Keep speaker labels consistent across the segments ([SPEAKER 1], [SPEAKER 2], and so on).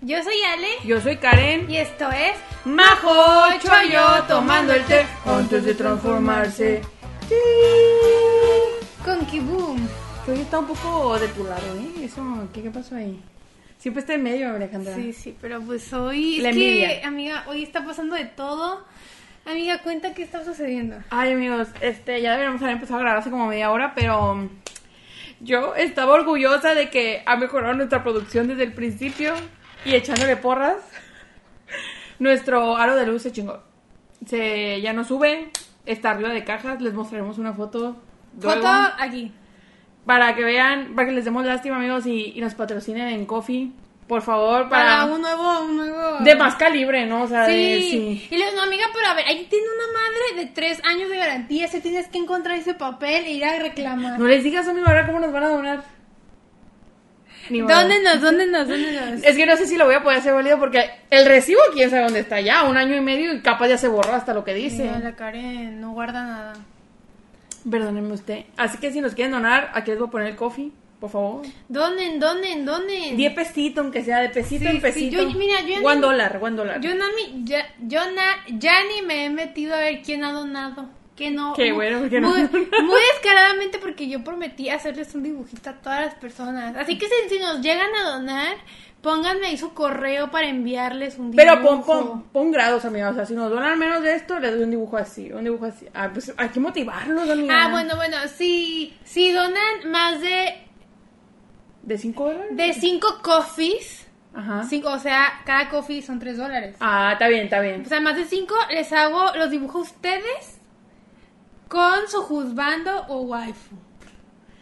[SPEAKER 1] Yo soy Ale
[SPEAKER 2] Yo soy Karen.
[SPEAKER 1] y esto es
[SPEAKER 2] Majo Choyo tomando el té antes de transformarse. Sí.
[SPEAKER 1] Conky Boom.
[SPEAKER 2] Que hoy está un poco de tu lado, ¿eh? Eso, ¿qué, qué pasó ahí? Siempre está en medio, Alejandra.
[SPEAKER 1] Sí, sí, pero pues hoy
[SPEAKER 2] La
[SPEAKER 1] es que,
[SPEAKER 2] envidia.
[SPEAKER 1] amiga, hoy está pasando de todo. Amiga, cuenta qué está sucediendo.
[SPEAKER 2] Ay, amigos, este, ya deberíamos haber empezado a grabar hace como media hora, pero mm, yo estaba orgullosa de que ha mejorado nuestra producción desde el principio y echándole porras. Nuestro aro de luz se chingó. Se, ya no sube, está arriba de cajas, les mostraremos una foto.
[SPEAKER 1] Foto
[SPEAKER 2] luego,
[SPEAKER 1] aquí.
[SPEAKER 2] Para que vean, para que les demos lástima, amigos, y, y nos patrocinen en Coffee, por favor,
[SPEAKER 1] Para
[SPEAKER 2] para...
[SPEAKER 1] un nuevo, un nuevo.
[SPEAKER 2] De más calibre, ¿no? O sea, de-
[SPEAKER 1] Sí.
[SPEAKER 2] sí.
[SPEAKER 1] Y luego, no, amiga, pero a ver, ahí tiene una madre de tres años de garantía. Si tienes que encontrar ese papel e ir a reclamar.
[SPEAKER 2] No les digas a mi ahora cómo nos van a donar. Ni modo.
[SPEAKER 1] Dóndenos, dóndenos, dóndenos.
[SPEAKER 2] Es que no sé si lo voy a poder hacer válido porque el recibo, quién sabe dónde está ya, un año y medio y capaz ya se borró hasta lo que dice.
[SPEAKER 1] Mira, la Karen no guarda nada.
[SPEAKER 2] Perdónenme usted. Así que si nos quieren donar, aquí les voy a poner el coffee, por favor.
[SPEAKER 1] Donen, donen, donen.
[SPEAKER 2] 10 pesitos, aunque sea de pesito
[SPEAKER 1] Sí,
[SPEAKER 2] en pesito.
[SPEAKER 1] sí, yo- mira, yo-
[SPEAKER 2] One dólar, one dólar.
[SPEAKER 1] Yo, Nami, ya, yo na- ya ni me he metido a ver quién ha donado. Que no.
[SPEAKER 2] Qué
[SPEAKER 1] mu-
[SPEAKER 2] bueno, porque no
[SPEAKER 1] Muy,
[SPEAKER 2] han donado.
[SPEAKER 1] muy descaradamente porque yo prometí hacerles un dibujito a todas las personas. Así que si, si nos llegan a donar, pónganme ahí su correo para enviarles un dibujo.
[SPEAKER 2] Pero pon, pon, pon grados, amiga. O sea, si nos donan menos de esto, les doy un dibujo así, un dibujo así. Ah, pues hay que motivarlos, amiga.
[SPEAKER 1] Ah, bueno, bueno, si, si donan más de,
[SPEAKER 2] ¿De 5 dólares?
[SPEAKER 1] de cinco coffees,
[SPEAKER 2] Ajá.
[SPEAKER 1] cinco, o sea, cada coffee son tres dólares.
[SPEAKER 2] Ah, está bien, está bien.
[SPEAKER 1] O sea, más de cinco, les hago, los dibujo a ustedes con su juzbando o waifu.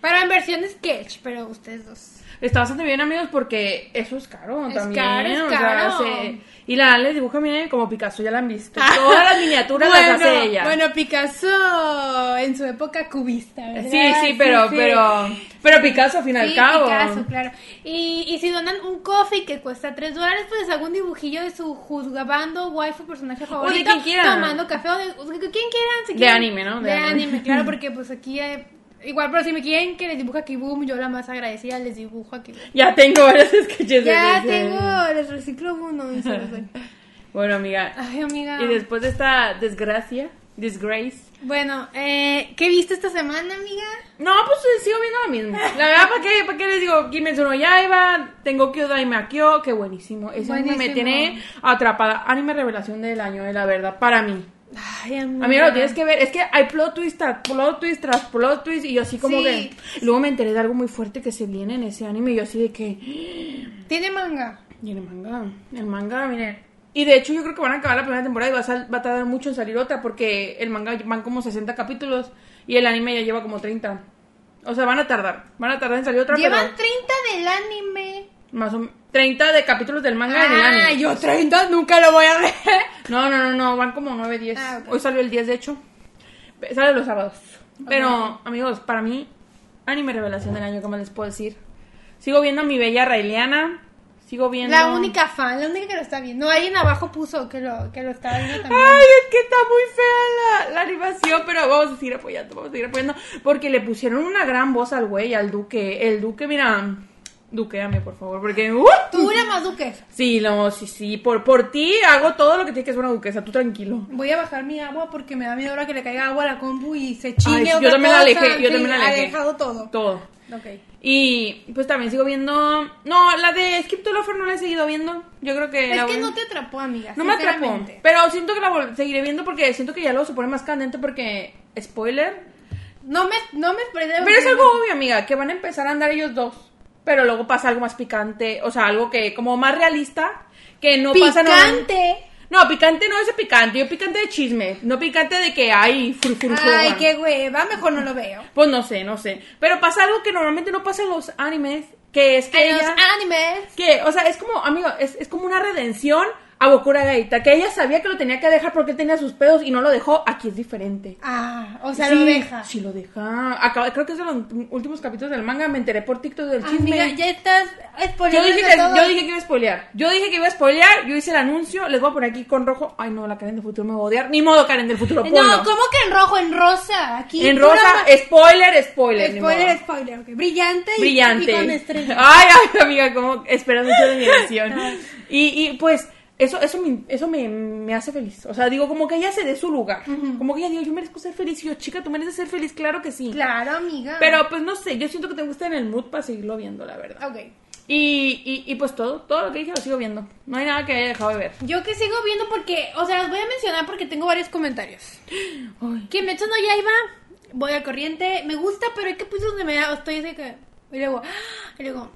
[SPEAKER 1] Pero en versión sketch, pero ustedes dos.
[SPEAKER 2] Está bastante bien, amigos, porque eso es caro
[SPEAKER 1] Es
[SPEAKER 2] también.
[SPEAKER 1] caro, es
[SPEAKER 2] o sea,
[SPEAKER 1] caro. Ah.
[SPEAKER 2] hace- Y la Ale dibuja, miren, como Picasso, ya la han visto. Todas las miniaturas las hace ella.
[SPEAKER 1] bueno, Picasso en su época cubista, ¿verdad?
[SPEAKER 2] sí, sí, pero,
[SPEAKER 1] sí.
[SPEAKER 2] pero, pero Picasso, al fin y al
[SPEAKER 1] Sí,
[SPEAKER 2] cabo.
[SPEAKER 1] Picasso, claro. Y, y si donan un coffee que cuesta 3 dólares, pues les hago un dibujillo de su juzgabando, waifu, personaje favorito.
[SPEAKER 2] quien quiera.
[SPEAKER 1] Tomando café o de, o de quien quieran. si
[SPEAKER 2] De
[SPEAKER 1] quieren.
[SPEAKER 2] anime, ¿no?
[SPEAKER 1] De,
[SPEAKER 2] De
[SPEAKER 1] anime.
[SPEAKER 2] anime.
[SPEAKER 1] claro, porque pues aquí eh, igual, pero si me quieren que les dibuje a Kibum, yo la más agradecida les dibujo a Kibum.
[SPEAKER 2] Ya tengo varios sketches. de
[SPEAKER 1] Ya
[SPEAKER 2] ese.
[SPEAKER 1] tengo, les reciclo uno y se los doy.
[SPEAKER 2] Bueno, amiga.
[SPEAKER 1] Ay, amiga.
[SPEAKER 2] Y después de esta desgracia, disgrace.
[SPEAKER 1] Bueno, eh, ¿qué viste esta semana, amiga?
[SPEAKER 2] No, pues eh, sigo viendo lo mismo. La verdad, ¿para qué, para qué les digo? Kimetsu no Yaiba, tengo Kyodai Makio, que buenísimo. Ese anime me
[SPEAKER 1] Buenísimo.
[SPEAKER 2] tiene atrapada. Anime revelación del año, de la verdad, para mí.
[SPEAKER 1] Ay, amiga.
[SPEAKER 2] A mí lo tienes que ver, es que hay plot twist tras plot twist tras plot twist y yo así como
[SPEAKER 1] Sí.
[SPEAKER 2] que... Luego me enteré de algo muy fuerte que se viene en ese anime y yo así de que...
[SPEAKER 1] Tiene manga.
[SPEAKER 2] Y en el manga, el manga, miren... Y de hecho yo creo que van a acabar la primera temporada y va a, sal- va a tardar mucho en salir otra porque el manga van como 60 capítulos y el anime ya lleva como 30. O sea, van a tardar, van a tardar en salir otra,
[SPEAKER 1] Llevan
[SPEAKER 2] pero
[SPEAKER 1] 30 del anime.
[SPEAKER 2] más o menos 30 de capítulos del manga en el
[SPEAKER 1] Ah,
[SPEAKER 2] anime.
[SPEAKER 1] yo 30 nunca lo voy a ver.
[SPEAKER 2] No, no, no, no, van como 9, 10.
[SPEAKER 1] Ah, ok.
[SPEAKER 2] Hoy salió el 10, de hecho. Pe- Sale los sábados. Pero, amigos, para mí, anime revelación del año, ¿qué más les puedo decir? Sigo viendo a mi bella Raeliana. Sigo viendo.
[SPEAKER 1] La única fan, la única que lo está viendo. No, alguien abajo puso que lo, que lo estaba viendo también.
[SPEAKER 2] Ay, es que está muy fea la, la animación, pero vamos a seguir apoyando, vamos a seguir apoyando. Porque le pusieron una gran voz al güey, al duque. El duque, mira, duqueame, por favor, porque. ¡uh!
[SPEAKER 1] Tú la más duques.
[SPEAKER 2] Sí, no, sí, sí. Por, por ti hago todo lo que tienes que hacer una duquesa, tú tranquilo.
[SPEAKER 1] Voy a bajar mi agua porque me da miedo ahora que le caiga agua a la compu y se chingue
[SPEAKER 2] Ay, sí, yo
[SPEAKER 1] otra
[SPEAKER 2] también la
[SPEAKER 1] cosa.
[SPEAKER 2] alejé, yo
[SPEAKER 1] Sí,
[SPEAKER 2] también la alejé.
[SPEAKER 1] Ha dejado todo.
[SPEAKER 2] Todo.
[SPEAKER 1] Ok.
[SPEAKER 2] Y pues también sigo viendo. No, la de Skip to Lover no la he seguido viendo. Yo creo que.
[SPEAKER 1] Es
[SPEAKER 2] la
[SPEAKER 1] que
[SPEAKER 2] voy-
[SPEAKER 1] no te atrapó, amiga.
[SPEAKER 2] No me atrapó.
[SPEAKER 1] sinceramente.
[SPEAKER 2] Pero siento que la vol- seguiré viendo porque siento que ya luego se pone más candente porque. Spoiler.
[SPEAKER 1] No me, no me esperé.
[SPEAKER 2] Pero es algo obvio, amiga, que van a empezar a andar ellos dos. Pero luego pasa algo más picante. O sea, algo que como más realista. Que no pasa nada.
[SPEAKER 1] picante.
[SPEAKER 2] No, picante no es picante. Yo picante de chisme. No picante de que hay furfurfur.
[SPEAKER 1] Ay, qué hueva. Mejor no lo veo.
[SPEAKER 2] Pues no sé, no sé. Pero pasa algo que normalmente no pasa en los animes. Que es que
[SPEAKER 1] En los
[SPEAKER 2] ella-
[SPEAKER 1] animes.
[SPEAKER 2] que, o sea, es como, amigo, es, es como una redención a Bokura Gaita, que ella sabía que lo tenía que dejar porque él tenía sus pedos y no lo dejó, aquí es diferente.
[SPEAKER 1] Ah, o sea,
[SPEAKER 2] Sí,
[SPEAKER 1] lo deja.
[SPEAKER 2] Sí, lo deja. Acaba- creo que es de los últimos capítulos del manga, me enteré por TikTok del chisme.
[SPEAKER 1] Amiga, Ah, ya estás
[SPEAKER 2] Yo
[SPEAKER 1] exponiendo
[SPEAKER 2] dije, que, yo dije que iba a spoilear. Yo dije que iba a spoilear. Yo hice el anuncio. Les voy a poner aquí con rojo. Ay, no, la Karen del futuro me va a odiar. Ni modo, Karen del futuro.
[SPEAKER 1] No,
[SPEAKER 2] ponlo.
[SPEAKER 1] ¿cómo que en rojo? En rosa. Aquí.
[SPEAKER 2] en
[SPEAKER 1] pura
[SPEAKER 2] rosa,
[SPEAKER 1] ma-
[SPEAKER 2] spoiler, spoiler. ni
[SPEAKER 1] Spoiler,
[SPEAKER 2] modo.
[SPEAKER 1] spoiler. ok. Brillante, y-
[SPEAKER 2] Brillante.
[SPEAKER 1] Y, con estrellas.
[SPEAKER 2] Ay, ay, amiga, como esperas mucho de mi edición. y, y pues, eso, eso, me, eso me, me hace feliz. O sea, digo, como que ella se dé su lugar. Como que ella digo, yo merezco ser feliz. Y yo, chica, tú mereces ser feliz, claro que sí.
[SPEAKER 1] Claro, amiga.
[SPEAKER 2] Pero pues no sé, yo siento que te gusta en el mood para seguirlo viendo, la verdad.
[SPEAKER 1] Ok.
[SPEAKER 2] Y, y, y pues todo, todo lo que dije lo sigo viendo. No hay nada que haya dejado de ver.
[SPEAKER 1] Yo que sigo viendo porque, o sea, los voy a mencionar porque tengo varios comentarios.
[SPEAKER 2] Ay.
[SPEAKER 1] Que me echan no ya iba, voy al corriente, me gusta, pero hay que pues donde me da, estoy así que. Y luego, ¡ah! y luego,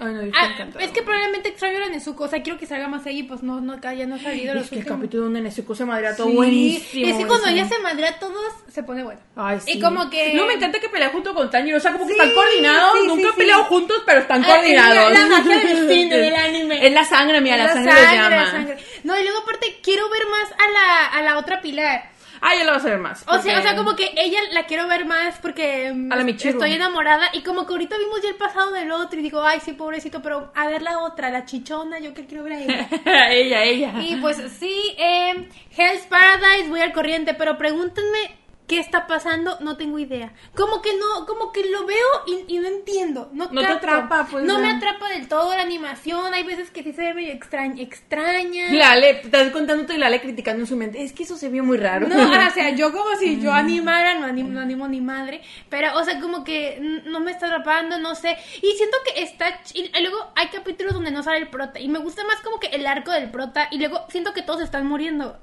[SPEAKER 2] Ay, no, yo
[SPEAKER 1] ah,
[SPEAKER 2] estoy encantada.
[SPEAKER 1] es que probablemente extraño la Nezuko, o sea, quiero que salga más ahí, pues no, no, ya no ha salido los
[SPEAKER 2] Es que el
[SPEAKER 1] últimos.
[SPEAKER 2] capítulo donde Nezuko se madrea todo
[SPEAKER 1] Sí,
[SPEAKER 2] buenísimo.
[SPEAKER 1] Y es que cuando
[SPEAKER 2] buenísimo.
[SPEAKER 1] ella se madre a todos, se pone bueno.
[SPEAKER 2] Ay, sí.
[SPEAKER 1] Y como que.
[SPEAKER 2] No, me encanta que pelea junto con Tanjiro. O sea, como que
[SPEAKER 1] Sí,
[SPEAKER 2] están coordinados.
[SPEAKER 1] sí,
[SPEAKER 2] Nunca
[SPEAKER 1] sí,
[SPEAKER 2] han peleado
[SPEAKER 1] sí.
[SPEAKER 2] juntos, pero están
[SPEAKER 1] Ah,
[SPEAKER 2] coordinados.
[SPEAKER 1] es la magia del cine, del anime.
[SPEAKER 2] Es la sangre, mira, la,
[SPEAKER 1] La
[SPEAKER 2] sangre,
[SPEAKER 1] sangre,
[SPEAKER 2] llama.
[SPEAKER 1] la sangre. No, y luego aparte quiero ver más a la, a la otra Pilar.
[SPEAKER 2] Ah, ya lo vas a ver más.
[SPEAKER 1] O sea,
[SPEAKER 2] porque-
[SPEAKER 1] o sea, como que ella la quiero ver más porque mm,
[SPEAKER 2] A la Michiru.
[SPEAKER 1] estoy enamorada y como que ahorita vimos ya el pasado del otro y digo, ay, sí, pobrecito, pero a ver la otra, la chichona, yo que quiero ver a ella.
[SPEAKER 2] ella, ella.
[SPEAKER 1] y pues sí, eh, Hell's Paradise, voy al corriente, pero pregúntenme qué está pasando, no tengo idea. Como que no, como que lo veo y, y no entiendo. No,
[SPEAKER 2] No te
[SPEAKER 1] capto.
[SPEAKER 2] atrapa, pues,
[SPEAKER 1] No me
[SPEAKER 2] no.
[SPEAKER 1] atrapa del todo la animación, hay veces que sí se ve medio extraña. extraña.
[SPEAKER 2] Lale, estás contando y Lale criticando en su mente. Es que eso se vio muy raro.
[SPEAKER 1] No, o sea, yo como si
[SPEAKER 2] Mm.
[SPEAKER 1] yo animara, no animo, no animo ni madre, pero, o sea, como que n- no me está atrapando, no sé, y siento que está, ch- y luego hay capítulos donde no sale el prota, y me gusta más como que el arco del prota, y luego siento que todos están muriendo,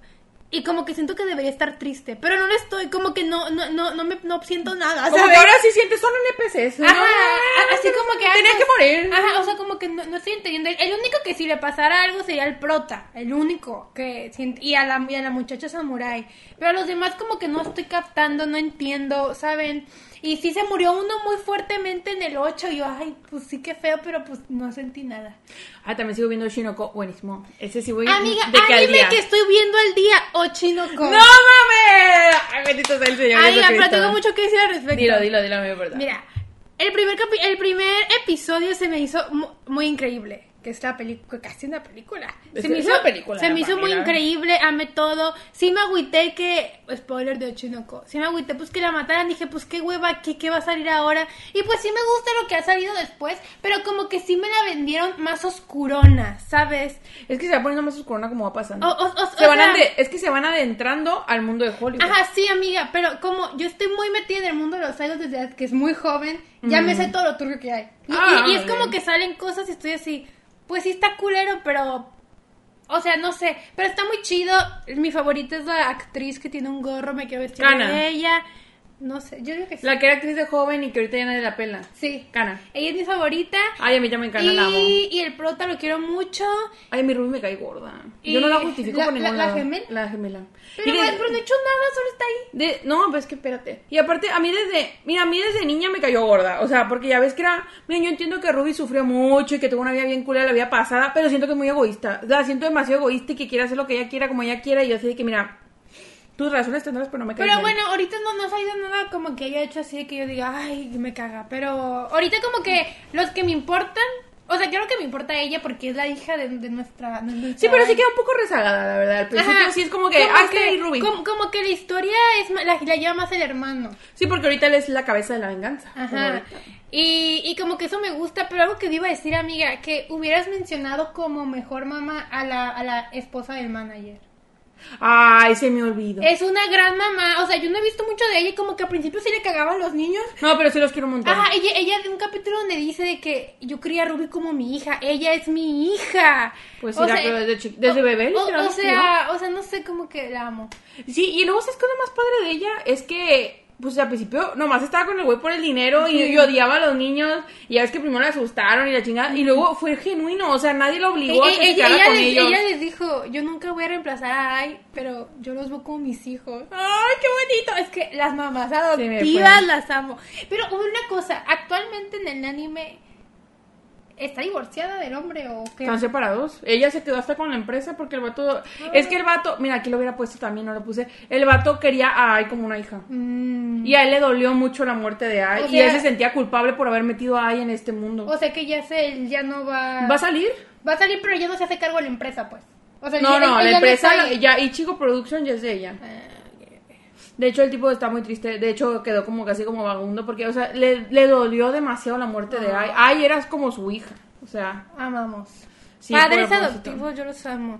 [SPEAKER 1] y como que siento que debería estar triste, pero no lo estoy, como que no, no, no, no me, no siento nada,
[SPEAKER 2] Como
[SPEAKER 1] ¿sabes?
[SPEAKER 2] que ahora sí sientes, son NPCs. ¿no?
[SPEAKER 1] Ajá, a- así como que
[SPEAKER 2] Tenía
[SPEAKER 1] antes-
[SPEAKER 2] que morir.
[SPEAKER 1] Ajá, o sea, como que no, no estoy entendiendo. El único que si le pasara algo sería el prota, el único que sin- y a la y a la muchacha samurai, pero a los demás como que no estoy captando, no entiendo, ¿saben? Y sí se murió uno muy fuertemente en el 8 y yo, ay, pues sí que feo, pero pues no sentí nada.
[SPEAKER 2] Ah, también sigo viendo Shinoko. Buenísimo. Ese sí voy
[SPEAKER 1] Amiga,
[SPEAKER 2] de que al
[SPEAKER 1] anime
[SPEAKER 2] día.
[SPEAKER 1] que estoy viendo al día, Ochinoko.
[SPEAKER 2] ¡No mames! Ay, bendito sea el Señor
[SPEAKER 1] Amiga, pero
[SPEAKER 2] Jesucristo.
[SPEAKER 1] tengo mucho que decir al respecto.
[SPEAKER 2] Dilo, dilo, dilo, me importa.
[SPEAKER 1] Mira, el primer, capi- el primer episodio se me hizo mu- muy increíble. Que es la película, casi una película.
[SPEAKER 2] Es-
[SPEAKER 1] se me
[SPEAKER 2] es
[SPEAKER 1] hizo,
[SPEAKER 2] una película,
[SPEAKER 1] Se me hizo muy
[SPEAKER 2] Pamela.
[SPEAKER 1] increíble, amé todo. Sí me agüité que. Spoiler de Ochinoco. Sí me agüité, pues que la mataran. Dije, pues qué hueva, qué, qué va a salir ahora. Y pues sí me gusta lo que ha salido después. Pero como que sí me la vendieron más oscurona, ¿sabes?
[SPEAKER 2] Es que se va poniendo más oscurona como va pasando.
[SPEAKER 1] O- o- o-
[SPEAKER 2] se
[SPEAKER 1] o
[SPEAKER 2] van
[SPEAKER 1] sea-
[SPEAKER 2] ade- es que se van adentrando al mundo de Hollywood.
[SPEAKER 1] Ajá, sí, amiga, pero como yo estoy muy metida en el mundo de los idols desde que es muy joven, ya me sé todo lo turbio que hay. Y,
[SPEAKER 2] Mm. Ah,
[SPEAKER 1] y- y es
[SPEAKER 2] vale.
[SPEAKER 1] como que salen cosas y estoy así, pues sí está culero, pero... O sea, no sé, pero está muy chido. Mi favorita es la actriz que tiene un gorro, me quiero vestir
[SPEAKER 2] Kana.
[SPEAKER 1] de ella. No sé, yo creo que sí.
[SPEAKER 2] La que era actriz de joven y que ahorita ya nadie la pela.
[SPEAKER 1] Sí.
[SPEAKER 2] Kana.
[SPEAKER 1] Ella es mi favorita.
[SPEAKER 2] Ay, a mí ya me encanta, la amo.
[SPEAKER 1] y, y el prota lo quiero mucho.
[SPEAKER 2] Ay, mi Ruby me cae gorda.
[SPEAKER 1] Y
[SPEAKER 2] Yo no la justifico
[SPEAKER 1] la-
[SPEAKER 2] por
[SPEAKER 1] la-
[SPEAKER 2] ningún
[SPEAKER 1] la
[SPEAKER 2] lado.
[SPEAKER 1] gemela.
[SPEAKER 2] La gemela.
[SPEAKER 1] Pero,
[SPEAKER 2] Y de-
[SPEAKER 1] pues, pero no he hecho nada, solo está ahí.
[SPEAKER 2] de- no, pues que espérate. Y aparte, a mí desde. Mira, a mí desde niña me cayó gorda. O sea, porque ya ves que era. Miren, yo entiendo que Ruby sufrió mucho y que tuvo una vida bien culera la vida pasada, pero siento que es muy egoísta. La siento demasiado egoísta y que quiere hacer lo que ella quiera, como ella quiera. Y yo así de que, mira, tus razones tendrás, pero no me caes
[SPEAKER 1] Pero
[SPEAKER 2] bien.
[SPEAKER 1] bueno, ahorita no nos ha ido nada como que haya hecho así de que yo diga, ay, me caga. Pero ahorita como que los que me importan, o sea, claro que me importa ella porque es la hija de, de nuestra, de nuestra-
[SPEAKER 2] Sí, pero sí queda un poco rezagada, la verdad. Al principio
[SPEAKER 1] Ajá.
[SPEAKER 2] sí es como que,
[SPEAKER 1] Como
[SPEAKER 2] ah,
[SPEAKER 1] que-
[SPEAKER 2] que Ruby.
[SPEAKER 1] Como, como que la historia es ma- la, la lleva más el hermano.
[SPEAKER 2] Sí, porque ahorita él es la cabeza de la venganza. Como
[SPEAKER 1] Ajá.
[SPEAKER 2] ahorita.
[SPEAKER 1] Y, y como que eso me gusta, pero algo que te iba a decir, amiga, que hubieras mencionado como mejor mamá a la, a la esposa del manager.
[SPEAKER 2] Ay, se me olvidó.
[SPEAKER 1] Es una gran mamá, o sea, yo no he visto mucho de ella y como que al principio sí le cagaban los niños,
[SPEAKER 2] No, pero sí los quiero un montón.
[SPEAKER 1] Ajá, ella, ella de un capítulo donde dice de que yo quería a Ruby como mi hija, ella es mi hija.
[SPEAKER 2] Pues sí, la creo desde chi- desde
[SPEAKER 1] o-
[SPEAKER 2] bebé,
[SPEAKER 1] O,
[SPEAKER 2] literal,
[SPEAKER 1] o sea, o sea, no sé cómo que la amo.
[SPEAKER 2] Sí, y luego, ¿sabes qué es lo más padre de ella? Es que, pues al principio, nomás estaba con el güey por el dinero y, y odiaba a los niños. Y ya ves que primero la asustaron y la chingada. Y luego fue genuino, o sea, nadie la obligó a
[SPEAKER 1] Eh,
[SPEAKER 2] que se
[SPEAKER 1] ella,
[SPEAKER 2] quedara
[SPEAKER 1] ella
[SPEAKER 2] con
[SPEAKER 1] les,
[SPEAKER 2] ellos.
[SPEAKER 1] ella les dijo, yo nunca voy a reemplazar a Ai, pero yo los veo como mis hijos.
[SPEAKER 2] Ay, qué bonito.
[SPEAKER 1] Es que las mamás
[SPEAKER 2] Sí, me
[SPEAKER 1] adoptivas
[SPEAKER 2] fue.
[SPEAKER 1] las amo. Pero una cosa, actualmente en el anime ¿Está divorciada del hombre o qué?
[SPEAKER 2] Están separados. Ella se quedó hasta con la empresa porque el vato.
[SPEAKER 1] Ah.
[SPEAKER 2] Es que el vato. Mira, aquí lo hubiera puesto también, no lo puse. El vato quería a Ai como una hija.
[SPEAKER 1] Mm,
[SPEAKER 2] Y a él le dolió mucho la muerte de Ai.
[SPEAKER 1] O
[SPEAKER 2] y él
[SPEAKER 1] sea-
[SPEAKER 2] se sentía culpable por haber metido a Ai en este mundo.
[SPEAKER 1] o sea que ya se, ya no va...
[SPEAKER 2] ¿Va a salir?
[SPEAKER 1] Va a salir, pero ya no se hace cargo de la empresa, pues. O sea,
[SPEAKER 2] No,
[SPEAKER 1] él-
[SPEAKER 2] no,
[SPEAKER 1] él
[SPEAKER 2] la
[SPEAKER 1] ya no
[SPEAKER 2] empresa.
[SPEAKER 1] está ahí.
[SPEAKER 2] Ya, y Chico Production ya es de
[SPEAKER 1] Ah,
[SPEAKER 2] ella. De hecho, el tipo está muy triste. De hecho, quedó como casi como vagabundo porque, o sea, le, le dolió demasiado la muerte de Ai.
[SPEAKER 1] Ah.
[SPEAKER 2] Ai era como su hija. O sea,
[SPEAKER 1] Amamos.
[SPEAKER 2] sí,
[SPEAKER 1] Padres
[SPEAKER 2] por propósito.
[SPEAKER 1] adoptivos, yo los amo.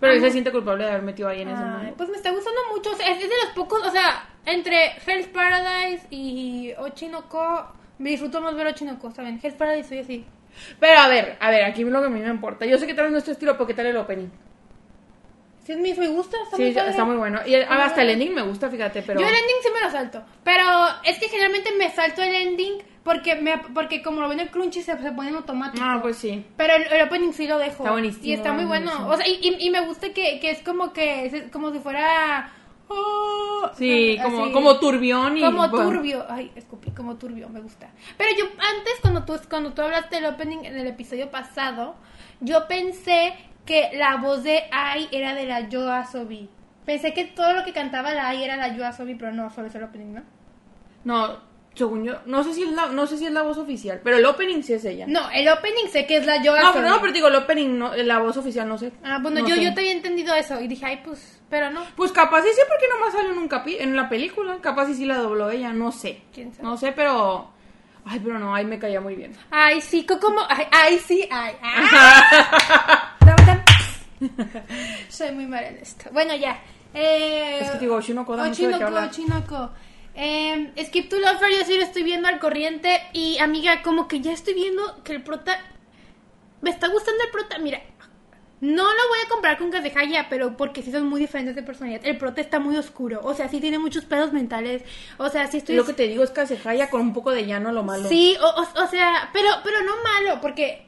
[SPEAKER 2] Pero
[SPEAKER 1] Ah.
[SPEAKER 2] él se siente culpable de haber metido a Ai en ese
[SPEAKER 1] Ay,
[SPEAKER 2] mundo.
[SPEAKER 1] pues me está gustando mucho. o sea, es es de los pocos, o sea, entre Hell's Paradise y Ochinoko, me disfruto más ver Ochinoko, ¿saben? Hell's Paradise soy así.
[SPEAKER 2] Pero a ver, a ver, aquí lo que a mí me importa. Yo sé que tal vez no es tu estilo, porque tal el opening.
[SPEAKER 1] Si es mi, me gusta, está
[SPEAKER 2] Sí,
[SPEAKER 1] muy padre.
[SPEAKER 2] está muy bueno. Y el- ah, hasta el ending me gusta, fíjate, pero.
[SPEAKER 1] Yo el ending sí me lo salto, pero es que generalmente me salto el ending porque me, porque como lo ven el crunchy se, se pone en automático.
[SPEAKER 2] Ah, pues sí.
[SPEAKER 1] Pero el, el opening sí lo dejo.
[SPEAKER 2] Está buenísimo,
[SPEAKER 1] Y está muy bueno.
[SPEAKER 2] buenísimo.
[SPEAKER 1] O sea, y, y- y me gusta que, que es como que es como si fuera oh,
[SPEAKER 2] Sí,
[SPEAKER 1] ah,
[SPEAKER 2] como,
[SPEAKER 1] así.
[SPEAKER 2] como turbión y.
[SPEAKER 1] Como
[SPEAKER 2] bueno.
[SPEAKER 1] turbio, ay, escupí, como turbio, me gusta. Pero yo antes, cuando tú, cuando tú hablaste del opening en el episodio pasado, yo pensé que la voz de Ai era de la Yoasobi. Pensé que todo lo que cantaba la Ai era la Yoasobi, pero no, solo es el opening, ¿no?
[SPEAKER 2] No, según yo. No sé, si es la, no sé si es la voz oficial, pero el opening sí es ella. No,
[SPEAKER 1] No, el opening sé que es la Yoasobi.
[SPEAKER 2] Ah, pero, no, pero digo, el opening, no, la voz oficial no sé.
[SPEAKER 1] Ah, bueno,
[SPEAKER 2] No
[SPEAKER 1] yo,
[SPEAKER 2] sé.
[SPEAKER 1] yo te había entendido eso y dije, ay, pues, pero no.
[SPEAKER 2] Pues capaz sí sé porque nomás sale en un capi en la película. Capaz sí sí la dobló ella, no sé.
[SPEAKER 1] ¿Quién sabe?
[SPEAKER 2] No sé, pero. Ay, pero no, ahí me caía muy bien.
[SPEAKER 1] Ay, sí, co- como, ay, ay, sí, ay, ay. Dame, dame. Soy muy mala en esto. Bueno, ya. Eh,
[SPEAKER 2] Es que te digo, Oshinoko da mucho de qué
[SPEAKER 1] Oshinoko,
[SPEAKER 2] hablar.
[SPEAKER 1] Oshinoko. Eh, Skip to Lover, yo sí lo estoy viendo al corriente. Y amiga, como que ya estoy viendo que el prota. Me está gustando el prota. Mira, no lo voy a comparar con Kazehaya, pero porque sí son muy diferentes de personalidad. El prota está muy oscuro. O sea, sí tiene muchos pedos mentales. O sea, sí estoy.
[SPEAKER 2] Lo que te digo es que se jaya con un poco de llano a lo malo.
[SPEAKER 1] Sí, o, o- o sea, pero, pero no malo, porque.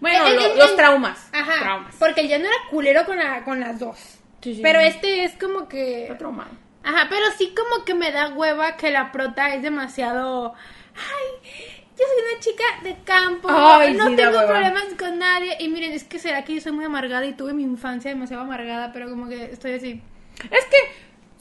[SPEAKER 2] Bueno,
[SPEAKER 1] Eh,
[SPEAKER 2] lo-
[SPEAKER 1] eh, eh,
[SPEAKER 2] los traumas.
[SPEAKER 1] Ajá.
[SPEAKER 2] Traumas.
[SPEAKER 1] Porque el llano era culero con, la, con las dos.
[SPEAKER 2] Sí, sí.
[SPEAKER 1] Pero este es como
[SPEAKER 2] Está
[SPEAKER 1] que.
[SPEAKER 2] traumado.
[SPEAKER 1] Ajá, pero sí como que me da hueva que la prota es demasiado. Ay, yo soy una chica de campo.
[SPEAKER 2] Ay,
[SPEAKER 1] no
[SPEAKER 2] sí, da
[SPEAKER 1] tengo
[SPEAKER 2] hueva.
[SPEAKER 1] problemas con nadie. Y miren, es que será que yo soy muy amargada y tuve mi infancia demasiado amargada, pero como que estoy así.
[SPEAKER 2] Es que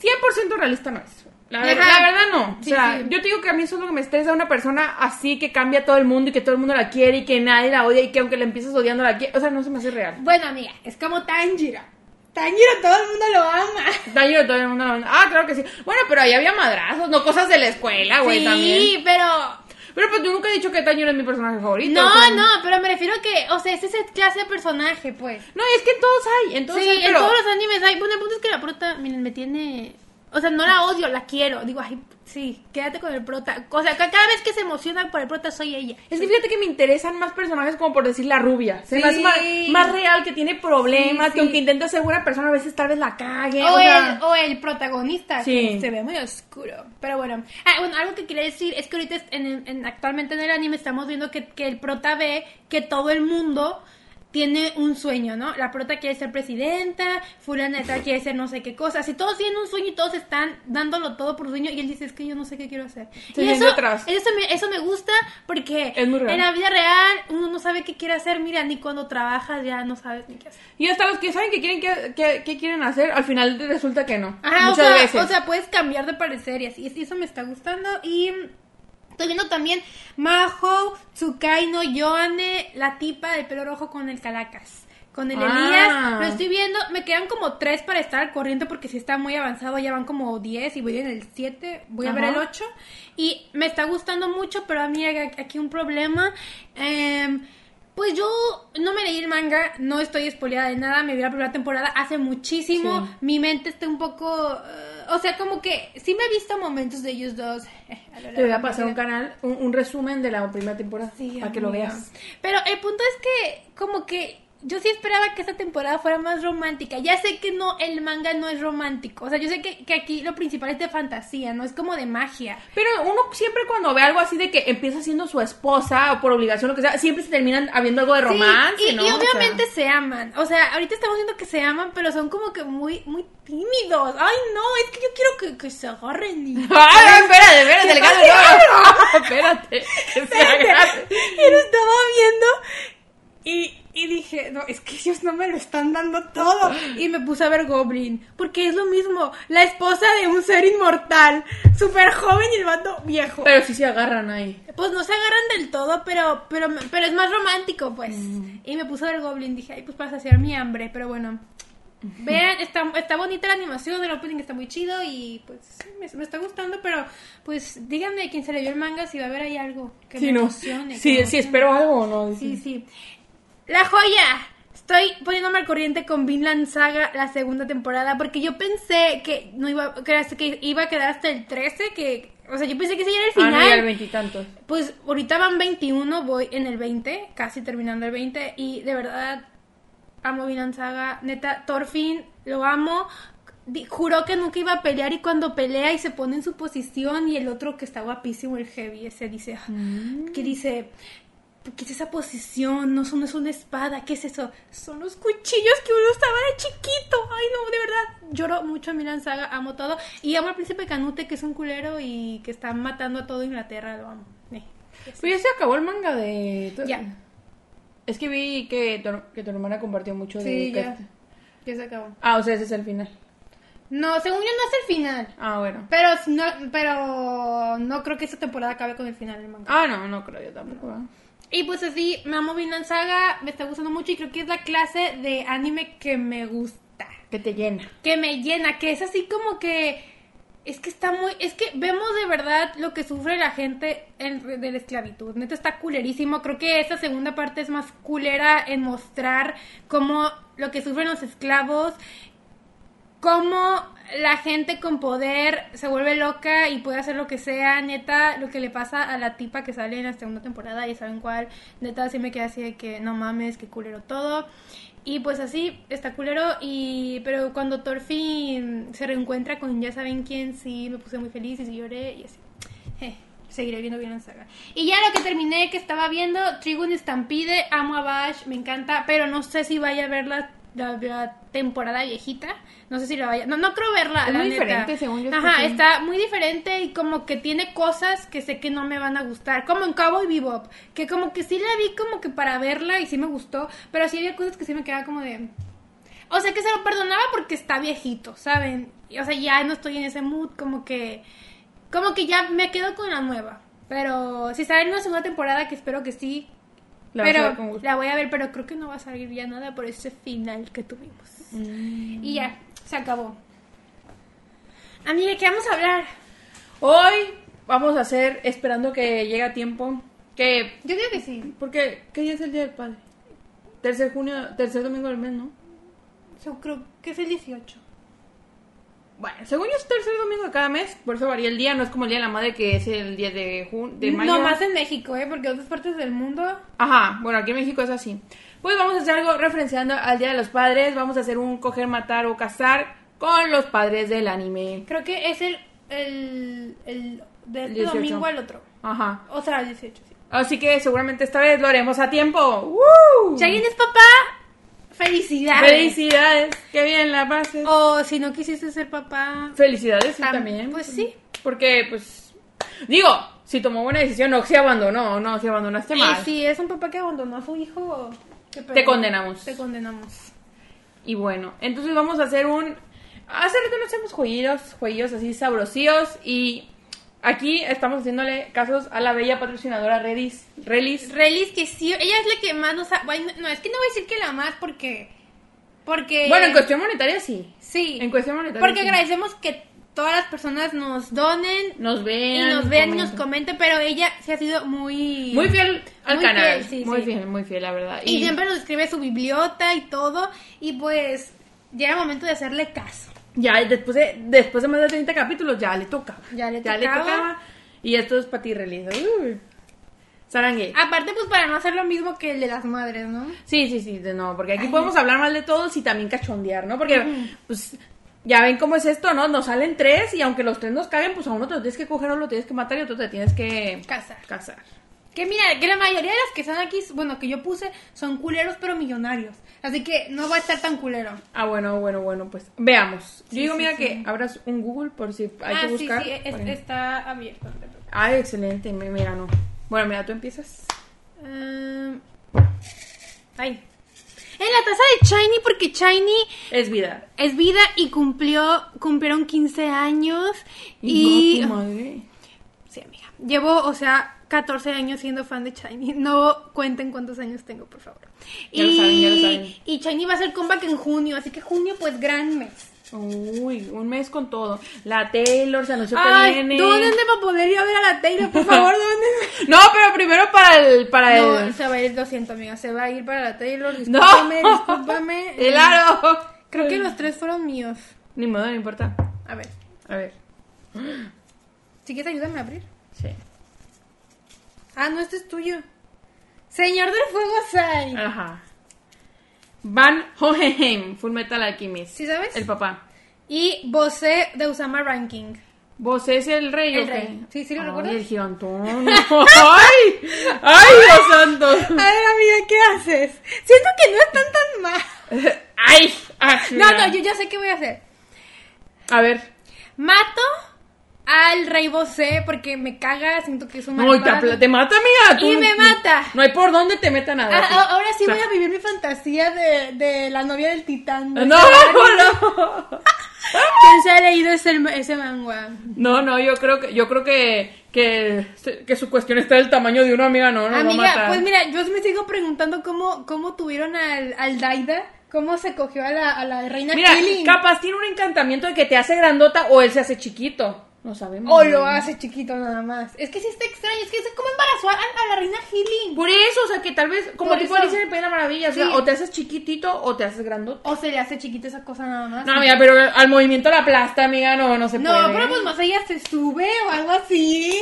[SPEAKER 2] 100% realista no es. La, ver-
[SPEAKER 1] Ajá.
[SPEAKER 2] la verdad no.
[SPEAKER 1] Sí,
[SPEAKER 2] o sea,
[SPEAKER 1] sí.
[SPEAKER 2] yo te digo que a mí eso es lo que me estresa una persona así que cambia a todo el mundo y que todo el mundo la quiere y que nadie la odia y que aunque la empieces odiando la quiere. O sea, no se me hace real.
[SPEAKER 1] Bueno, amiga, es como Tanjiro. Tanjiro todo el mundo lo ama.
[SPEAKER 2] Daño todo el mundo. la- Ah, claro que sí. Bueno, pero ahí había madrazos, no cosas de la escuela, Ah, güey,
[SPEAKER 1] sí,
[SPEAKER 2] también.
[SPEAKER 1] pero
[SPEAKER 2] Pero pues yo nunca he dicho que Daño es mi personaje favorito.
[SPEAKER 1] No,
[SPEAKER 2] o sea,
[SPEAKER 1] no, pero me refiero a que, o sea, es esa clase de personaje, pues.
[SPEAKER 2] No, es que en todos hay. En todos
[SPEAKER 1] sí,
[SPEAKER 2] hay, pero...
[SPEAKER 1] en todos los animes hay. Bueno, el punto es que la prota, miren, me tiene. O sea, no la odio, la quiero. Digo, ay, sí, quédate con el prota. O sea, ca- cada vez que se emociona por el prota soy ella.
[SPEAKER 2] Es que fíjate que me interesan más personajes como por decir la rubia. Se me hace
[SPEAKER 1] Sí.
[SPEAKER 2] más, más real que tiene problemas,
[SPEAKER 1] Sí, sí.
[SPEAKER 2] que aunque intenta ser buena persona a veces tal vez la cague.
[SPEAKER 1] O,
[SPEAKER 2] o sea,
[SPEAKER 1] el, o el protagonista,
[SPEAKER 2] Sí.
[SPEAKER 1] que se ve muy oscuro. Pero bueno, Ah, bueno, algo que quería decir es que ahorita en el- en- actualmente en el anime estamos viendo que, que el prota ve que todo el mundo tiene un sueño, ¿no? La prota quiere ser presidenta, fulana de tal quiere ser no sé qué cosa. Si todos tienen un sueño y todos están dándolo todo por su sueño y él dice, es que yo no sé qué quiero hacer.
[SPEAKER 2] Se
[SPEAKER 1] y
[SPEAKER 2] siente
[SPEAKER 1] eso,
[SPEAKER 2] atrás.
[SPEAKER 1] eso, me, eso me gusta porque
[SPEAKER 2] Es muy real.
[SPEAKER 1] en la vida real uno no sabe qué quiere hacer, mira, ni cuando trabajas ya no sabes ni qué hacer.
[SPEAKER 2] Y hasta los que saben que quieren, que, que- que quieren hacer, al final resulta que no.
[SPEAKER 1] Ajá,
[SPEAKER 2] Muchas
[SPEAKER 1] o, sea,
[SPEAKER 2] veces.
[SPEAKER 1] o sea, puedes cambiar de parecer y así. y Eso me está gustando. Y mm, estoy viendo también Maho, Tsukai no Yoane, la tipa del pelo rojo con el Calacas. Con el
[SPEAKER 2] Ah.
[SPEAKER 1] Elías, lo estoy viendo. Me quedan como tres para estar al corriente porque si está muy avanzado. Ya van como 10 y voy en el 7. Voy a ver el
[SPEAKER 2] Ajá.
[SPEAKER 1] 8. Y me está gustando mucho, pero a mí hay aquí un problema. Em, pues yo no me leí el manga, no estoy espoleada de nada. Me vi la primera temporada hace muchísimo.
[SPEAKER 2] Sí.
[SPEAKER 1] Mi mente está un poco. eh, o sea, como que sí me he visto momentos de ellos dos. eh, a lo largo
[SPEAKER 2] Te voy a
[SPEAKER 1] de
[SPEAKER 2] pasar
[SPEAKER 1] mi
[SPEAKER 2] un
[SPEAKER 1] vida.
[SPEAKER 2] canal, un, un resumen de la primera temporada
[SPEAKER 1] Sí,
[SPEAKER 2] para que lo
[SPEAKER 1] amiga.
[SPEAKER 2] veas.
[SPEAKER 1] Pero el punto es que, como que yo sí esperaba que esta temporada fuera más romántica. Ya sé que no, el manga no es romántico. O sea, yo sé que, que aquí lo principal es de fantasía, ¿no? Es como de magia.
[SPEAKER 2] Pero uno siempre cuando ve algo así de que empieza siendo su esposa o por obligación lo que sea, siempre se terminan habiendo algo de
[SPEAKER 1] Sí,
[SPEAKER 2] romance,
[SPEAKER 1] y,
[SPEAKER 2] ¿no?
[SPEAKER 1] y
[SPEAKER 2] O sea,
[SPEAKER 1] obviamente se aman. O sea, ahorita estamos viendo que se aman, pero son como que muy, muy tímidos. Ay, no, es que yo quiero que, que se agarren y...
[SPEAKER 2] Ay, espérate, espérate, el gato, no. Espérate. que se agarre.
[SPEAKER 1] Y lo estaba viendo y, y dije, no, es que ellos no me lo están dando todo. Y me puse a ver Goblin, porque es lo mismo, la esposa de un ser inmortal, súper joven y el vato viejo.
[SPEAKER 2] Pero sí se agarran ahí.
[SPEAKER 1] Pues no se agarran del todo, pero, pero, pero es más romántico, pues.
[SPEAKER 2] Mm.
[SPEAKER 1] Y me puse a ver Goblin, dije, ay, pues para saciar mi hambre, pero bueno. Vean, está, está bonita la animación, el opening está muy chido y pues sí, me, me está gustando, pero pues díganme a quien se leyó el manga si va a haber ahí algo que
[SPEAKER 2] Sí,
[SPEAKER 1] me
[SPEAKER 2] no.
[SPEAKER 1] emocione. que me
[SPEAKER 2] Sí, sí,
[SPEAKER 1] emocione.
[SPEAKER 2] espero algo o no.
[SPEAKER 1] Sí, sí. La joya. Estoy poniéndome al corriente con Vinland Saga la segunda temporada porque yo pensé que no iba que, era- que iba a quedar hasta el 13, que o sea, yo pensé que ese ya era el
[SPEAKER 2] Ah,
[SPEAKER 1] final.
[SPEAKER 2] no, ya el veintitantos.
[SPEAKER 1] Pues ahorita van 21, voy en el 20, casi terminando el 20 y de verdad amo Vinland Saga, neta Thorfinn lo amo. Di- Juró que nunca iba a pelear y cuando pelea y se pone en su posición y el otro que está guapísimo, el heavy, ese dice, "Ah, que dice, ¿qué es esa posición? No, eso no es una espada, ¿qué es eso? Son los cuchillos que uno estaba de chiquito. Ay, no, de verdad, lloro mucho a Milan Saga, amo todo. Y amo al príncipe Canute, que es un culero y que está matando a todo Inglaterra, lo amo. Eh,
[SPEAKER 2] Pero Pues ya se acabó el manga de. tu-
[SPEAKER 1] Ya.
[SPEAKER 2] Es que vi que tu, que tu hermana compartió mucho de.
[SPEAKER 1] Sí, ya. Ya se acabó.
[SPEAKER 2] Ah, o sea, ese es el final.
[SPEAKER 1] No, según yo no es el final.
[SPEAKER 2] Ah, bueno.
[SPEAKER 1] Pero no, pero no creo que esta temporada acabe con el final del manga.
[SPEAKER 2] Ah, no, no creo yo tampoco. ¿verdad?
[SPEAKER 1] Y pues así, me amo Vinland Saga, me está gustando mucho y creo que es la clase de anime que me gusta.
[SPEAKER 2] Que te llena.
[SPEAKER 1] que me llena, que es así como que es que está muy, es que vemos de verdad lo que sufre la gente en- de la esclavitud. Neta está culerísimo. Creo que esta segunda parte es más culera en mostrar cómo lo que sufren los esclavos, cómo la gente con poder se vuelve loca y puede hacer lo que sea. Neta, lo que le pasa a la tipa que sale en la segunda temporada, y saben cuál. Neta, sí me queda así de que no mames, que culero todo. Y pues así, está culero. Y, pero cuando Thorfinn se reencuentra con ya saben quién, sí me puse muy feliz y sí lloré y así. Eh, seguiré viendo bien la saga. Y ya lo que terminé, que estaba viendo, Trigun Stampede, amo a Bash, me encanta, pero no sé si vaya a ver la, la- la temporada viejita. No sé si la vaya. No, no creo verla.
[SPEAKER 2] Es
[SPEAKER 1] la
[SPEAKER 2] muy
[SPEAKER 1] neta.
[SPEAKER 2] diferente, según yo,
[SPEAKER 1] Ajá,
[SPEAKER 2] escuché.
[SPEAKER 1] está muy diferente y como que tiene cosas que sé que no me van a gustar. Como en Cowboy Bebop, que como que sí la vi como que para verla y sí me gustó, pero sí había cosas que sí me quedaba como de. O sea, que se lo perdonaba porque está viejito, ¿saben? Y, O sea, ya no estoy en ese mood, como que... Como que ya me quedo con la nueva. Pero si sale una segunda temporada, que espero que sí.
[SPEAKER 2] La vas a
[SPEAKER 1] pero
[SPEAKER 2] ver con gusto.
[SPEAKER 1] la voy a ver, pero creo que no va a salir ya nada por ese final que tuvimos. Y ya, se acabó. Amiga, ¿qué vamos a hablar?
[SPEAKER 2] Hoy vamos a hacer, esperando que llegue a tiempo, que...
[SPEAKER 1] Yo digo que sí.
[SPEAKER 2] Porque, ¿qué día es el Día del Padre? Tercer junio, tercer domingo del mes, ¿no?
[SPEAKER 1] Yo creo que es el 18.
[SPEAKER 2] Bueno, según yo es tercer domingo de cada mes, por eso varía el día, no es como el Día de la Madre que es el día de, jun de mayo.
[SPEAKER 1] No más en México, ¿eh? Porque en otras partes del mundo...
[SPEAKER 2] Ajá, bueno, aquí en México es así. Pues vamos a hacer algo referenciando al Día de los Padres, vamos a hacer un coger, matar o cazar con los padres del anime.
[SPEAKER 1] Creo que es el... El... el de este
[SPEAKER 2] 18.
[SPEAKER 1] domingo al otro.
[SPEAKER 2] Ajá.
[SPEAKER 1] O sea, el 18, sí.
[SPEAKER 2] Así que seguramente esta vez lo haremos a tiempo. ¡Woo!
[SPEAKER 1] Si alguien es papá, felicidades.
[SPEAKER 2] Felicidades, qué bien la pases.
[SPEAKER 1] O si no quisiste ser papá,
[SPEAKER 2] Felicidades sí,
[SPEAKER 1] tam-
[SPEAKER 2] también.
[SPEAKER 1] Pues sí.
[SPEAKER 2] Porque, pues, digo, si tomó buena decisión o se abandonó, no, si abandonaste mal.
[SPEAKER 1] Y Eh, si es un papá que abandonó a su hijo, qué pedo.
[SPEAKER 2] Te condenamos.
[SPEAKER 1] Te condenamos.
[SPEAKER 2] Y bueno, entonces vamos a hacer un... Hace rato no hacemos jueguitos, jueguitos así sabrosíos y aquí estamos haciéndole casos a la bella patrocinadora Redis. Relis.
[SPEAKER 1] Relis, que sí, ella es la que más nos. ha- bueno, no, es que no voy a decir que la más porque. Porque.
[SPEAKER 2] Bueno, en cuestión monetaria sí.
[SPEAKER 1] Sí.
[SPEAKER 2] En cuestión monetaria
[SPEAKER 1] porque
[SPEAKER 2] sí.
[SPEAKER 1] agradecemos que todas las personas nos donen
[SPEAKER 2] Nos
[SPEAKER 1] y
[SPEAKER 2] vean.
[SPEAKER 1] nos vean y nos
[SPEAKER 2] comenten.
[SPEAKER 1] comenten, pero ella sí ha sido muy.
[SPEAKER 2] Muy fiel al
[SPEAKER 1] Muy
[SPEAKER 2] canal.
[SPEAKER 1] fiel, sí,
[SPEAKER 2] muy
[SPEAKER 1] sí.
[SPEAKER 2] fiel, muy fiel, la verdad.
[SPEAKER 1] Y siempre nos escribe su bibliota y todo. Y pues. Ya era momento de hacerle caso.
[SPEAKER 2] Ya, y después de, después de más de 30 capítulos, ya le toca.
[SPEAKER 1] Ya le
[SPEAKER 2] Ya le
[SPEAKER 1] tocaba.
[SPEAKER 2] tocaba. Y esto es para ti, Relis. Uy. Sarangue.
[SPEAKER 1] Aparte, pues para no hacer lo mismo que el de las madres, ¿no?
[SPEAKER 2] Sí, sí, sí, de- no, porque aquí podemos hablar mal de todos y también cachondear, ¿no? Porque, pues, ya ven cómo es esto, ¿no? Nos salen tres y aunque los tres nos caguen, pues a uno te lo tienes que coger, a uno lo tienes que matar y a otro te tienes que
[SPEAKER 1] Casar.
[SPEAKER 2] casar.
[SPEAKER 1] Que mira, que la mayoría de las que están aquí, bueno, que yo puse, son culeros pero millonarios. Así que no va a estar tan culero.
[SPEAKER 2] Ah, bueno, bueno, bueno, pues veamos. Yo
[SPEAKER 1] Sí,
[SPEAKER 2] digo,
[SPEAKER 1] sí,
[SPEAKER 2] mira
[SPEAKER 1] sí. Ah,
[SPEAKER 2] que abras un Google por si hay que buscar.
[SPEAKER 1] sí, sí, es-
[SPEAKER 2] Bueno.
[SPEAKER 1] está abierto. no te preocupes.
[SPEAKER 2] Ay, excelente, me, me ganó. Bueno, mira, tú empiezas.
[SPEAKER 1] Em, ay. En la taza de Shiny, porque Shiny
[SPEAKER 2] Es vida.
[SPEAKER 1] es vida y cumplió, cumplieron 15 años. Y.
[SPEAKER 2] No, tu madre.
[SPEAKER 1] Sí, amiga. Llevo, o sea, 14 años siendo fan de Shiny. No cuenten cuántos años tengo, por favor.
[SPEAKER 2] Ya lo saben, ya lo saben.
[SPEAKER 1] Y Shiny va a hacer comeback en junio, así que junio, pues, gran mes.
[SPEAKER 2] Uy, un mes con todo. La Taylor se anunció que
[SPEAKER 1] Ay,
[SPEAKER 2] viene.
[SPEAKER 1] dónenme para poder ir a ver a la Taylor, por favor, dónenme.
[SPEAKER 2] No, pero primero para el. Para
[SPEAKER 1] No,
[SPEAKER 2] el...
[SPEAKER 1] se va a ir, lo siento, amiga, se va a ir para la Taylor,
[SPEAKER 2] No.
[SPEAKER 1] discúlpame, discúlpame.
[SPEAKER 2] El aro.
[SPEAKER 1] Creo que los tres fueron míos.
[SPEAKER 2] Ni modo, no importa.
[SPEAKER 1] A ver,
[SPEAKER 2] A ver.
[SPEAKER 1] si quieres ayúdame a abrir.
[SPEAKER 2] Sí.
[SPEAKER 1] Ah, no, este es tuyo. Señor del Fuego Sai.
[SPEAKER 2] Ajá. Van Hohenheim, Full Metal Alchemist.
[SPEAKER 1] ¿Sí sabes?
[SPEAKER 2] El papá.
[SPEAKER 1] Y Bosé de Usama Ranking.
[SPEAKER 2] ¿Vos es el rey
[SPEAKER 1] El
[SPEAKER 2] o qué?
[SPEAKER 1] rey. Sí, sí, ¿lo
[SPEAKER 2] Ay,
[SPEAKER 1] recuerdas?
[SPEAKER 2] el gigantón. ¡Ay! ¡Ay, Dios santo!
[SPEAKER 1] A ver, amiga, ¿qué haces? Siento que no están tan mal.
[SPEAKER 2] ¡Ay! ah,
[SPEAKER 1] No,
[SPEAKER 2] mira.
[SPEAKER 1] no, yo ya sé qué voy a hacer.
[SPEAKER 2] A ver.
[SPEAKER 1] Mato al rey Bosé porque me caga, siento que es un
[SPEAKER 2] No, y te,
[SPEAKER 1] malvado.
[SPEAKER 2] apla- te mata, amiga.
[SPEAKER 1] Y me mata.
[SPEAKER 2] No hay por dónde te meta nada.
[SPEAKER 1] Ah,
[SPEAKER 2] sí.
[SPEAKER 1] ah, ahora sí
[SPEAKER 2] O sea,
[SPEAKER 1] voy a vivir mi fantasía de, de la novia del titán.
[SPEAKER 2] No, no, no.
[SPEAKER 1] ¿Quién se ha leído ese, ese manga?
[SPEAKER 2] No, no, yo creo que, yo creo que, que, que su cuestión está del tamaño de una amiga, no, no, no
[SPEAKER 1] Amiga,
[SPEAKER 2] mata.
[SPEAKER 1] pues mira, yo me sigo preguntando cómo, cómo tuvieron al, al Daida, cómo se cogió a la, a la reina
[SPEAKER 2] Mira,
[SPEAKER 1] Killing.
[SPEAKER 2] capaz tiene un encantamiento de que te hace grandota o él se hace chiquito. No sabemos.
[SPEAKER 1] O lo hace chiquito nada más. Es que sí está extraño, es que es como embarazó a, a la reina Healing.
[SPEAKER 2] Por eso, o sea, que tal vez, como
[SPEAKER 1] Por
[SPEAKER 2] tipo
[SPEAKER 1] eso.
[SPEAKER 2] Alicia en el País de la Maravilla, o, sea,
[SPEAKER 1] Sí.
[SPEAKER 2] o te haces chiquitito o te haces grandota.
[SPEAKER 1] O se le hace chiquito esa cosa nada más.
[SPEAKER 2] No, amiga, pero al movimiento la aplasta, amiga, no, no se
[SPEAKER 1] Ah, No,
[SPEAKER 2] puede. ¿eh?
[SPEAKER 1] pero pues más ella se sube o algo así.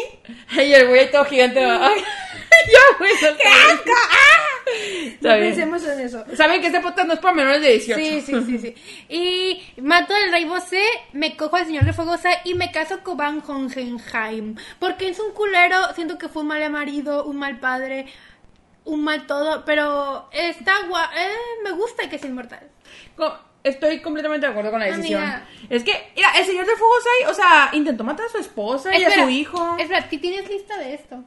[SPEAKER 1] pues-
[SPEAKER 2] Y el güey todo
[SPEAKER 1] Mm.
[SPEAKER 2] gigante va. Ay, ya, güey. ¡Qué asco!
[SPEAKER 1] ¡Ah! No
[SPEAKER 2] Está bien.
[SPEAKER 1] pensemos en eso.
[SPEAKER 2] Saben que este podcast no es para menores de 18.
[SPEAKER 1] Sí, sí, sí, sí. Y mato al rey Bosé, me cojo al señor de Fogosa y me caso con Van Hohenheim. Porque es un culero, siento que fue un mal marido, un mal padre, un mal todo, pero está guay, me gusta que sea inmortal.
[SPEAKER 2] Co- Estoy completamente de acuerdo con la decisión.
[SPEAKER 1] Amiga.
[SPEAKER 2] Es que, mira, el señor de fuego Sai, o sea, intentó matar a su esposa y a su hijo.
[SPEAKER 1] Espera, ¿qué tienes lista de esto?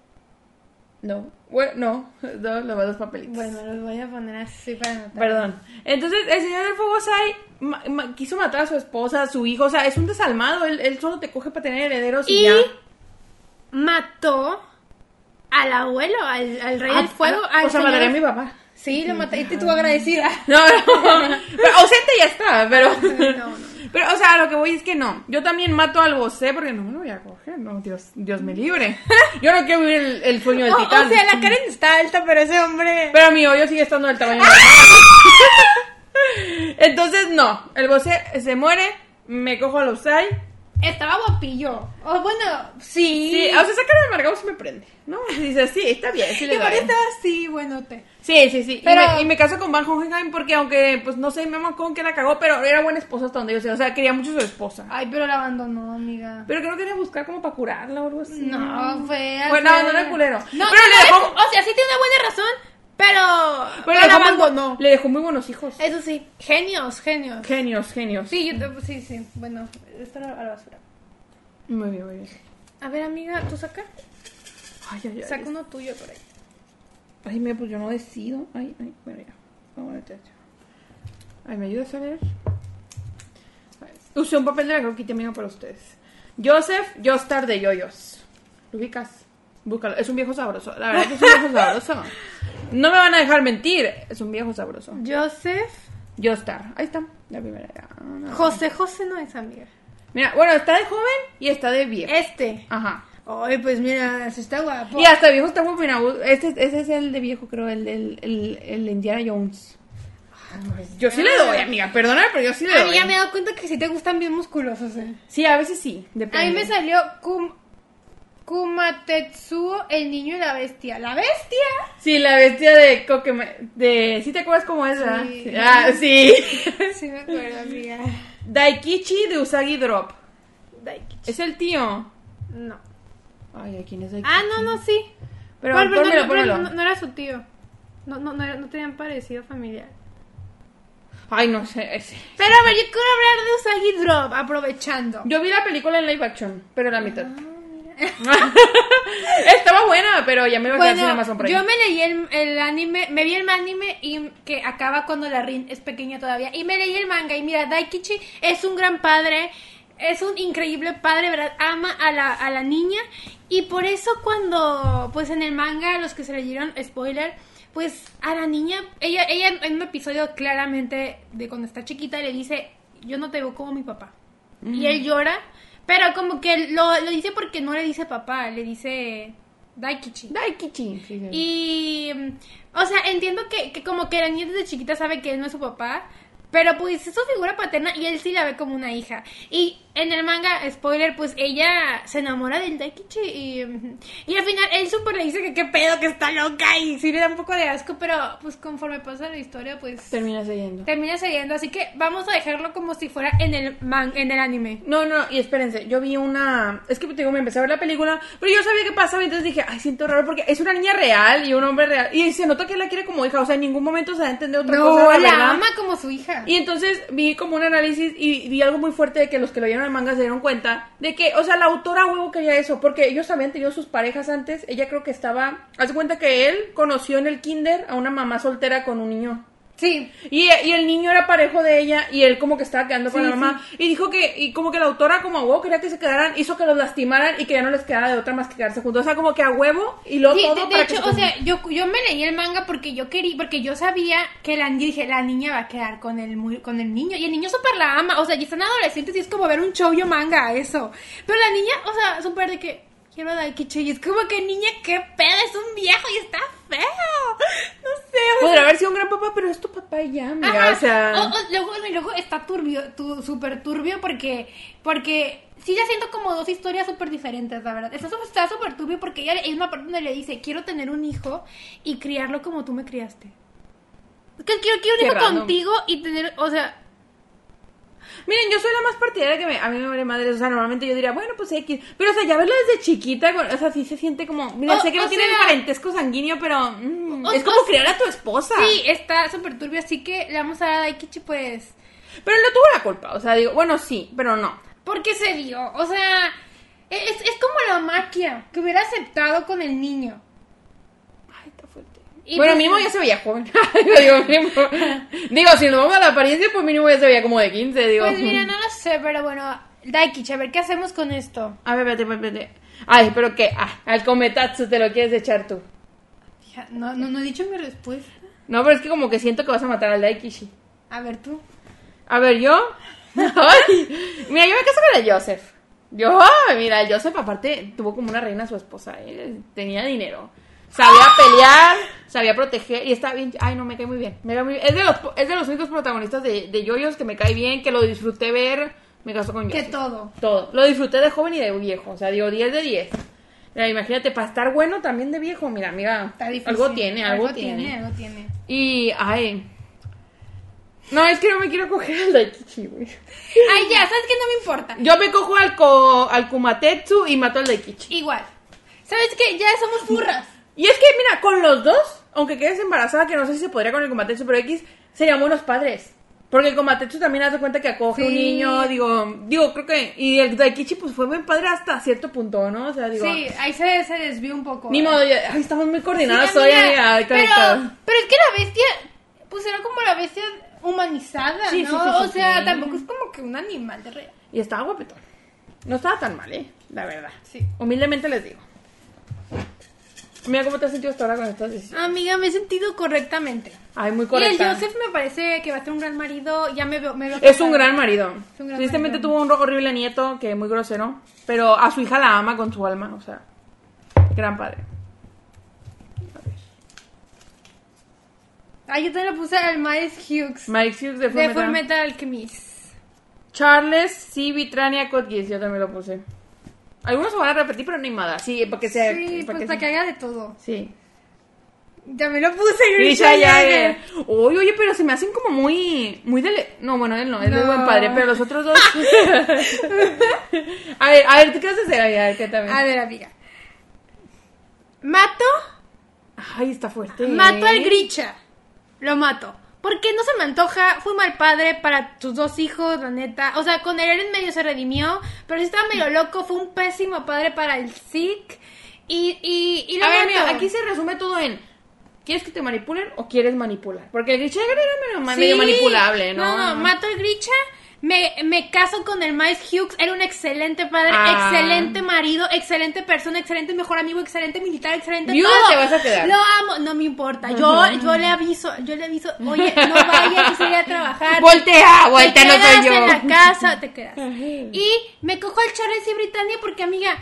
[SPEAKER 2] No, bueno, no, no, le va dos papelitos.
[SPEAKER 1] Bueno, los voy a poner así para anotar.
[SPEAKER 2] Perdón. Entonces, el señor del fuego Sai ma- ma- quiso matar a su esposa, a su hijo. O sea, es un desalmado. Él, él solo te coge para tener herederos y,
[SPEAKER 1] Y
[SPEAKER 2] ya.
[SPEAKER 1] mató al abuelo, al, al rey del
[SPEAKER 2] Ah,
[SPEAKER 1] fuego.
[SPEAKER 2] ah,
[SPEAKER 1] al
[SPEAKER 2] O sea,
[SPEAKER 1] señor-
[SPEAKER 2] mataré a mi papá.
[SPEAKER 1] Sí, lo maté. Y te tuvo agradecida.
[SPEAKER 2] No, no. Pero ausente ya está, pero.
[SPEAKER 1] No, no.
[SPEAKER 2] Pero, o sea, a lo que voy es que no. Yo también mato al bocé porque no me lo voy a coger. No, Dios, Dios me libre. Yo no quiero vivir el, el sueño del
[SPEAKER 1] O,
[SPEAKER 2] titán.
[SPEAKER 1] o sea, la Karen está alta, pero ese hombre. ¡Ah!
[SPEAKER 2] Pero mi hoyo sigue estando del tamaño. de- Entonces, no. El bocé se muere. Me cojo a los Sai.
[SPEAKER 1] Estaba guapillo. O bueno, sí.
[SPEAKER 2] Sí, o sea, esa cara de amargado se me prende. ¿No? Y dice, sí, está bien. Sí,
[SPEAKER 1] Y
[SPEAKER 2] le ¿eh? doy.
[SPEAKER 1] aparte estaba así, buenote.
[SPEAKER 2] sí, sí. sí.
[SPEAKER 1] Pero-
[SPEAKER 2] Y, me, y me caso con Van Hohenheim porque, aunque, pues no sé, me mamó con que la cagó, pero era buen esposo hasta donde yo sé. O sea, quería mucho a su esposa.
[SPEAKER 1] Ay, pero la abandonó, amiga.
[SPEAKER 2] Pero creo que era buscar como para curarla o algo así.
[SPEAKER 1] No, fue así.
[SPEAKER 2] Bueno, no, no era culero.
[SPEAKER 1] No,
[SPEAKER 2] Pero
[SPEAKER 1] no,
[SPEAKER 2] le
[SPEAKER 1] no,
[SPEAKER 2] dejó-
[SPEAKER 1] es- O sea, sí tiene una buena razón, pero.
[SPEAKER 2] Pero
[SPEAKER 1] pero la
[SPEAKER 2] le dejó, muy,
[SPEAKER 1] abandonó.
[SPEAKER 2] bu- le dejó muy buenos hijos.
[SPEAKER 1] Eso sí. Genios, genios.
[SPEAKER 2] Genios, genios.
[SPEAKER 1] Sí, yo te- sí, sí. Bueno, esto era a la basura.
[SPEAKER 2] Muy bien, muy bien.
[SPEAKER 1] A ver, amiga, tú saca.
[SPEAKER 2] Ay, ay, ay.
[SPEAKER 1] Saca uno tuyo por ahí.
[SPEAKER 2] Ay, mira, pues yo no decido. Ay, ay, bueno, ya. Vamos a ver, Ay, ¿me ayudas a leer? Usé un papel de la croquita amigo para ustedes. Joseph Jostar de Yoyos. ¿Lo ubicas? Búscalo. Es un viejo sabroso. La verdad que es un viejo sabroso. No me van a dejar mentir. Es un viejo sabroso.
[SPEAKER 1] Joseph.
[SPEAKER 2] Jostar. Ahí está. La primera. Ah, no.
[SPEAKER 1] José José no es amiga.
[SPEAKER 2] Mira, bueno, está de joven y está de viejo.
[SPEAKER 1] Este.
[SPEAKER 2] Ajá.
[SPEAKER 1] Ay, pues mira, se está guapo.
[SPEAKER 2] Y hasta viejo está muy bien abu- Este, este es el de viejo, creo, el, el, el, el Indiana Jones.
[SPEAKER 1] Ah, pues,
[SPEAKER 2] Yo sí le doy, amiga, perdóname, pero yo sí le doy.
[SPEAKER 1] Amiga, me he dado cuenta que sí te gustan bien musculosos, eh.
[SPEAKER 2] Sí, a veces sí, depende.
[SPEAKER 1] A mí me salió cum... Kumatetsuo, el niño y la bestia. ¿La bestia?
[SPEAKER 2] Sí, la bestia de Kokeme. De... ¿Sí te acuerdas cómo es? verdad?
[SPEAKER 1] Sí.
[SPEAKER 2] Ah, sí.
[SPEAKER 1] Sí, me acuerdo, amiga.
[SPEAKER 2] Daikichi de Usagi Drop.
[SPEAKER 1] Daikichi.
[SPEAKER 2] Es el tío.
[SPEAKER 1] No.
[SPEAKER 2] Ay, ¿a quién es Daikichi?
[SPEAKER 1] Ah, no, no, sí.
[SPEAKER 2] Pero
[SPEAKER 1] Bueno, pero
[SPEAKER 2] pónmelo,
[SPEAKER 1] no, pero
[SPEAKER 2] pónmelo.
[SPEAKER 1] no- no era su tío. No, no, no, era- no tenían parecido familiar.
[SPEAKER 2] Ay, no sé. ese.
[SPEAKER 1] Pero a ver, yo quiero hablar de Usagi Drop, aprovechando.
[SPEAKER 2] Yo vi la película en live action, pero la mitad. Estaba buena, pero ya me iba a quedar sin Amazon Prime.
[SPEAKER 1] Ah. yo me leí el, el anime, me vi el anime y que acaba cuando la Rin es pequeña todavía. Y me leí el manga y mira, Daikichi es un gran padre, es un increíble padre, ¿verdad? Ama a la, a la niña y por eso cuando, pues en el manga, los que se leyeron, spoiler, pues a la niña, ella, ella en un episodio claramente de cuando está chiquita le dice, yo no te veo como mi papá. Y él llora, pero como que lo, lo dice porque no le dice papá, le dice Daikichi.
[SPEAKER 2] Daikichi. Sí, sí.
[SPEAKER 1] Y, mm, o sea, entiendo que, que como que la niña desde chiquita sabe que él no es su papá, pero pues es su figura paterna y él sí la ve como una hija. Y en el manga, spoiler, pues ella se enamora del Daikichi y, mm, y al final él super le dice que qué pedo, que está loca y sí le da un poco de asco, pero pues conforme pasa la historia, pues
[SPEAKER 2] Termina siguiendo.
[SPEAKER 1] termina saliendo. Así que vamos a dejarlo como si fuera en el, man, en el anime.
[SPEAKER 2] No, no, y espérense, yo vi una... Es que te digo, me empecé a ver la película, pero yo sabía qué pasaba, entonces dije, ay, siento raro, porque es una niña real y un hombre real. Y se nota que él la quiere como hija, o sea, en ningún momento se da a entender otra cosa.
[SPEAKER 1] No,
[SPEAKER 2] verdad.
[SPEAKER 1] la ama como su hija.
[SPEAKER 2] Y entonces vi como un análisis y vi algo muy fuerte de que los que lo vieron al manga se dieron cuenta de que, o sea, la autora a huevo quería eso, porque ellos habían tenido sus parejas antes. Ella creo que estaba. Haz de cuenta que él conoció en el kinder a una mamá soltera con un niño.
[SPEAKER 1] Sí.
[SPEAKER 2] Y, y el niño era parejo de ella y él como que estaba quedando con
[SPEAKER 1] Sí,
[SPEAKER 2] la mamá. Y dijo que, y como que la autora como a huevo quería que se quedaran, hizo que los lastimaran y que ya no les quedara de otra más que quedarse juntos. O sea, como que a huevo y luego
[SPEAKER 1] Sí,
[SPEAKER 2] todo
[SPEAKER 1] de- de,
[SPEAKER 2] para que
[SPEAKER 1] hecho,
[SPEAKER 2] se
[SPEAKER 1] o sea, yo, yo me leí el manga porque yo quería, porque yo sabía que la yo dije, la niña va a quedar con el mu- con el niño y el niño súper la ama, o sea, y están adolescentes y es como ver un shoujo manga eso. Pero la niña, o sea, súper de que quiero a Daikichi y es como que niña, qué pedo, es un viejo y está feo. No sé, o sea,
[SPEAKER 2] Podría haber sido un gran papá, pero es tu papá y ya, amiga,
[SPEAKER 1] Ajá.
[SPEAKER 2] o sea.
[SPEAKER 1] O- o- luego, luego está turbio, tu, súper turbio porque, porque sí ya siento como dos historias súper diferentes, la verdad. Está súper está súper turbio porque ella hay una parte donde le dice, quiero tener un hijo y criarlo como tú me criaste. Es Que quiero, quiero un
[SPEAKER 2] Qué
[SPEAKER 1] hijo
[SPEAKER 2] random.
[SPEAKER 1] contigo y tener, o sea,
[SPEAKER 2] Miren, yo soy la más partidaria que me- a mí me vale madre. O sea, normalmente yo diría, bueno, pues X. Pero, o sea, ya verla desde chiquita, con- o sea, sí se siente como. Mira,
[SPEAKER 1] O-
[SPEAKER 2] sé que no
[SPEAKER 1] o
[SPEAKER 2] tienen
[SPEAKER 1] sea-
[SPEAKER 2] parentesco sanguíneo, pero. mm,
[SPEAKER 1] O-
[SPEAKER 2] es
[SPEAKER 1] o
[SPEAKER 2] como
[SPEAKER 1] sea-
[SPEAKER 2] criar a tu esposa.
[SPEAKER 1] sí, está súper turbio, así que le vamos a dar a Daikichi pues,
[SPEAKER 2] Pero él no tuvo la culpa. O sea, digo, bueno, sí, pero no.
[SPEAKER 1] porque se dio, o sea, e, es, es como la maquia que hubiera aceptado con el niño.
[SPEAKER 2] Ay, está fuerte.
[SPEAKER 1] Y
[SPEAKER 2] bueno,
[SPEAKER 1] pues-
[SPEAKER 2] mínimo ya se veía joven. Yo digo, mínimo. digo, si nos vamos a la apariencia, pues mínimo ya se veía como de 15, digo.
[SPEAKER 1] Pues mira, no lo sé, pero bueno, Daikichi, a ver, ¿qué hacemos con esto?
[SPEAKER 2] A ver, espérate, espérate. espérate. Ay, pero que ah, al cometatsu te lo quieres echar tú.
[SPEAKER 1] Ya, No, no, no he dicho mi respuesta.
[SPEAKER 2] No, pero es que como que siento que vas a matar al Daikishi.
[SPEAKER 1] A ver tú.
[SPEAKER 2] A ver, yo. Ay, mira, yo me caso con el Joseph. Yo, mira, el Joseph aparte tuvo como una reina su esposa. ¿eh? Tenía dinero. Sabía
[SPEAKER 1] ¡Ah!
[SPEAKER 2] pelear, sabía proteger y está bien. Ay, no, me cae muy bien. Me cae muy bien. Es, de los, po- es de los únicos protagonistas de, de Yoyos que me cae bien, que lo disfruté ver. Me caso con
[SPEAKER 1] Que
[SPEAKER 2] Joseph.
[SPEAKER 1] todo.
[SPEAKER 2] Todo. Lo disfruté de joven y de viejo. O sea, digo 10 de 10. Mira, imagínate, para estar bueno también de viejo. Mira, amiga.
[SPEAKER 1] Está difícil.
[SPEAKER 2] Algo tiene, algo, tiene.
[SPEAKER 1] Algo tiene.
[SPEAKER 2] Y, ay. No, es que no me quiero coger al Daikichi, güey.
[SPEAKER 1] Ay, ya, ¿sabes que No me importa.
[SPEAKER 2] Yo me cojo al, co- al Kumatetsu y mato al Daikichi.
[SPEAKER 1] Igual. ¿Sabes qué? Ya somos furras.
[SPEAKER 2] Y es que, mira, con los dos, aunque quedes embarazada, que no sé si se podría con el Kumatetsu, pero X, serían buenos padres. Porque el Kumatetsu también hace cuenta que acoge un
[SPEAKER 1] Sí.
[SPEAKER 2] niño, digo, digo, creo que. Y el Daikichi, pues fue buen padre hasta cierto punto, ¿no? O sea, digo.
[SPEAKER 1] Sí, ahí se, se desvió un poco. ¿eh?
[SPEAKER 2] Ni modo, ya- ay, estamos muy
[SPEAKER 1] Sí,
[SPEAKER 2] coordinados hoy,
[SPEAKER 1] amiga,
[SPEAKER 2] amiga,
[SPEAKER 1] pero,
[SPEAKER 2] conectados.
[SPEAKER 1] pero es que la bestia, pues era como la bestia humanizada,
[SPEAKER 2] Sí,
[SPEAKER 1] ¿no?
[SPEAKER 2] sí, sí, sí,
[SPEAKER 1] o sea,
[SPEAKER 2] sí.
[SPEAKER 1] tampoco es como que un animal de real.
[SPEAKER 2] Y estaba guapetón. No estaba tan mal, ¿eh? La verdad.
[SPEAKER 1] Sí.
[SPEAKER 2] Humildemente les digo. Mira cómo te has sentido hasta ahora con estas decisiones.
[SPEAKER 1] Amiga, me he sentido correctamente.
[SPEAKER 2] Ay, muy correcta.
[SPEAKER 1] Y el Joseph me parece que va a ser un gran marido. Ya me veo. Me veo
[SPEAKER 2] Es un gran marido.
[SPEAKER 1] Es un gran
[SPEAKER 2] Tristemente
[SPEAKER 1] marido.
[SPEAKER 2] tuvo un horrible nieto que muy grosero, pero a su hija la ama con su alma, o sea, gran padre.
[SPEAKER 1] Ah, yo te lo puse al Miles Hughes.
[SPEAKER 2] Mike Hughes de
[SPEAKER 1] de Full
[SPEAKER 2] Fullmetal.
[SPEAKER 1] Metal Alchemist.
[SPEAKER 2] Charles C. Vitrania Cotgis, yo también lo puse. Algunos se van a repetir, pero animada. Sí, para que sea.
[SPEAKER 1] Sí, pues
[SPEAKER 2] para que
[SPEAKER 1] para que haga de todo.
[SPEAKER 2] Sí.
[SPEAKER 1] Ya me lo puse,
[SPEAKER 2] Grisha Jagger.
[SPEAKER 1] Jagger.
[SPEAKER 2] Oye, oye, pero se me hacen como muy. Muy dele. No, bueno, él no, él es
[SPEAKER 1] No.
[SPEAKER 2] buen padre, pero los otros dos. a ver, a ver, ¿tú qué vas a hacer? A ver, a ver, ¿qué también?
[SPEAKER 1] A ver, amiga. Mato,
[SPEAKER 2] Ay, está fuerte.
[SPEAKER 1] mato al Grisha. Lo mato. Porque no se me antoja, fue mal padre para tus dos hijos, la neta. O sea, con el en medio se redimió, pero sí estaba medio loco, fue un pésimo padre para el Zeke. Y, y, y lo
[SPEAKER 2] A ver,
[SPEAKER 1] mato.
[SPEAKER 2] mira, aquí se resume todo en. ¿Quieres que te manipulen o quieres manipular? Porque el Grisha Jagger era medio,
[SPEAKER 1] Sí.
[SPEAKER 2] medio manipulable, ¿no?
[SPEAKER 1] No, no, mato al Grisha. Me, me caso con el Miles Hughes, era un excelente padre,
[SPEAKER 2] Ah.
[SPEAKER 1] excelente marido, excelente persona, excelente mejor amigo, excelente militar, excelente
[SPEAKER 2] Viuda
[SPEAKER 1] todo.
[SPEAKER 2] te vas a quedar.
[SPEAKER 1] Lo amo, no me importa. Yo, yo le aviso, yo le aviso, oye, no vayas a ir a trabajar.
[SPEAKER 2] Voltea,
[SPEAKER 1] te
[SPEAKER 2] voltea, no
[SPEAKER 1] quedas
[SPEAKER 2] soy yo.
[SPEAKER 1] en la casa, te quedas. Y me cojo al Charles y Britannia porque, amiga,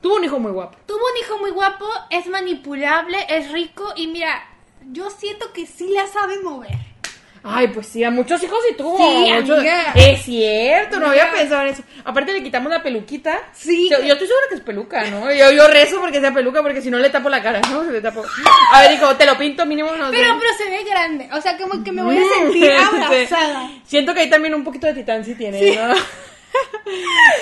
[SPEAKER 2] Tuvo un hijo muy guapo.
[SPEAKER 1] Tuvo un hijo muy guapo, es manipulable, es rico y mira, yo siento que sí la sabe mover.
[SPEAKER 2] Ay, pues sí, a muchos hijos sí tuvo.
[SPEAKER 1] Sí,
[SPEAKER 2] a muchos-
[SPEAKER 1] amiga.
[SPEAKER 2] Es cierto, no había
[SPEAKER 1] Amiga.
[SPEAKER 2] pensado en eso. Aparte le quitamos la peluquita.
[SPEAKER 1] Sí.
[SPEAKER 2] Yo, yo estoy segura que es peluca, ¿no? Yo, yo rezo porque sea peluca, porque si no le tapo la cara, ¿no? Se le tapo. A ver, hijo, te lo pinto mínimo. No sé.
[SPEAKER 1] Pero, pero se ve grande, o sea, como que me voy a
[SPEAKER 2] Mm.
[SPEAKER 1] sentir
[SPEAKER 2] Sí.
[SPEAKER 1] abrazada.
[SPEAKER 2] Siento que ahí también un poquito de titán sí tiene, ¿no?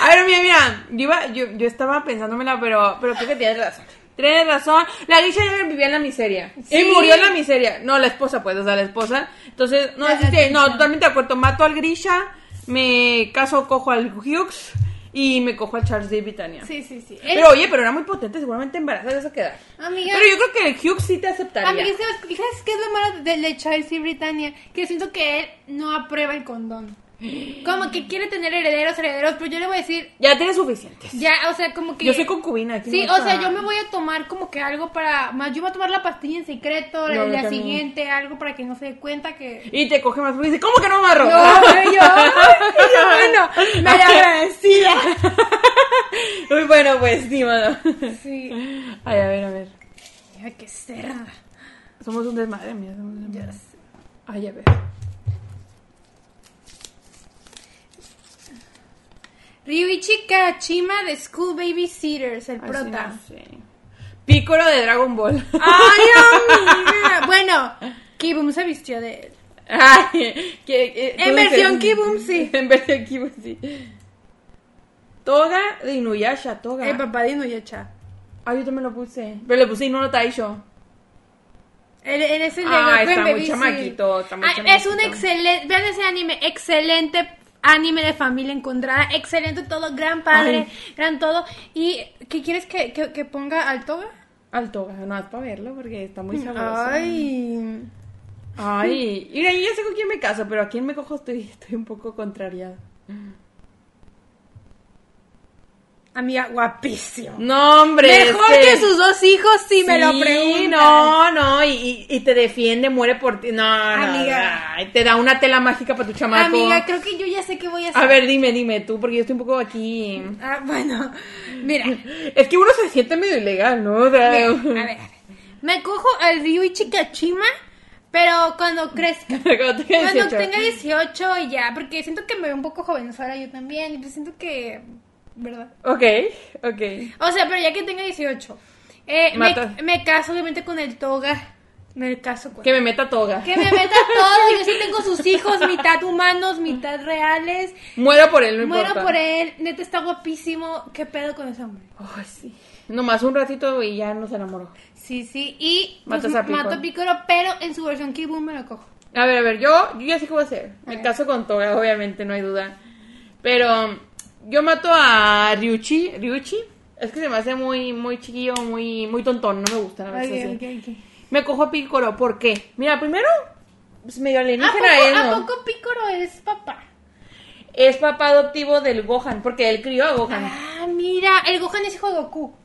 [SPEAKER 2] A ver, mira, mira, yo, iba- yo, yo estaba pensándomela, pero, pero creo que tienes razón. Tienes razón. La Grisha ya vivía en la miseria.
[SPEAKER 1] Sí.
[SPEAKER 2] Y murió en la miseria. No, la esposa, pues, o sea, la esposa. Entonces, no,
[SPEAKER 1] La-
[SPEAKER 2] sí,
[SPEAKER 1] la
[SPEAKER 2] sí, no,
[SPEAKER 1] Grisha.
[SPEAKER 2] totalmente de acuerdo. Mato al Grisha, me caso, cojo al Hughes y me cojo al Charles de Britannia.
[SPEAKER 1] Sí, sí, sí. Es-
[SPEAKER 2] Pero oye, pero era muy potente, seguramente embarazada vas a quedar.
[SPEAKER 1] Amiga.
[SPEAKER 2] Pero yo creo que el Hughes sí te aceptaría.
[SPEAKER 1] Amiga, ¿sabes, ¿sabes qué es lo malo de, de Charles y Britannia? Que siento que él no aprueba el condón. Como que quiere tener herederos, herederos, pero yo le voy a decir,
[SPEAKER 2] Ya tienes suficientes.
[SPEAKER 1] ya, o sea, como que...
[SPEAKER 2] Yo soy concubina. aquí
[SPEAKER 1] Sí,
[SPEAKER 2] no
[SPEAKER 1] o
[SPEAKER 2] está-
[SPEAKER 1] sea, yo me voy a tomar como que algo para... Más, yo voy a tomar la pastilla en secreto,
[SPEAKER 2] No,
[SPEAKER 1] la,
[SPEAKER 2] yo
[SPEAKER 1] la
[SPEAKER 2] también.
[SPEAKER 1] siguiente, algo para que no se dé cuenta que...
[SPEAKER 2] Y te coge más fuerte y dice, ¿cómo que no amarro?
[SPEAKER 1] No, pero yo... yo, bueno, me agradecía.
[SPEAKER 2] Uy, bueno, pues, ni modo.
[SPEAKER 1] Sí.
[SPEAKER 2] Ay, a ver, a ver.
[SPEAKER 1] Ay, qué cerda.
[SPEAKER 2] Somos un desmadre, mía. Somos un
[SPEAKER 1] Ya
[SPEAKER 2] desmadre.
[SPEAKER 1] sé.
[SPEAKER 2] Ay, a ver.
[SPEAKER 1] Ryuichi Kachima de School Babysitters, el
[SPEAKER 2] Así
[SPEAKER 1] prota.
[SPEAKER 2] no sé. Pícoro de Dragon Ball.
[SPEAKER 1] ¡Ay, amiga! Bueno, Kibum se vistió de él.
[SPEAKER 2] Ay, que- que-
[SPEAKER 1] En
[SPEAKER 2] tú dices-
[SPEAKER 1] versión Kibum, sí.
[SPEAKER 2] En versión Kibum, sí. Toga de Inuyasha, Toga.
[SPEAKER 1] El papá de Inuyasha.
[SPEAKER 2] Ay, yo también lo puse. Pero le puse Inuno Taisho.
[SPEAKER 1] Él, él es el de
[SPEAKER 2] Ah,
[SPEAKER 1] Girlfriend
[SPEAKER 2] está muy
[SPEAKER 1] Babysit.
[SPEAKER 2] chamaquito, está muy
[SPEAKER 1] Ah, Es un
[SPEAKER 2] chamaquito.
[SPEAKER 1] excelente, vean ese anime, excelente anime de familia encontrada, excelente todo, gran padre, gran todo. ¿Y qué quieres que, que- que ponga al toga?
[SPEAKER 2] Al Toga, no, es para verlo porque está muy sabroso.
[SPEAKER 1] Ay.
[SPEAKER 2] Ay, mira, yo ya sé con quién me caso, pero a quién me cojo estoy, estoy un poco contrariada.
[SPEAKER 1] Amiga, guapísimo.
[SPEAKER 2] No, hombre.
[SPEAKER 1] Mejor
[SPEAKER 2] es
[SPEAKER 1] que... sus dos hijos si me lo
[SPEAKER 2] Sí,
[SPEAKER 1] preguntan.
[SPEAKER 2] No, no, y, y- y te defiende, muere por ti. No, no,
[SPEAKER 1] Amiga.
[SPEAKER 2] no, y te da una tela mágica para tu chamaco.
[SPEAKER 1] Amiga, creo que yo ya sé qué voy a hacer.
[SPEAKER 2] A ver, dime, dime tú, porque yo estoy un poco aquí.
[SPEAKER 1] Ah, bueno, mira.
[SPEAKER 2] Es que uno se siente medio ilegal, ¿no? O sea,
[SPEAKER 1] Mira, a ver, a ver. Me cojo al Ryuichi Kachima, pero cuando crezca.
[SPEAKER 2] cuando tenga
[SPEAKER 1] Cuando
[SPEAKER 2] 18.
[SPEAKER 1] tenga 18 y ya, porque siento que me veo un poco jovenzuela yo también, y pues siento que... ¿Verdad?
[SPEAKER 2] Ok, ok.
[SPEAKER 1] O sea, pero ya que tenga 18. eh, me,
[SPEAKER 2] Mata.
[SPEAKER 1] me caso obviamente con el toga. Me caso con...
[SPEAKER 2] Que me meta toga.
[SPEAKER 1] Que me meta todo, yo sí tengo sus hijos, mitad humanos, mitad reales.
[SPEAKER 2] Muero por él, no
[SPEAKER 1] Muero
[SPEAKER 2] importa.
[SPEAKER 1] por él, neta está guapísimo. ¿Qué pedo con ese hombre?
[SPEAKER 2] Ay, sí. Nomás un ratito y ya nos enamoró.
[SPEAKER 1] Sí, sí, y pues,
[SPEAKER 2] Matas a Piccolo.
[SPEAKER 1] mato a Piccolo, pero en su versión Kibum me lo cojo.
[SPEAKER 2] A ver, a ver, yo, yo ya sé qué voy a hacer.
[SPEAKER 1] A
[SPEAKER 2] Me
[SPEAKER 1] ver.
[SPEAKER 2] caso con Toga, obviamente, no hay duda. Pero yo mato a Ryuchi. Ryuchi es que se me hace muy, muy chiquillo, muy, muy tontón. No me gustan a veces. así. Me cojo a Piccolo, ¿por qué? Mira, primero, pues medio
[SPEAKER 1] ¿A
[SPEAKER 2] alienígena es,
[SPEAKER 1] poco,
[SPEAKER 2] ¿no?
[SPEAKER 1] ¿A poco Piccolo es papá?
[SPEAKER 2] Es papá adoptivo del Gohan, porque él crió a Gohan.
[SPEAKER 1] Ah, mira, el Gohan es hijo de Goku.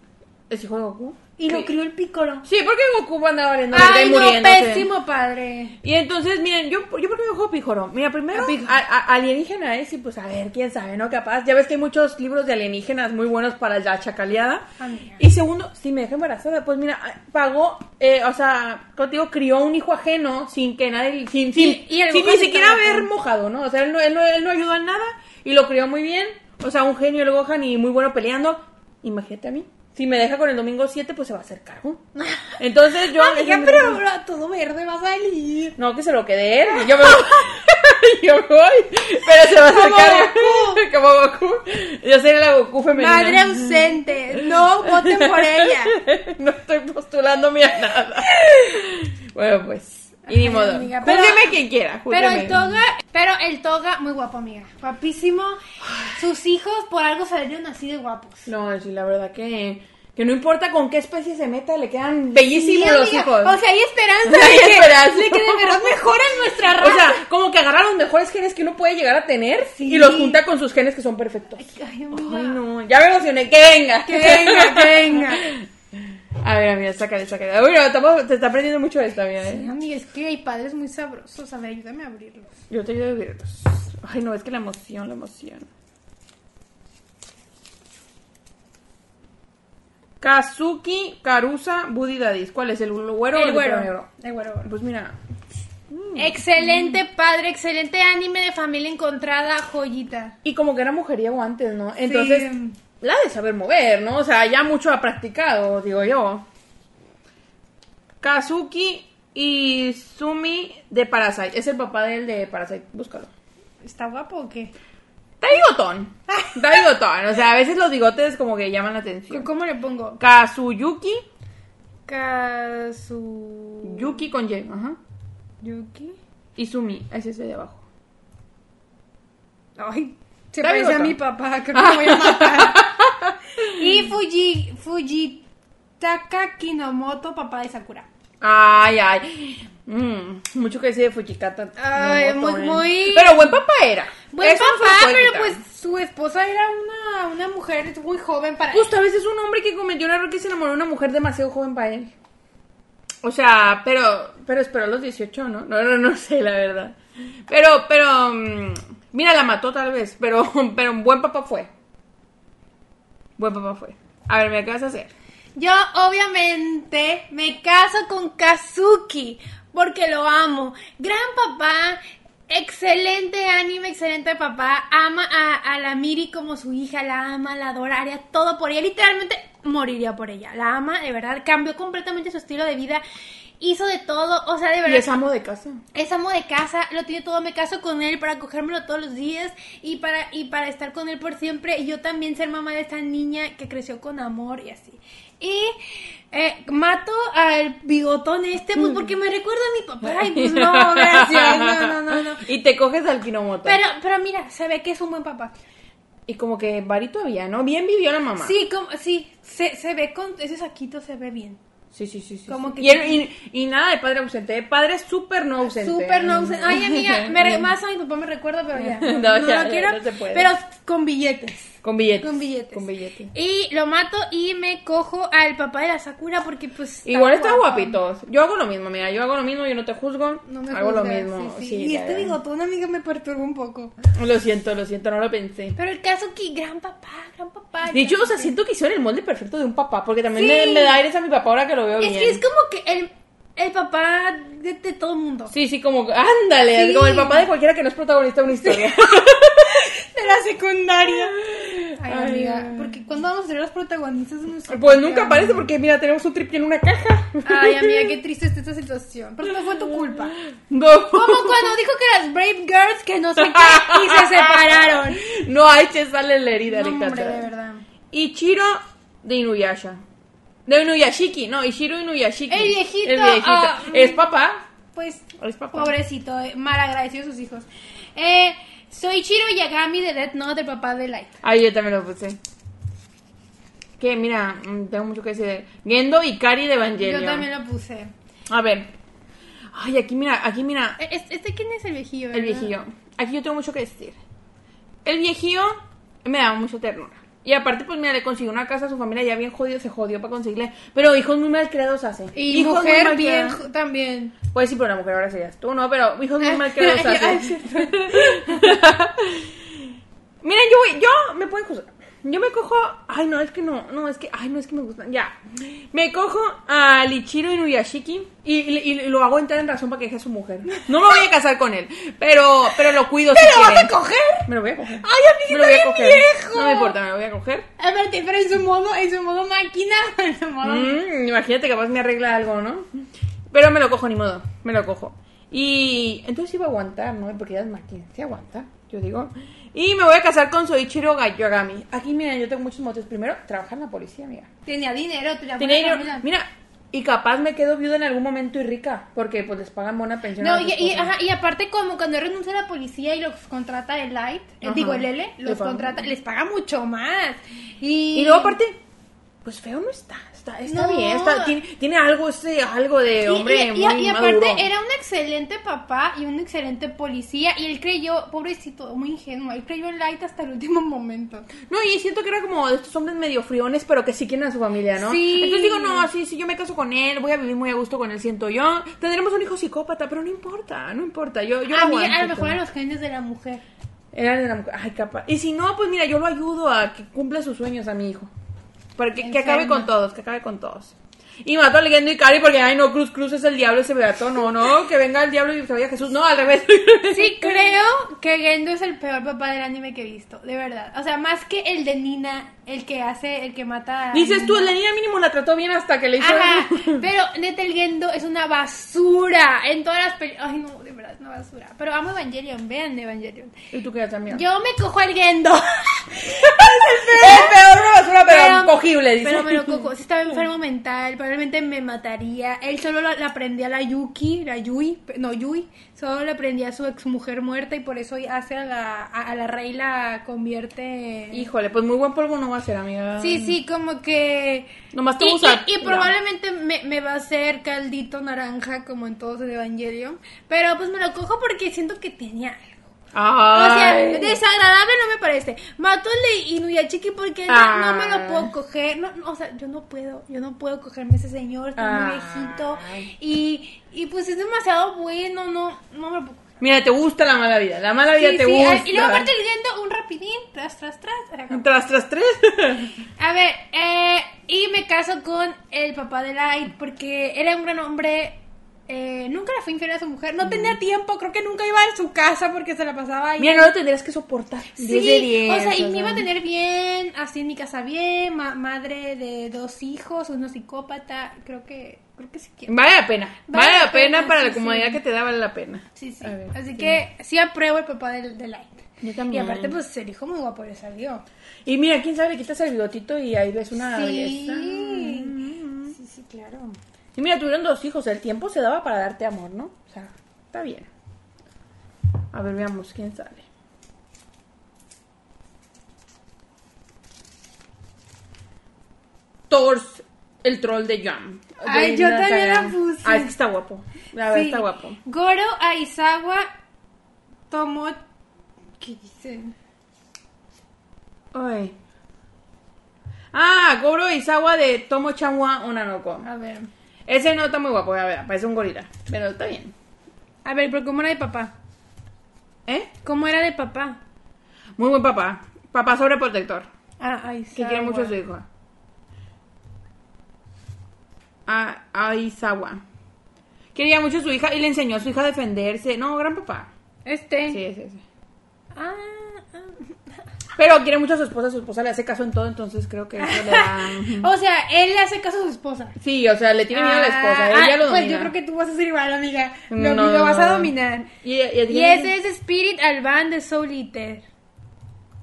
[SPEAKER 2] ¿Es hijo de Goku?
[SPEAKER 1] Y lo
[SPEAKER 2] Sí.
[SPEAKER 1] crió el Piccolo.
[SPEAKER 2] Sí, porque Goku andaba valiendo verga y
[SPEAKER 1] Ay, no,
[SPEAKER 2] muriéndose.
[SPEAKER 1] pésimo padre.
[SPEAKER 2] Y entonces, miren, yo, yo por qué me cojo Pijoro. Mira, primero,
[SPEAKER 1] A Pijoro.
[SPEAKER 2] a- a- alienígena es, y pues a ver, quién sabe, ¿no? Capaz. Ya ves que hay muchos libros de alienígenas muy buenos para la chacaleada.
[SPEAKER 1] Amiga.
[SPEAKER 2] Y segundo, si me dejé embarazada, pues mira, pagó, eh, o sea, contigo crió un hijo ajeno sin que nadie, sin, sin,
[SPEAKER 1] y el
[SPEAKER 2] sin
[SPEAKER 1] Gohan
[SPEAKER 2] ni
[SPEAKER 1] sí
[SPEAKER 2] siquiera
[SPEAKER 1] estaba
[SPEAKER 2] haber
[SPEAKER 1] con-
[SPEAKER 2] mojado, ¿no? O sea, él no, él, no, él no ayudó en nada y lo crió muy bien. O sea, un genio el Gohan y muy bueno peleando. Imagínate a mí. Si me deja con el domingo 7, pues se va a hacer cargo. Entonces yo.
[SPEAKER 1] Amiga, Ah, pero bro, todo verde va a salir.
[SPEAKER 2] No, que se lo quede él. y Yo me voy. yo me voy. Pero se va a hacer
[SPEAKER 1] Como
[SPEAKER 2] cargo. Como Goku. Yo seré la Goku femenina.
[SPEAKER 1] Madre ausente, no voten por ella.
[SPEAKER 2] no estoy postulándome a nada. Bueno, pues. Y ni
[SPEAKER 1] Ay,
[SPEAKER 2] modo.
[SPEAKER 1] amiga, pero-
[SPEAKER 2] Júzgueme quien quiera.
[SPEAKER 1] Pero
[SPEAKER 2] júzgueme.
[SPEAKER 1] el toga, pero el toga, muy guapo, amiga. Guapísimo. Sus hijos por algo salieron así de guapos.
[SPEAKER 2] No, sí, la verdad que. Que no importa con qué especie se meta, le quedan bellísimos
[SPEAKER 1] Sí,
[SPEAKER 2] los
[SPEAKER 1] amiga,
[SPEAKER 2] hijos.
[SPEAKER 1] O sea, hay esperanza,
[SPEAKER 2] Hay
[SPEAKER 1] de, que,
[SPEAKER 2] esperanza.
[SPEAKER 1] de que de verdad mejoran nuestra
[SPEAKER 2] O
[SPEAKER 1] raza.
[SPEAKER 2] sea, como que agarra los mejores genes que uno puede llegar a tener
[SPEAKER 1] Sí.
[SPEAKER 2] y los junta con sus genes que son perfectos.
[SPEAKER 1] Ay, amiga.
[SPEAKER 2] Ay, no, ya me emocioné. Que venga,
[SPEAKER 1] Que venga, que venga.
[SPEAKER 2] A ver, amiga, sácale, sácale. Uy, no, tampoco- te está aprendiendo mucho esta, mira,
[SPEAKER 1] Sí,
[SPEAKER 2] ¿eh?
[SPEAKER 1] amiga, es que hay padres muy sabrosos. A ver, ayúdame a abrirlos.
[SPEAKER 2] Yo te ayudo a vivirlos. Ay, no, es que la emoción, la emoción. Kazuki, Karusa, Buddy Daddies. ¿Cuál es el güero? o
[SPEAKER 1] el güero.
[SPEAKER 2] pelo negro?
[SPEAKER 1] El güero, güero.
[SPEAKER 2] Pues mira,
[SPEAKER 1] Mm. Excelente padre, excelente anime de familia encontrada, joyita.
[SPEAKER 2] Y como que era mujeriego antes, ¿no? Entonces,
[SPEAKER 1] Sí.
[SPEAKER 2] la de saber mover, ¿no? O sea, ya mucho ha practicado, digo yo. Kazuki y Sumi de Parasite. Es el papá del de Parasite. Búscalo.
[SPEAKER 1] ¿Está guapo o qué?
[SPEAKER 2] Está bigotón. Está bigotón. O sea, a veces los bigotes como que llaman la atención.
[SPEAKER 1] ¿Cómo le pongo?
[SPEAKER 2] Kazuyuki.
[SPEAKER 1] Kazu...
[SPEAKER 2] Yuki con Y. Ajá.
[SPEAKER 1] Yuki.
[SPEAKER 2] Y Sumi. Es ese de abajo.
[SPEAKER 1] Ay, se
[SPEAKER 2] Está
[SPEAKER 1] parece
[SPEAKER 2] bigotón.
[SPEAKER 1] a mi papá, creo que me voy a matar. y Fuji, Fujitaka Kinomoto, papá de Sakura.
[SPEAKER 2] Ay, ay. Mm, mucho que decir de Fujikata.
[SPEAKER 1] Ay,
[SPEAKER 2] Nomoto,
[SPEAKER 1] muy-
[SPEAKER 2] eh.
[SPEAKER 1] muy-
[SPEAKER 2] Pero buen papá era.
[SPEAKER 1] Buen
[SPEAKER 2] Eso no se lo
[SPEAKER 1] papá,
[SPEAKER 2] puede
[SPEAKER 1] pero
[SPEAKER 2] quitar.
[SPEAKER 1] pues su esposa era una, una mujer muy joven para
[SPEAKER 2] Justo a veces un hombre que cometió un error que se enamoró de una mujer demasiado joven para él. O sea, pero pero esperó los 18, ¿no? No, no, no sé, la verdad. Pero, pero, mm, mira, la mató tal vez, pero, pero un buen papá fue. Buen papá fue. A ver, mira, ¿qué vas a hacer?
[SPEAKER 1] Yo obviamente me caso con Kazuki porque lo amo. Gran papá, excelente anime, excelente papá. Ama a, a la Miri como su hija, la ama, la adora, haría todo por ella. Literalmente moriría por ella. La ama, de verdad, cambió completamente su estilo de vida. Hizo de todo, o sea, de
[SPEAKER 2] Y
[SPEAKER 1] verdad.
[SPEAKER 2] es amo de casa.
[SPEAKER 1] Es amo de casa, lo tiene todo, me caso con él para cogérmelo todos los días y para, y para estar con él por siempre. Y yo también ser mamá de esta niña que creció con amor y así. Y eh, mato al bigotón este, pues
[SPEAKER 2] Mm.
[SPEAKER 1] porque me recuerda a mi papá. Ay, pues no, gracias. No, no, no, no.
[SPEAKER 2] Y te coges al Kinomoto.
[SPEAKER 1] Pero, pero mira, se ve que es un buen papá.
[SPEAKER 2] Y como que varito había, ¿no? Bien vivió la mamá.
[SPEAKER 1] Sí, como, sí, se, se ve con ese saquito, se ve bien.
[SPEAKER 2] sí, sí, sí. sí,
[SPEAKER 1] Como
[SPEAKER 2] sí.
[SPEAKER 1] que-
[SPEAKER 2] y, él- y- y nada de padre ausente, de padre súper no ausente.
[SPEAKER 1] Súper no ausente. Ay, amiga, me re- más a mi papá me recuerda, pero ya.
[SPEAKER 2] No,
[SPEAKER 1] No, lo
[SPEAKER 2] ya, ya,
[SPEAKER 1] quiero,
[SPEAKER 2] no se puede.
[SPEAKER 1] Pero con billetes.
[SPEAKER 2] Con billetes.
[SPEAKER 1] Con billetes.
[SPEAKER 2] Con billetes.
[SPEAKER 1] Y lo mato y me cojo al papá de la Sakura porque pues...
[SPEAKER 2] Igual está
[SPEAKER 1] guapo.
[SPEAKER 2] guapito. Yo hago lo mismo, mira, yo hago lo mismo, yo no te juzgo.
[SPEAKER 1] No me
[SPEAKER 2] hago lo
[SPEAKER 1] juzgas,
[SPEAKER 2] mismo.
[SPEAKER 1] sí, sí.
[SPEAKER 2] sí,
[SPEAKER 1] y
[SPEAKER 2] la
[SPEAKER 1] este
[SPEAKER 2] verdad.
[SPEAKER 1] bigotón, amiga, me perturba un poco.
[SPEAKER 2] Lo siento, lo siento, no lo pensé.
[SPEAKER 1] Pero el caso que gran papá, gran papá.
[SPEAKER 2] De hecho,
[SPEAKER 1] gran
[SPEAKER 2] o sea,
[SPEAKER 1] papá.
[SPEAKER 2] siento que hicieron el molde perfecto de un papá, porque también
[SPEAKER 1] Sí.
[SPEAKER 2] me, me da aires a mi papá ahora que lo veo
[SPEAKER 1] Es
[SPEAKER 2] bien.
[SPEAKER 1] que es como que el, el papá de, de todo el mundo.
[SPEAKER 2] Sí, sí, como, ándale,
[SPEAKER 1] Sí.
[SPEAKER 2] como el papá de cualquiera que no es protagonista de una historia.
[SPEAKER 1] De la secundaria. Ay,
[SPEAKER 2] Ay,
[SPEAKER 1] amiga,
[SPEAKER 2] ay.
[SPEAKER 1] porque cuando vamos a ser los protagonistas de nuestro
[SPEAKER 2] pues
[SPEAKER 1] podcast?
[SPEAKER 2] nunca aparece porque, mira, tenemos un triple en una caja.
[SPEAKER 1] Ay, amiga, qué triste está esta situación. Pero no fue tu culpa.
[SPEAKER 2] No.
[SPEAKER 1] Como cuando dijo que las Brave Girls que no sé qué y se separaron.
[SPEAKER 2] No, ahí te sale la herida,
[SPEAKER 1] No, hombre,
[SPEAKER 2] Ricata.
[SPEAKER 1] de verdad.
[SPEAKER 2] Ichiro de Inuyasha. De Inuyashiki, no, Ichiro Inuyashiki.
[SPEAKER 1] El viejito,
[SPEAKER 2] El viejito.
[SPEAKER 1] ah,
[SPEAKER 2] es papá.
[SPEAKER 1] Pues
[SPEAKER 2] Es papá.
[SPEAKER 1] Pobrecito, eh, malagradecido a sus hijos. Eh, soy Chiro Yagami de Death Note, el papá de Light.
[SPEAKER 2] Ay, yo también lo puse. Que mira, mm, tengo mucho que decir. Gendo y Kari de Evangelion.
[SPEAKER 1] Yo también lo puse.
[SPEAKER 2] A ver. Ay, aquí mira, aquí mira.
[SPEAKER 1] Eh, es- ¿Este quién es el viejillo?
[SPEAKER 2] El
[SPEAKER 1] verdad?
[SPEAKER 2] viejillo. Aquí yo tengo mucho que decir. El viejillo me daba mucha ternura. Y aparte, pues mira, le consiguió una casa a su familia ya bien jodido, se jodió para conseguirle. Pero hijos muy mal creados hace.
[SPEAKER 1] Y
[SPEAKER 2] Hijos muy
[SPEAKER 1] mujer
[SPEAKER 2] mal
[SPEAKER 1] bien
[SPEAKER 2] creados.
[SPEAKER 1] ju- también.
[SPEAKER 2] Pues sí, pero la mujer ahora serías tú, ¿no? Pero hijos muy mal
[SPEAKER 3] Ah,
[SPEAKER 2] creados
[SPEAKER 1] Ay,
[SPEAKER 2] hace. Miren, yo voy, yo me pueden juzgar. Yo me cojo. Ay, no, es que no. No, es que. Ay, no, es que me gustan. Ya. Me cojo a Lichiro Inuyashiki y, y, y lo hago entrar en razón para que deje a su mujer. No me voy a casar con él, pero, pero lo cuido si
[SPEAKER 3] ¿Pero vas
[SPEAKER 2] quieren.
[SPEAKER 3] a coger?
[SPEAKER 2] Me lo voy a coger.
[SPEAKER 3] Ay, a mí sí
[SPEAKER 2] me lo voy a
[SPEAKER 3] está bien
[SPEAKER 2] coger.
[SPEAKER 3] viejo.
[SPEAKER 2] No me importa, me lo voy a coger.
[SPEAKER 1] Espérate, pero en su modo, en su modo máquina, en su modo...
[SPEAKER 2] Mm, imagínate, capaz me arregla algo, ¿no? Pero me lo cojo, ni modo. Me lo cojo. Y entonces iba a aguantar, ¿no? Porque ya es máquina. Sí aguanta, yo digo. Y me voy a casar con Soichiro Gayogami. Aquí, mira, yo tengo muchos motivos. Primero, trabajar en la policía, mira.
[SPEAKER 1] Tenía dinero, tenía
[SPEAKER 2] Tenía
[SPEAKER 1] buena
[SPEAKER 2] dinero.
[SPEAKER 1] familia.
[SPEAKER 2] Mira, y capaz me quedo viuda en algún momento y rica, porque pues les pagan buena pensión. a
[SPEAKER 1] No,
[SPEAKER 2] las
[SPEAKER 1] y, y,
[SPEAKER 2] esposas.
[SPEAKER 1] ajá, y aparte como cuando renuncia la policía y los contrata el Light, eh,
[SPEAKER 2] Ajá.
[SPEAKER 1] digo el L, los
[SPEAKER 2] Le paga.
[SPEAKER 1] contrata, les paga mucho más. Y,
[SPEAKER 2] Y luego aparte, pues feo no está. Está, está
[SPEAKER 1] No.
[SPEAKER 2] bien, está- tiene, tiene algo, ese, algo de
[SPEAKER 1] y-
[SPEAKER 2] hombre
[SPEAKER 1] y, y-
[SPEAKER 2] muy
[SPEAKER 1] y aparte
[SPEAKER 2] maduro.
[SPEAKER 1] era un excelente papá y un excelente policía y él creyó, pobrecito, muy ingenuo, él creyó en Light hasta el último momento.
[SPEAKER 2] No, y siento que era como de estos hombres medio friones, pero que sí quieren a su familia, ¿no?
[SPEAKER 1] Sí.
[SPEAKER 2] Entonces digo, no, sí, sí, yo me caso con él, voy a vivir muy a gusto con él, siento yo. Tendremos un hijo psicópata, pero no importa, no importa. Yo, yo
[SPEAKER 1] a
[SPEAKER 2] lo
[SPEAKER 1] mí a
[SPEAKER 2] aguanto
[SPEAKER 1] lo mejor
[SPEAKER 2] todo.
[SPEAKER 1] eran los genios de la mujer.
[SPEAKER 2] Era de la mujer. Ay, capaz. Y si no, pues mira, yo lo ayudo a que cumpla sus sueños a mi hijo. Para que, que acabe
[SPEAKER 1] Enferma.
[SPEAKER 2] con todos, que acabe con todos. Y mató a Legendo y Cari porque, ay, no, Cruz Cruz es el diablo ese beato. No, no, que venga el diablo y se vaya Jesús. No, al revés.
[SPEAKER 1] Sí, creo que Gendo es el peor papá del anime que he visto, de verdad. O sea, más que el de Nina, el que hace, el que mata a
[SPEAKER 2] Dices tú,
[SPEAKER 1] Nina.
[SPEAKER 2] la niña mínimo la trató bien hasta que le hizo
[SPEAKER 1] Ajá,
[SPEAKER 2] algo.
[SPEAKER 1] pero neta el Gendo es una basura en todas las películas. Ay, no, de verdad es una basura. Pero amo Evangelion, vean Evangelion.
[SPEAKER 2] Y tú quedas también.
[SPEAKER 1] Yo me cojo al Gendo.
[SPEAKER 2] Es peor una basura, pero, cogible, dice.
[SPEAKER 1] Pero me lo cojo. Si estaba enfermo mental, probablemente me mataría. Él solo la, la prendía a la Yuki, la Yui, pe- no, Yui. Solo la prendía a su ex mujer muerta y por eso hace a la, a, a la rey la convierte. en-
[SPEAKER 2] Híjole, pues muy buen polvo no va a ser, amiga.
[SPEAKER 1] Sí, sí, como que...
[SPEAKER 2] Nomás te
[SPEAKER 1] y,
[SPEAKER 2] usa-
[SPEAKER 1] y- y probablemente me, me va a hacer caldito naranja como en todos el Evangelio. Pero pues me lo cojo porque siento que tenía algo.
[SPEAKER 2] Ay.
[SPEAKER 1] O sea, desagradable no me parece. Mato al de Inuyachiki porque no- no, me
[SPEAKER 2] Ah.
[SPEAKER 1] lo puedo coger. No, no, o sea, yo no puedo. Yo no puedo cogerme a ese señor. Está muy
[SPEAKER 2] Ah.
[SPEAKER 1] viejito. Y, y pues es demasiado bueno. No, no me lo puedo coger.
[SPEAKER 2] Mira, te gusta la mala vida. La mala vida
[SPEAKER 1] Sí,
[SPEAKER 2] te
[SPEAKER 1] sí,
[SPEAKER 2] gusta.
[SPEAKER 1] Y luego aparte el viendo un rapidín. Tras, tras, tras. era como-
[SPEAKER 2] Tras, tras, tres.
[SPEAKER 1] A ver, eh, y me caso con el papá de Light porque era un gran hombre. eh, nunca le fue infiel a su mujer. No tenía tiempo, creo que nunca iba a su casa porque se la pasaba ahí.
[SPEAKER 2] Mira, no lo tendrías que soportar.
[SPEAKER 1] Sí,
[SPEAKER 2] 10 de 10,
[SPEAKER 1] o sea, y
[SPEAKER 2] o
[SPEAKER 1] me iba a
[SPEAKER 2] sea.
[SPEAKER 1] tener bien, así en mi casa bien, ma- madre de dos hijos, uno psicópata, creo que, creo que sí quiero.
[SPEAKER 2] Vale la pena. Vale, la pena, para
[SPEAKER 1] sí,
[SPEAKER 2] la comodidad
[SPEAKER 1] sí.
[SPEAKER 2] que te da, vale la pena.
[SPEAKER 1] Sí, sí.
[SPEAKER 2] A ver,
[SPEAKER 1] Así que sí apruebo el papá del de Light.
[SPEAKER 2] Yo también.
[SPEAKER 1] Y aparte, pues el hijo muy guapo le salió.
[SPEAKER 2] Y mira, quién sabe, le quitas el bigotito y ahí ves una
[SPEAKER 1] Sí.
[SPEAKER 2] belleza.
[SPEAKER 1] sí, sí, claro.
[SPEAKER 2] Y mira, tuvieron dos hijos. El tiempo se daba para darte amor, ¿no? O sea, está bien. A ver, veamos quién sale. Thors, el troll de Jam.
[SPEAKER 1] Ay,
[SPEAKER 2] De
[SPEAKER 1] yo
[SPEAKER 2] Instagram.
[SPEAKER 1] también la puse.
[SPEAKER 2] Ah, es que está guapo. La verdad
[SPEAKER 1] Sí.
[SPEAKER 2] está guapo.
[SPEAKER 1] Goro Aizawa tomó. ¿Qué dicen?
[SPEAKER 2] Ay. Ah, Goro Isawa de Tomo Chanwa Onanoko.
[SPEAKER 1] A ver.
[SPEAKER 2] Ese no está muy guapo, a ver, parece un gorila. Pero está bien.
[SPEAKER 1] A ver, pero ¿cómo era de papá?
[SPEAKER 2] ¿Eh?
[SPEAKER 1] ¿Cómo era de papá?
[SPEAKER 2] Muy buen papá. Papá sobreprotector.
[SPEAKER 1] Ah, Aizawa.
[SPEAKER 2] Que quiere mucho a su hijo. A, a Isawa. Quería mucho a su hija y le enseñó a su hija a defenderse. No, gran papá.
[SPEAKER 1] Este.
[SPEAKER 2] Sí, sí, sí.
[SPEAKER 1] Ah, ah.
[SPEAKER 2] Pero quiere mucho a su esposa, su esposa le hace caso en todo, entonces creo que eso le da...
[SPEAKER 1] O sea, él le hace caso a su esposa.
[SPEAKER 2] Sí, o sea, le tiene miedo a la esposa,
[SPEAKER 1] Ah,
[SPEAKER 2] ella lo domina.
[SPEAKER 1] Pues yo creo que tú vas a ser igual, amiga. Lo,
[SPEAKER 2] No,
[SPEAKER 1] lo vas a
[SPEAKER 2] no.
[SPEAKER 1] dominar.
[SPEAKER 2] Y, y-
[SPEAKER 1] Y ese es Spirit Alban de Soul Eater.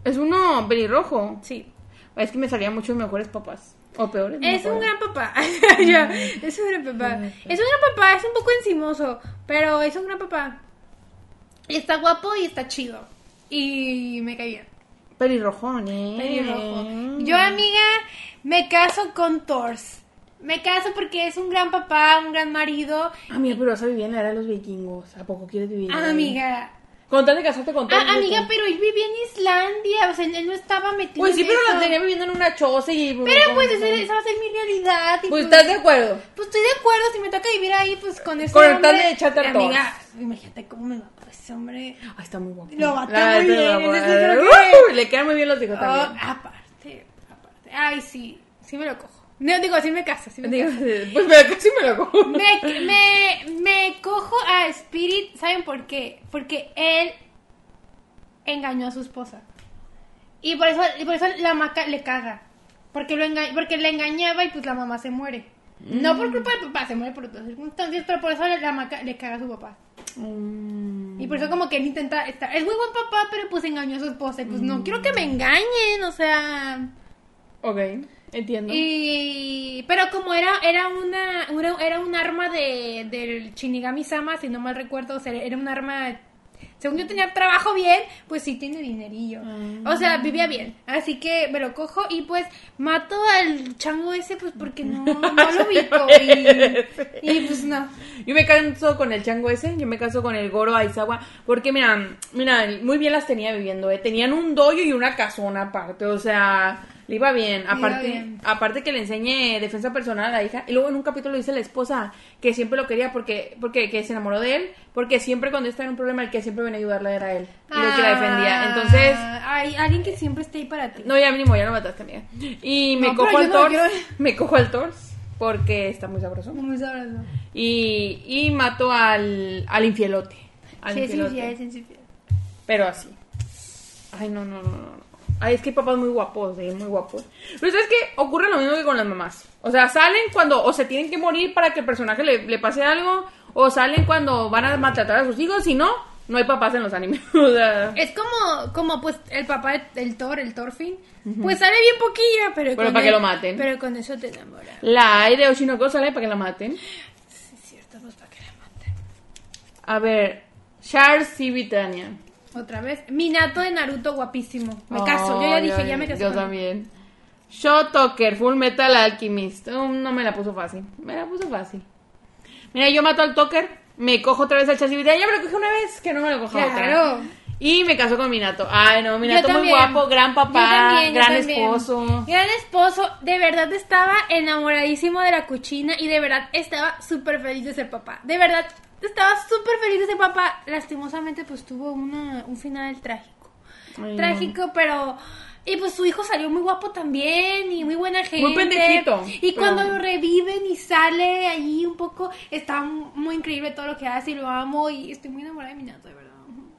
[SPEAKER 2] Es uno pelirrojo.
[SPEAKER 1] Sí.
[SPEAKER 2] Es que me salían muchos mejores papás. O peores. no me
[SPEAKER 1] Es un
[SPEAKER 2] acuerdo.
[SPEAKER 1] gran papá. Ya, es un gran papá. Es un gran papá, es un poco encimoso, pero es un gran papá. Y está guapo y está chido. Y me cae bien.
[SPEAKER 2] Pelirrojón, eh. Mm.
[SPEAKER 1] Pelirrojo. Yo, amiga, me caso con Thors. Me caso porque es un gran papá, un gran marido.
[SPEAKER 2] Amiga, pero vas a vivir en la era de los vikingos. ¿A poco quieres vivir? ahí?
[SPEAKER 1] Amiga,
[SPEAKER 2] Con tal de casarte con todos
[SPEAKER 1] Ah,
[SPEAKER 2] los
[SPEAKER 1] amiga,
[SPEAKER 2] vikingos.
[SPEAKER 1] pero él vivía en Islandia, o sea, él no estaba metido
[SPEAKER 2] Pues sí,
[SPEAKER 1] en
[SPEAKER 2] pero
[SPEAKER 1] eso.
[SPEAKER 2] la tenía viviendo en una choza y.
[SPEAKER 1] Pero pues esa, esa va a ser mi realidad. y,
[SPEAKER 2] Pues estás de acuerdo.
[SPEAKER 1] Pues estoy de acuerdo, si me toca vivir ahí, pues con ese
[SPEAKER 2] Con el
[SPEAKER 1] hombre.
[SPEAKER 2] tal de echarte a
[SPEAKER 1] Amiga, imagínate cómo me va a ese hombre.
[SPEAKER 2] Ay, está muy guapo.
[SPEAKER 1] Lo bata
[SPEAKER 2] La-
[SPEAKER 1] muy
[SPEAKER 2] pero-
[SPEAKER 1] bien, ese sí creo
[SPEAKER 2] ¡Uh! Le quedan muy bien los hijos
[SPEAKER 1] Oh,
[SPEAKER 2] también.
[SPEAKER 1] aparte. Sí, aparte. Ay, sí, sí me lo cojo. No, digo, sí me caso, sí me
[SPEAKER 2] Digo, pues me lo, sí me lo como.
[SPEAKER 1] Me, me, me cojo a Spirit, ¿saben por qué? Porque él engañó a su esposa. Y por eso, y por eso la maca le caga. Porque, lo enga- porque la engañaba y pues la mamá se muere. No por culpa del papá, se muere por otras circunstancias, pero por eso la maca le caga a su papá. Y por eso como que él intenta estar... Es muy buen papá, pero pues engañó a su esposa. Y pues no, quiero que me engañen, o sea...
[SPEAKER 2] Ok, entiendo.
[SPEAKER 1] Y pero como era era una era, era un arma de del Shinigami Sama, si no mal recuerdo, o sea, era un arma según yo tenía trabajo bien, pues sí tiene dinerillo. O sea,
[SPEAKER 2] Ah.
[SPEAKER 1] vivía bien. Así que me lo cojo y pues mato al chango ese pues porque no, no lo ubico y, y pues no.
[SPEAKER 2] Yo me canso con el chango ese, yo me caso con el Goro Aizawa, porque mira, mira, muy bien las tenía viviendo, ¿eh? Tenían un doyo y una casona aparte, o sea, le iba bien. Aparte,
[SPEAKER 1] bien.
[SPEAKER 2] aparte que le enseñe defensa personal a la hija, y luego en un capítulo dice la esposa que siempre lo quería porque, porque que se enamoró de él, porque siempre cuando estaba en un problema el que siempre venía a ayudarla era él, y lo que la defendía. Entonces,
[SPEAKER 1] Ah, hay alguien que siempre esté ahí para ti.
[SPEAKER 2] no, ya mínimo, ya lo mataste, amiga. Y me
[SPEAKER 1] No,
[SPEAKER 2] cojo
[SPEAKER 1] pero
[SPEAKER 2] al
[SPEAKER 1] yo no,
[SPEAKER 2] tors,
[SPEAKER 1] yo-
[SPEAKER 2] me cojo al tors, porque está muy sabroso.
[SPEAKER 1] Muy sabroso.
[SPEAKER 2] Y, y mató al, al infielote. Al
[SPEAKER 1] Sí, es
[SPEAKER 2] infielote.
[SPEAKER 1] infiel, es infiel.
[SPEAKER 2] Pero así. Ay, no, no, no, no. no. Ay, es que hay papás muy guapos, eh, muy guapos. Pero ¿sabes que Ocurre lo mismo que con las mamás. O sea, salen cuando o se tienen que morir para que el personaje le, le pase algo, o salen cuando van a maltratar a sus hijos, si no, no hay papás en los animes. O sea,
[SPEAKER 1] Es como, como pues el papá del Thor, el Thorfinn, pues sale bien poquillo, pero,
[SPEAKER 2] Pero
[SPEAKER 1] con
[SPEAKER 2] para que
[SPEAKER 1] el-
[SPEAKER 2] lo maten.
[SPEAKER 1] Pero con eso te enamoras.
[SPEAKER 2] la hay de Oshinoko sale para que la maten.
[SPEAKER 1] Sí, es cierto, pues para que la maten.
[SPEAKER 2] A ver, Charles y Britannia.
[SPEAKER 1] Otra vez, Minato de Naruto guapísimo. Me caso, yo ya
[SPEAKER 2] Ay,
[SPEAKER 1] dije,
[SPEAKER 2] ay,
[SPEAKER 1] ya me casé.
[SPEAKER 2] Yo
[SPEAKER 1] con él.
[SPEAKER 2] también. Shotoker, Full Metal Alchemist. Um, no me la puso fácil. Me la puso fácil. Mira, yo mato al Toker, me cojo otra vez al Chasivita. Ya me lo cogí una vez, que no me lo coja
[SPEAKER 1] Claro.
[SPEAKER 2] otra. Y me casó con Minato. Ay, no, Minato
[SPEAKER 1] Yo
[SPEAKER 2] muy
[SPEAKER 1] también.
[SPEAKER 2] guapo, gran papá,
[SPEAKER 1] Yo también, yo
[SPEAKER 2] gran
[SPEAKER 1] también.
[SPEAKER 2] esposo.
[SPEAKER 1] Gran esposo, de verdad estaba enamoradísimo de la cuchina y de verdad estaba súper feliz de ser papá. De verdad estaba súper feliz de ser papá. Lastimosamente pues tuvo una, un final trágico.
[SPEAKER 2] Ay, no.
[SPEAKER 1] trágico, pero... Y pues su hijo salió muy guapo también y muy buena gente.
[SPEAKER 2] pendejito,
[SPEAKER 1] Y
[SPEAKER 2] pero-
[SPEAKER 1] cuando lo reviven y sale ahí un poco, está muy increíble todo lo que hace y lo amo y estoy muy enamorada de Minato, de verdad.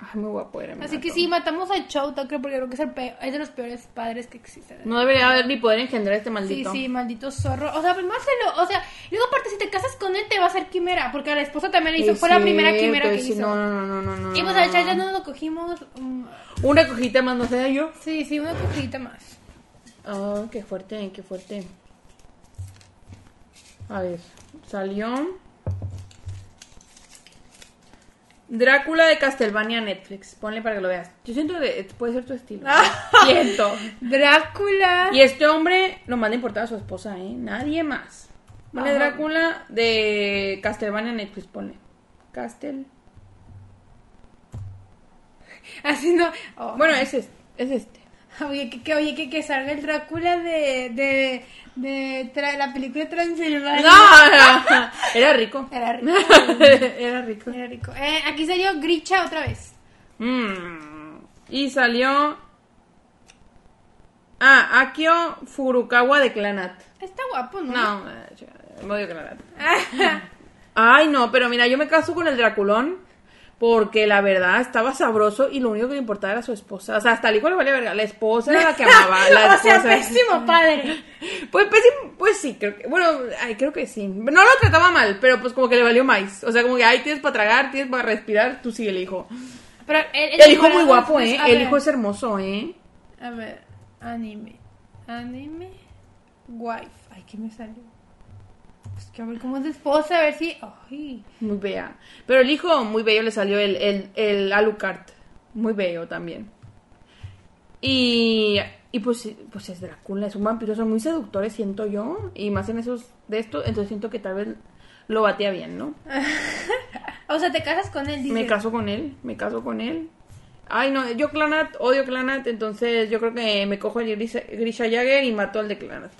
[SPEAKER 2] Ay, muy guapo era.
[SPEAKER 1] Así
[SPEAKER 2] Minato.
[SPEAKER 1] que sí, matamos a Chouta, creo, porque creo que es, el pe- es de los peores padres que existen.
[SPEAKER 2] No debería haber ni poder engendrar este
[SPEAKER 1] Sí,
[SPEAKER 2] maldito.
[SPEAKER 1] sí, maldito zorro. O sea, primero se lo- O sea, luego aparte, si te casas con él, te va a hacer quimera. Porque a la esposa también le hizo.
[SPEAKER 2] Es
[SPEAKER 1] fue la primera
[SPEAKER 2] cierto,
[SPEAKER 1] quimera que
[SPEAKER 2] sí,
[SPEAKER 1] hizo.
[SPEAKER 2] No, no, no, no, no.
[SPEAKER 1] Y pues
[SPEAKER 2] no,
[SPEAKER 1] al
[SPEAKER 2] no.
[SPEAKER 1] chat ya no lo cogimos. mm,
[SPEAKER 2] Una cojita más, no sé yo.
[SPEAKER 1] Sí, sí, una cogidita más.
[SPEAKER 2] Ah, qué fuerte, qué fuerte. A ver, salió. Drácula de Castlevania Netflix. Ponle para que lo veas. Yo siento que puede ser tu estilo. siento.
[SPEAKER 1] Drácula.
[SPEAKER 2] Y este hombre lo manda importar a su esposa, ¿eh? Nadie más. Ponle
[SPEAKER 1] Ajá.
[SPEAKER 2] Drácula de Castlevania Netflix, ponle. Castel.
[SPEAKER 1] Así no. oh.
[SPEAKER 2] Bueno, es este. Es este.
[SPEAKER 1] Oye, que, que- oye, que, que salga el Drácula de, de, de tra- la película de Transilvania.
[SPEAKER 2] No, no. Era rico.
[SPEAKER 1] Era rico.
[SPEAKER 2] Era rico.
[SPEAKER 1] Era rico. Eh, aquí salió Gricha otra vez.
[SPEAKER 2] Mm. Y salió. Ah, Akio Furukawa de Clanat.
[SPEAKER 1] Está guapo, ¿no? Ah.
[SPEAKER 2] No, eh, chingada, me odio Clanat. Ay, no, pero mira, yo me caso con el Draculón. Porque la verdad estaba sabroso y lo único que le importaba era su esposa. O sea, hasta el hijo le valía verga. La esposa era la que amaba. La
[SPEAKER 1] o sea,
[SPEAKER 2] esposa.
[SPEAKER 1] pésimo padre.
[SPEAKER 2] Pues, pésimo, pues sí, creo que. Bueno, ay, creo que sí. No lo trataba mal, pero pues como que le valió más. O sea, como que, ay, tienes para tragar, tienes para respirar, tú sigue el hijo.
[SPEAKER 1] Pero el,
[SPEAKER 2] El hijo muy guapo, ¿eh?
[SPEAKER 1] A
[SPEAKER 2] El
[SPEAKER 1] ver,
[SPEAKER 2] hijo es hermoso, ¿eh?
[SPEAKER 1] A ver, anime. Anime. Wife. Ay, ¿qué me salió? Pues que a ver cómo es de esposa, a ver si. Ay.
[SPEAKER 2] Muy bella. Pero el hijo muy bello le salió el, el, el Alucard. Muy bello también. Y, y pues, pues es Drácula, es un vampiro, son muy seductores, siento yo. Y más en esos de esto, entonces siento que tal vez lo batea bien, ¿no?
[SPEAKER 1] O sea, te casas con él, dice.
[SPEAKER 2] Me caso con él, me caso con él. Ay, no, yo Clanat, odio Clanat, entonces yo creo que me cojo el Grisha, Grisha Jagger y mato al de Clanat.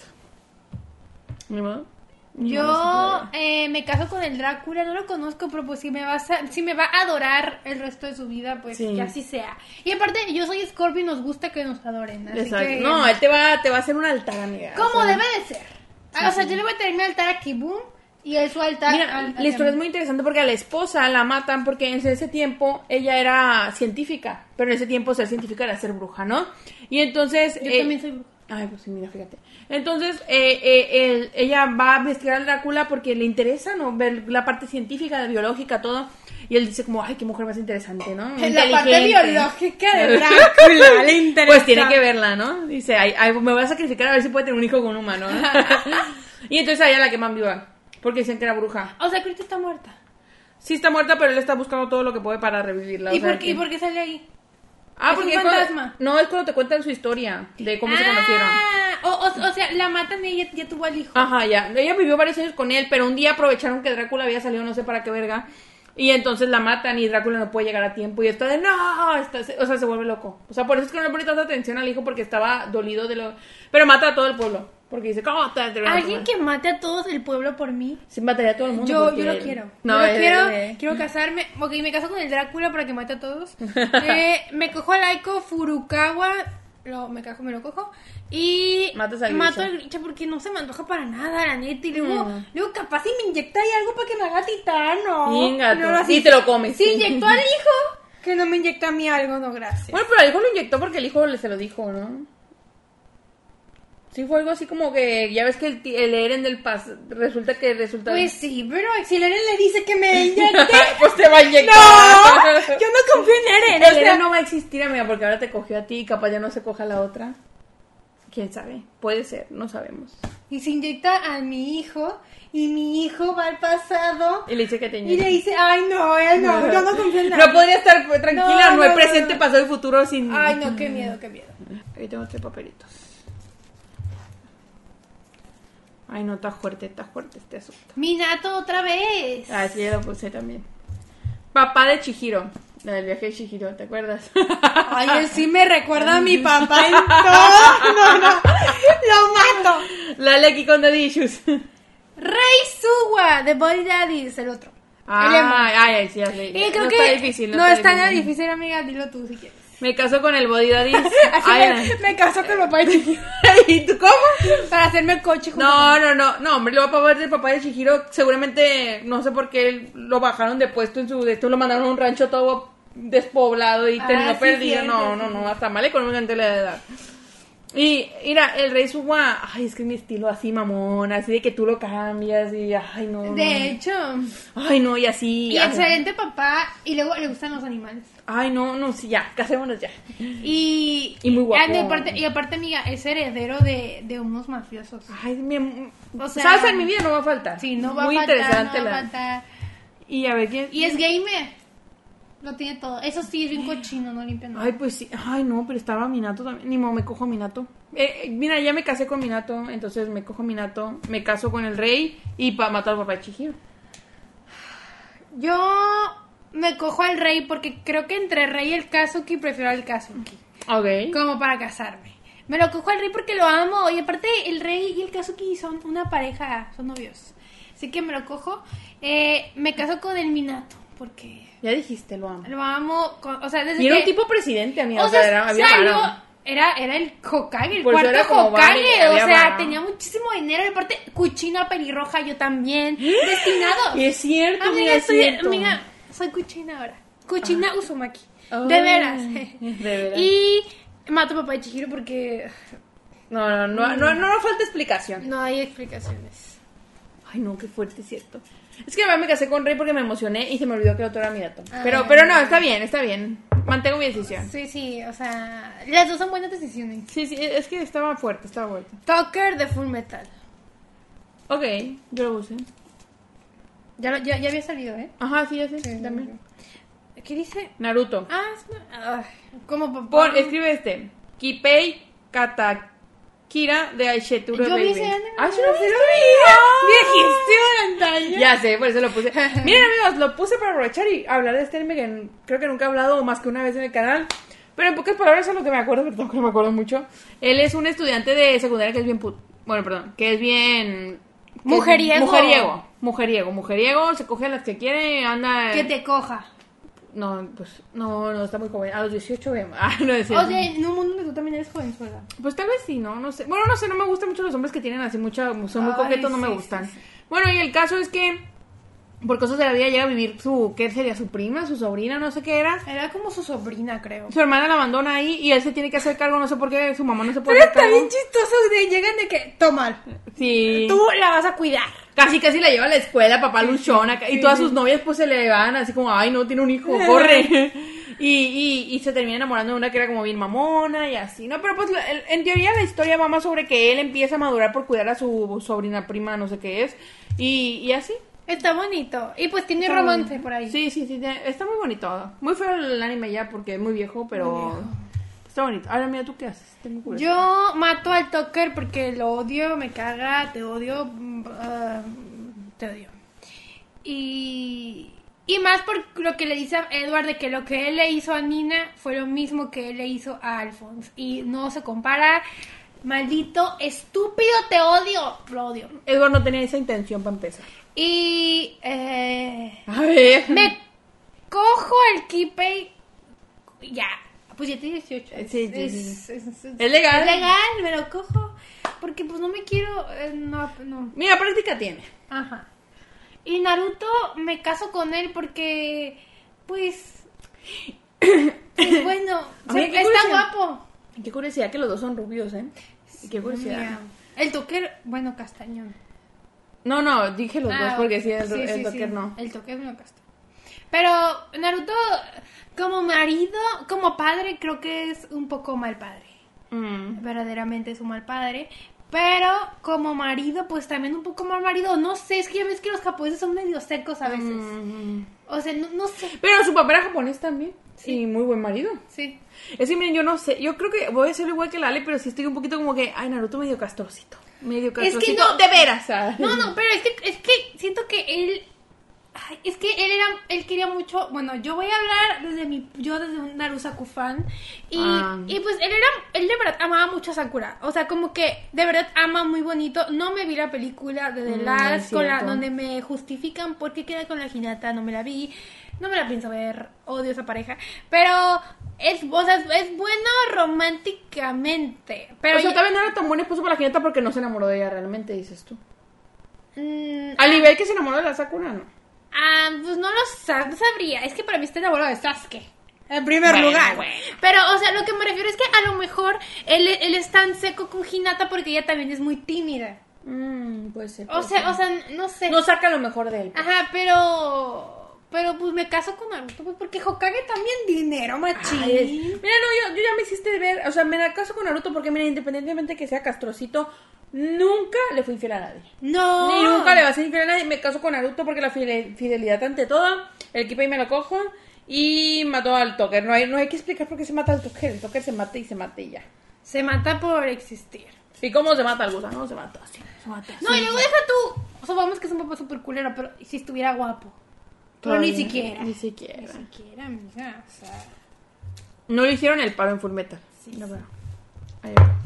[SPEAKER 2] ¿Ni modo?
[SPEAKER 1] Yo eh, me caso con el Drácula, no lo conozco, pero pues si me, vas a- si me va a adorar el resto de su vida, pues
[SPEAKER 2] Sí.
[SPEAKER 1] que así sea. Y aparte, yo soy Scorpio y nos gusta que nos adoren. Así
[SPEAKER 2] Exacto.
[SPEAKER 1] que,
[SPEAKER 2] No, él te va, te va a hacer un altar, amiga.
[SPEAKER 1] como
[SPEAKER 2] O sea,
[SPEAKER 1] debe de ser. Ah, o sea, yo le voy a tener mi altar a Kibum y él su altar.
[SPEAKER 2] Mira,
[SPEAKER 1] al- al-
[SPEAKER 2] la historia es muy interesante porque a la esposa la matan porque en ese tiempo ella era científica, pero en ese tiempo ser científica era ser bruja, ¿no? Y entonces...
[SPEAKER 1] Yo
[SPEAKER 2] eh,
[SPEAKER 1] también soy bruja.
[SPEAKER 2] Ay, pues sí, mira, fíjate. Entonces, eh, eh, él- ella va a investigar al Drácula porque le interesa, ¿no? Ver la parte científica, biológica, todo. Y él dice como, ay, qué mujer más interesante, ¿no?
[SPEAKER 1] La parte
[SPEAKER 2] Inteligente.
[SPEAKER 1] biológica de Drácula le interesa.
[SPEAKER 2] Pues tiene que verla, ¿no? Dice, ay, ay, me voy a sacrificar a ver si puede tener un hijo con un humano. ¿no? y entonces a ella la queman viva, porque dicen que era bruja.
[SPEAKER 1] O sea, Cristo está muerta.
[SPEAKER 2] Sí está muerta, pero él está buscando todo lo que puede para revivirla. o
[SPEAKER 1] ¿Y
[SPEAKER 2] sea
[SPEAKER 1] por, qué,
[SPEAKER 2] que-
[SPEAKER 1] ¿Y por qué sale ahí?
[SPEAKER 2] Ah,
[SPEAKER 1] es
[SPEAKER 2] porque
[SPEAKER 1] un
[SPEAKER 2] es cuando-
[SPEAKER 1] fantasma?
[SPEAKER 2] no, es cuando te cuentan su historia de cómo se conocieron. Ah,
[SPEAKER 1] Ah, O, o, o sea, la matan y ella ya tuvo al hijo.
[SPEAKER 2] Ajá, ya. Ella vivió varios años con él, pero un día aprovecharon que Drácula había salido no sé para qué verga. Y entonces la matan y Drácula no puede llegar a tiempo y está de no, está- se- o sea, se vuelve loco. O sea, por eso es que no le pone tanta atención al hijo porque estaba dolido de lo... Pero mata a todo el pueblo. Porque dice, ¿cómo te atreves a
[SPEAKER 1] Alguien
[SPEAKER 2] tomar?".
[SPEAKER 1] que mate a todos el pueblo por mí.
[SPEAKER 2] Sí, mataría a todo el mundo.
[SPEAKER 1] Yo,
[SPEAKER 2] porque
[SPEAKER 1] yo lo
[SPEAKER 2] él-
[SPEAKER 1] quiero.
[SPEAKER 2] No,
[SPEAKER 1] yo lo
[SPEAKER 2] él-
[SPEAKER 1] quiero.
[SPEAKER 2] él-
[SPEAKER 1] Quiero casarme. Ok, me caso con el Drácula para que mate a todos. Eh, me cojo al Aiko Furukawa. Lo, me cajo, me lo cojo. Y
[SPEAKER 2] Matas al
[SPEAKER 1] mato
[SPEAKER 2] Grisha.
[SPEAKER 1] al Grisha porque no se me antoja para nada, la neta. Y luego,
[SPEAKER 2] Mm.
[SPEAKER 1] luego capaz si me inyecta ahí algo para que me haga titano.
[SPEAKER 2] Inga,
[SPEAKER 1] No,
[SPEAKER 2] tú.
[SPEAKER 1] no, así-
[SPEAKER 2] Y te lo comes.
[SPEAKER 1] Si inyectó al hijo, que no me inyectó a mí algo, no, gracias.
[SPEAKER 2] Bueno, pero el hijo lo inyectó porque el hijo le se lo dijo, ¿no? Sí, fue algo así como que ya ves que el, ti- el Eren del Paz resulta que resulta.
[SPEAKER 1] Pues sí, pero si el Eren le dice que me inyecte.
[SPEAKER 2] pues te va a
[SPEAKER 1] ¡No!
[SPEAKER 2] inyectar.
[SPEAKER 1] Yo no confío en Eren.
[SPEAKER 2] El
[SPEAKER 1] o sea,
[SPEAKER 2] Eren no va a existir, amiga, porque ahora te cogió a ti y capaz ya no se coja a la otra. Quién sabe, puede ser, no sabemos.
[SPEAKER 1] Y se inyecta a mi hijo y mi hijo va al pasado
[SPEAKER 2] Y le dice que te
[SPEAKER 1] y le
[SPEAKER 2] inyecta.
[SPEAKER 1] dice, ay no, él no, yo no confío en nada.
[SPEAKER 2] Eh. No podría estar pues, tranquila,
[SPEAKER 1] No,
[SPEAKER 2] no,
[SPEAKER 1] no,
[SPEAKER 2] hay
[SPEAKER 1] no,
[SPEAKER 2] presente,
[SPEAKER 1] no.
[SPEAKER 2] pasado y futuro sin.
[SPEAKER 1] Ay no, qué miedo, qué miedo.
[SPEAKER 2] Ahí tengo tres papelitos. Ay, no, está fuerte, está fuerte este asunto.
[SPEAKER 1] Minato otra vez.
[SPEAKER 2] Ah, sí, ya lo puse también. Papá de Chihiro. La del viaje de Chihiro, ¿te acuerdas?
[SPEAKER 1] Ay, él sí me recuerda a mi papá en todo. No, no, lo mato.
[SPEAKER 2] Lale aquí con Daddy Issues.
[SPEAKER 1] Rey Suwa de Body Daddy es el otro. el emo.
[SPEAKER 2] Ah, ay, ay, sí, ya sé.
[SPEAKER 1] Y creo
[SPEAKER 2] no
[SPEAKER 1] que
[SPEAKER 2] está difícil, no,
[SPEAKER 1] no está nada
[SPEAKER 2] difícil.
[SPEAKER 1] difícil, amiga, dilo tú si quieres.
[SPEAKER 2] Me caso con el Body Daddy.
[SPEAKER 1] Así
[SPEAKER 2] Ay,
[SPEAKER 1] me, me casó con papá de Chihiro
[SPEAKER 2] ¿Y tú cómo?
[SPEAKER 1] para hacerme el coche. junto
[SPEAKER 2] No, no, no, no, hombre, lo va a pagar el papá de Chihiro. Seguramente, no sé por qué lo bajaron de puesto en su. De esto lo mandaron a un rancho todo despoblado y
[SPEAKER 1] Ah,
[SPEAKER 2] terminó
[SPEAKER 1] sí,
[SPEAKER 2] perdido.
[SPEAKER 1] cierto,
[SPEAKER 2] No,
[SPEAKER 1] sí,
[SPEAKER 2] no, no,
[SPEAKER 1] sí.
[SPEAKER 2] hasta mal económicamente le edad. Y mira, el Rey Suwa, ay, es que es mi estilo así, mamón, así de que tú lo cambias y ay, no.
[SPEAKER 1] con-
[SPEAKER 2] no.
[SPEAKER 1] De hecho,
[SPEAKER 2] Ay, no, y así.
[SPEAKER 1] y
[SPEAKER 2] ay,
[SPEAKER 1] excelente papá y luego le gustan los animales.
[SPEAKER 2] Ay, no, no, sí, ya, casémonos ya.
[SPEAKER 1] Y,
[SPEAKER 2] Y muy guapo.
[SPEAKER 1] Ah, no, y aparte, y aparte, amiga, es heredero de, de unos mafiosos.
[SPEAKER 2] Ay, mi.
[SPEAKER 1] O
[SPEAKER 2] O
[SPEAKER 1] sea,
[SPEAKER 2] salsa en mi vida no va a faltar.
[SPEAKER 1] Sí, no va
[SPEAKER 2] Muy
[SPEAKER 1] a faltar.
[SPEAKER 2] interesante
[SPEAKER 1] no va a
[SPEAKER 2] la.
[SPEAKER 1] faltar.
[SPEAKER 2] Y a ver quién.
[SPEAKER 1] Y es gamer. Lo tiene todo. Eso sí, es bien cochino, no limpia nada.
[SPEAKER 2] Ay, pues sí. Ay, no, pero estaba Minato también. Ni modo, me cojo a Minato. Eh, eh, mira, ya me casé con Minato, entonces me cojo a Minato, me caso con el rey y para matar al papá de Chihiro.
[SPEAKER 1] Yo me cojo al rey porque creo que entre el rey y el Kazuki prefiero al Kazuki.
[SPEAKER 2] Ok.
[SPEAKER 1] Como para casarme. Me lo cojo al rey porque lo amo. Y aparte, el rey y el Kazuki son una pareja, son novios. Así que me lo cojo. Eh, me caso con el Minato porque
[SPEAKER 2] Ya dijiste, lo amo.
[SPEAKER 1] lo amo. con- o sea, desde
[SPEAKER 2] Y era
[SPEAKER 1] que-
[SPEAKER 2] un tipo presidente, amiga.
[SPEAKER 1] O sea,
[SPEAKER 2] era, había
[SPEAKER 1] salió-
[SPEAKER 2] varo.
[SPEAKER 1] era, era el Hokage, el
[SPEAKER 2] Por eso
[SPEAKER 1] cuarto
[SPEAKER 2] era como
[SPEAKER 1] Hokage,
[SPEAKER 2] Barney,
[SPEAKER 1] o
[SPEAKER 2] había
[SPEAKER 1] sea,
[SPEAKER 2] varo.
[SPEAKER 1] tenía muchísimo dinero, y aparte, cuchina pelirroja, yo también, destinado.
[SPEAKER 2] Y es cierto,
[SPEAKER 1] amiga,
[SPEAKER 2] amiga, es
[SPEAKER 1] estoy-
[SPEAKER 2] cierto.
[SPEAKER 1] amiga, soy cuchina ahora, cuchina Uzumaki,
[SPEAKER 2] Ay,
[SPEAKER 1] de veras.
[SPEAKER 2] de veras.
[SPEAKER 1] Y mato a papá de Chihiro porque
[SPEAKER 2] No, no, no, no, no, no falta explicación.
[SPEAKER 1] no hay explicaciones.
[SPEAKER 2] Ay, no, qué fuerte, es cierto. Es que además me casé con Rey porque me emocioné y se me olvidó que el otro era mi dato. Pero,
[SPEAKER 1] Ay.
[SPEAKER 2] pero no, está bien, está bien. Mantengo mi decisión.
[SPEAKER 1] Sí, sí, o sea, las dos son buenas decisiones.
[SPEAKER 2] Sí, sí, es que estaba fuerte, estaba fuerte.
[SPEAKER 1] Tucker de Full Metal.
[SPEAKER 2] Ok, yo lo puse.
[SPEAKER 1] Ya, lo- ya, ya había salido, ¿eh?
[SPEAKER 2] Ajá, sí, ya sé,
[SPEAKER 1] Sí,
[SPEAKER 2] también.
[SPEAKER 1] ¿Qué dice?
[SPEAKER 2] Naruto.
[SPEAKER 1] Ah, es una- ay, como papá.
[SPEAKER 2] Pon, escribe este. Kipei Katakira de Aisheturo
[SPEAKER 1] Yo vi
[SPEAKER 2] Baby.
[SPEAKER 1] ese anime.
[SPEAKER 2] ¡Ay, yo lo vi!
[SPEAKER 1] Viejísimo de antaño.
[SPEAKER 2] Ya sé, por eso lo puse. Miren, amigos, lo puse para aprovechar y hablar de este anime que n- creo que nunca he hablado más que una vez en el canal. Pero en pocas palabras es lo que me acuerdo, perdón, que no me acuerdo mucho. Él es un estudiante de secundaria que es bien put... Bueno, perdón, que es bien
[SPEAKER 1] Mujeriego.
[SPEAKER 2] Mujeriego. Mujeriego, mujeriego, se coge a las que quiere, anda...
[SPEAKER 1] Que te coja.
[SPEAKER 2] No, pues, no, no, está muy joven. A los 18, em, ah, no es
[SPEAKER 1] O sea, en un mundo donde tú también eres jovenzuela.
[SPEAKER 2] Pues tal vez sí, ¿no? No sé. Bueno, no sé, no me gustan mucho los hombres que tienen así mucha... Son muy
[SPEAKER 1] Ay,
[SPEAKER 2] coquetos, no me
[SPEAKER 1] sí,
[SPEAKER 2] gustan.
[SPEAKER 1] sí, sí.
[SPEAKER 2] Bueno, y el caso es que... Por cosas de la vida llega a vivir su... ¿Qué sería? ¿Su prima? ¿Su sobrina? No sé qué era.
[SPEAKER 1] Era como su sobrina, creo.
[SPEAKER 2] Su hermana la abandona ahí y él se tiene que hacer cargo, no sé por qué. Su mamá no se puede
[SPEAKER 1] Pero
[SPEAKER 2] hacer
[SPEAKER 1] está
[SPEAKER 2] cargo.
[SPEAKER 1] bien chistoso de llegan de que, toma,
[SPEAKER 2] Sí.
[SPEAKER 1] tú la vas a cuidar.
[SPEAKER 2] Casi, casi la lleva a la escuela, papá luchona. ca- Y todas sus novias pues se le van así como, ay, no, tiene un hijo, corre. Y, y, y se termina enamorando de una que era como bien mamona y así, ¿no? Pero pues la- el- en teoría la historia va más sobre que él empieza a madurar por cuidar a su sobrina prima, no sé qué es. Y, y así.
[SPEAKER 1] Está bonito. Y pues tiene romance por ahí.
[SPEAKER 2] Sí, sí, sí. tiene- Está muy bonito. Muy feo el anime ya porque es muy viejo, pero... Está bonito. Ahora mira, ¿tú qué haces? Tengo curiosidad.
[SPEAKER 1] Yo mato al Tucker porque lo odio, me caga, te odio, mm, ah, te odio. Y, y más por lo que le dice a Edward de que lo que él le hizo a Nina fue lo mismo que él le hizo a Alphonse. Y no se compara. Maldito, estúpido, te odio. Lo odio.
[SPEAKER 2] Edward no tenía esa intención para empezar.
[SPEAKER 1] Y eh,
[SPEAKER 2] A ver.
[SPEAKER 1] me cojo el Kipei. Ya. Pues ya tiene 18.
[SPEAKER 2] Sí, sí, sí.
[SPEAKER 1] Es- es- es-
[SPEAKER 2] Es legal.
[SPEAKER 1] es legal, me lo cojo. Porque pues no me quiero. eh, no, no.
[SPEAKER 2] Mira, práctica tiene.
[SPEAKER 1] Ajá. Y Naruto me caso con él porque. Pues. Pues bueno.
[SPEAKER 2] Oye,
[SPEAKER 1] se-
[SPEAKER 2] qué
[SPEAKER 1] está
[SPEAKER 2] curiosidad.
[SPEAKER 1] guapo.
[SPEAKER 2] Qué curiosidad que los dos son rubios, ¿eh? Qué curiosidad.
[SPEAKER 1] Mira, El toquer, bueno, castañón.
[SPEAKER 2] No, no, dije los
[SPEAKER 1] Ah,
[SPEAKER 2] dos porque sí, el,
[SPEAKER 1] sí,
[SPEAKER 2] el
[SPEAKER 1] sí,
[SPEAKER 2] Docker
[SPEAKER 1] sí.
[SPEAKER 2] no.
[SPEAKER 1] El toque es una casta. Pero Naruto, como marido, como padre, creo que es un poco mal padre.
[SPEAKER 2] Mm.
[SPEAKER 1] Verdaderamente es un mal padre. Pero como marido, pues también un poco mal marido. No sé, es que ya ves que los japoneses son medio secos a veces.
[SPEAKER 2] Mm.
[SPEAKER 1] O sea, no, no sé.
[SPEAKER 2] Pero su papá era japonés también. Sí. Y muy buen marido.
[SPEAKER 1] Sí.
[SPEAKER 2] Es que, miren, yo no sé. Yo creo que voy a ser igual que Lale, pero sí estoy un poquito como que. Ay, Naruto medio castrocito. Medio
[SPEAKER 1] que
[SPEAKER 2] castrocito. Ah.
[SPEAKER 1] no-
[SPEAKER 2] de veras. ¿sabes?
[SPEAKER 1] No, no, pero es que, es que siento que él... ay, es que él era, él quería mucho, bueno, yo voy a hablar desde mi, yo desde un Narusaku fan, y,
[SPEAKER 2] Ah.
[SPEAKER 1] y pues él era, él de verdad amaba mucho a Sakura, o sea, como que de verdad ama muy bonito, no me vi la película de The
[SPEAKER 2] Mm,
[SPEAKER 1] Last,
[SPEAKER 2] es
[SPEAKER 1] con la,
[SPEAKER 2] cierto.
[SPEAKER 1] donde me justifican por qué queda con la Hinata, no me la vi, no me la pienso ver, odio esa pareja, pero es, o sea, es bueno románticamente, pero...
[SPEAKER 2] o sea,
[SPEAKER 1] ya-
[SPEAKER 2] también no era tan buen esposo para la gente porque no se enamoró de ella realmente, dices tú.
[SPEAKER 1] Mm,
[SPEAKER 2] Al nivel que se enamoró de la Sakura, no.
[SPEAKER 1] Ah, pues no lo sab- no sabría. Es que para mí está enamorado de Sasuke. En primer
[SPEAKER 2] Bueno,
[SPEAKER 1] lugar.
[SPEAKER 2] bueno.
[SPEAKER 1] Pero, o sea, lo que me refiero es que a lo mejor él, él es tan seco con Hinata porque ella también es muy tímida.
[SPEAKER 2] Mm, puede ser.
[SPEAKER 1] O
[SPEAKER 2] puede ser.
[SPEAKER 1] sea, o sea, no sé.
[SPEAKER 2] no saca lo mejor de él.
[SPEAKER 1] Ajá, pero. Pero pues me caso con Naruto, pues porque Hokage también dinero, machín.
[SPEAKER 2] Ay, es- Mira, no, yo, yo ya me hiciste ver, o sea, me la caso con Naruto porque, mira, independientemente que sea castrocito, nunca le fui infiel a nadie.
[SPEAKER 1] No.
[SPEAKER 2] Ni nunca le vas a ser infiel a nadie. Me caso con Naruto porque la fide- fidelidad ante todo, el equipo ahí me lo cojo y mató al Toker. No hay, no hay que explicar por qué se mata al Toker. El Toker se mata y se mata y ya.
[SPEAKER 1] Se mata por existir.
[SPEAKER 2] ¿Y cómo se mata al gusano? Se mata así. Se mata así.
[SPEAKER 1] No, y luego deja tú. O sea, vamos que es un papá súper culero, pero si estuviera guapo. Pero ni
[SPEAKER 2] Todavía,
[SPEAKER 1] siquiera.
[SPEAKER 2] Ni
[SPEAKER 1] Ni
[SPEAKER 2] siquiera.
[SPEAKER 1] siquiera, amiga. O sea.
[SPEAKER 2] No le hicieron el paro en Fullmetal.
[SPEAKER 1] Sí,
[SPEAKER 2] No,
[SPEAKER 1] sí.
[SPEAKER 2] pero- Ahí va.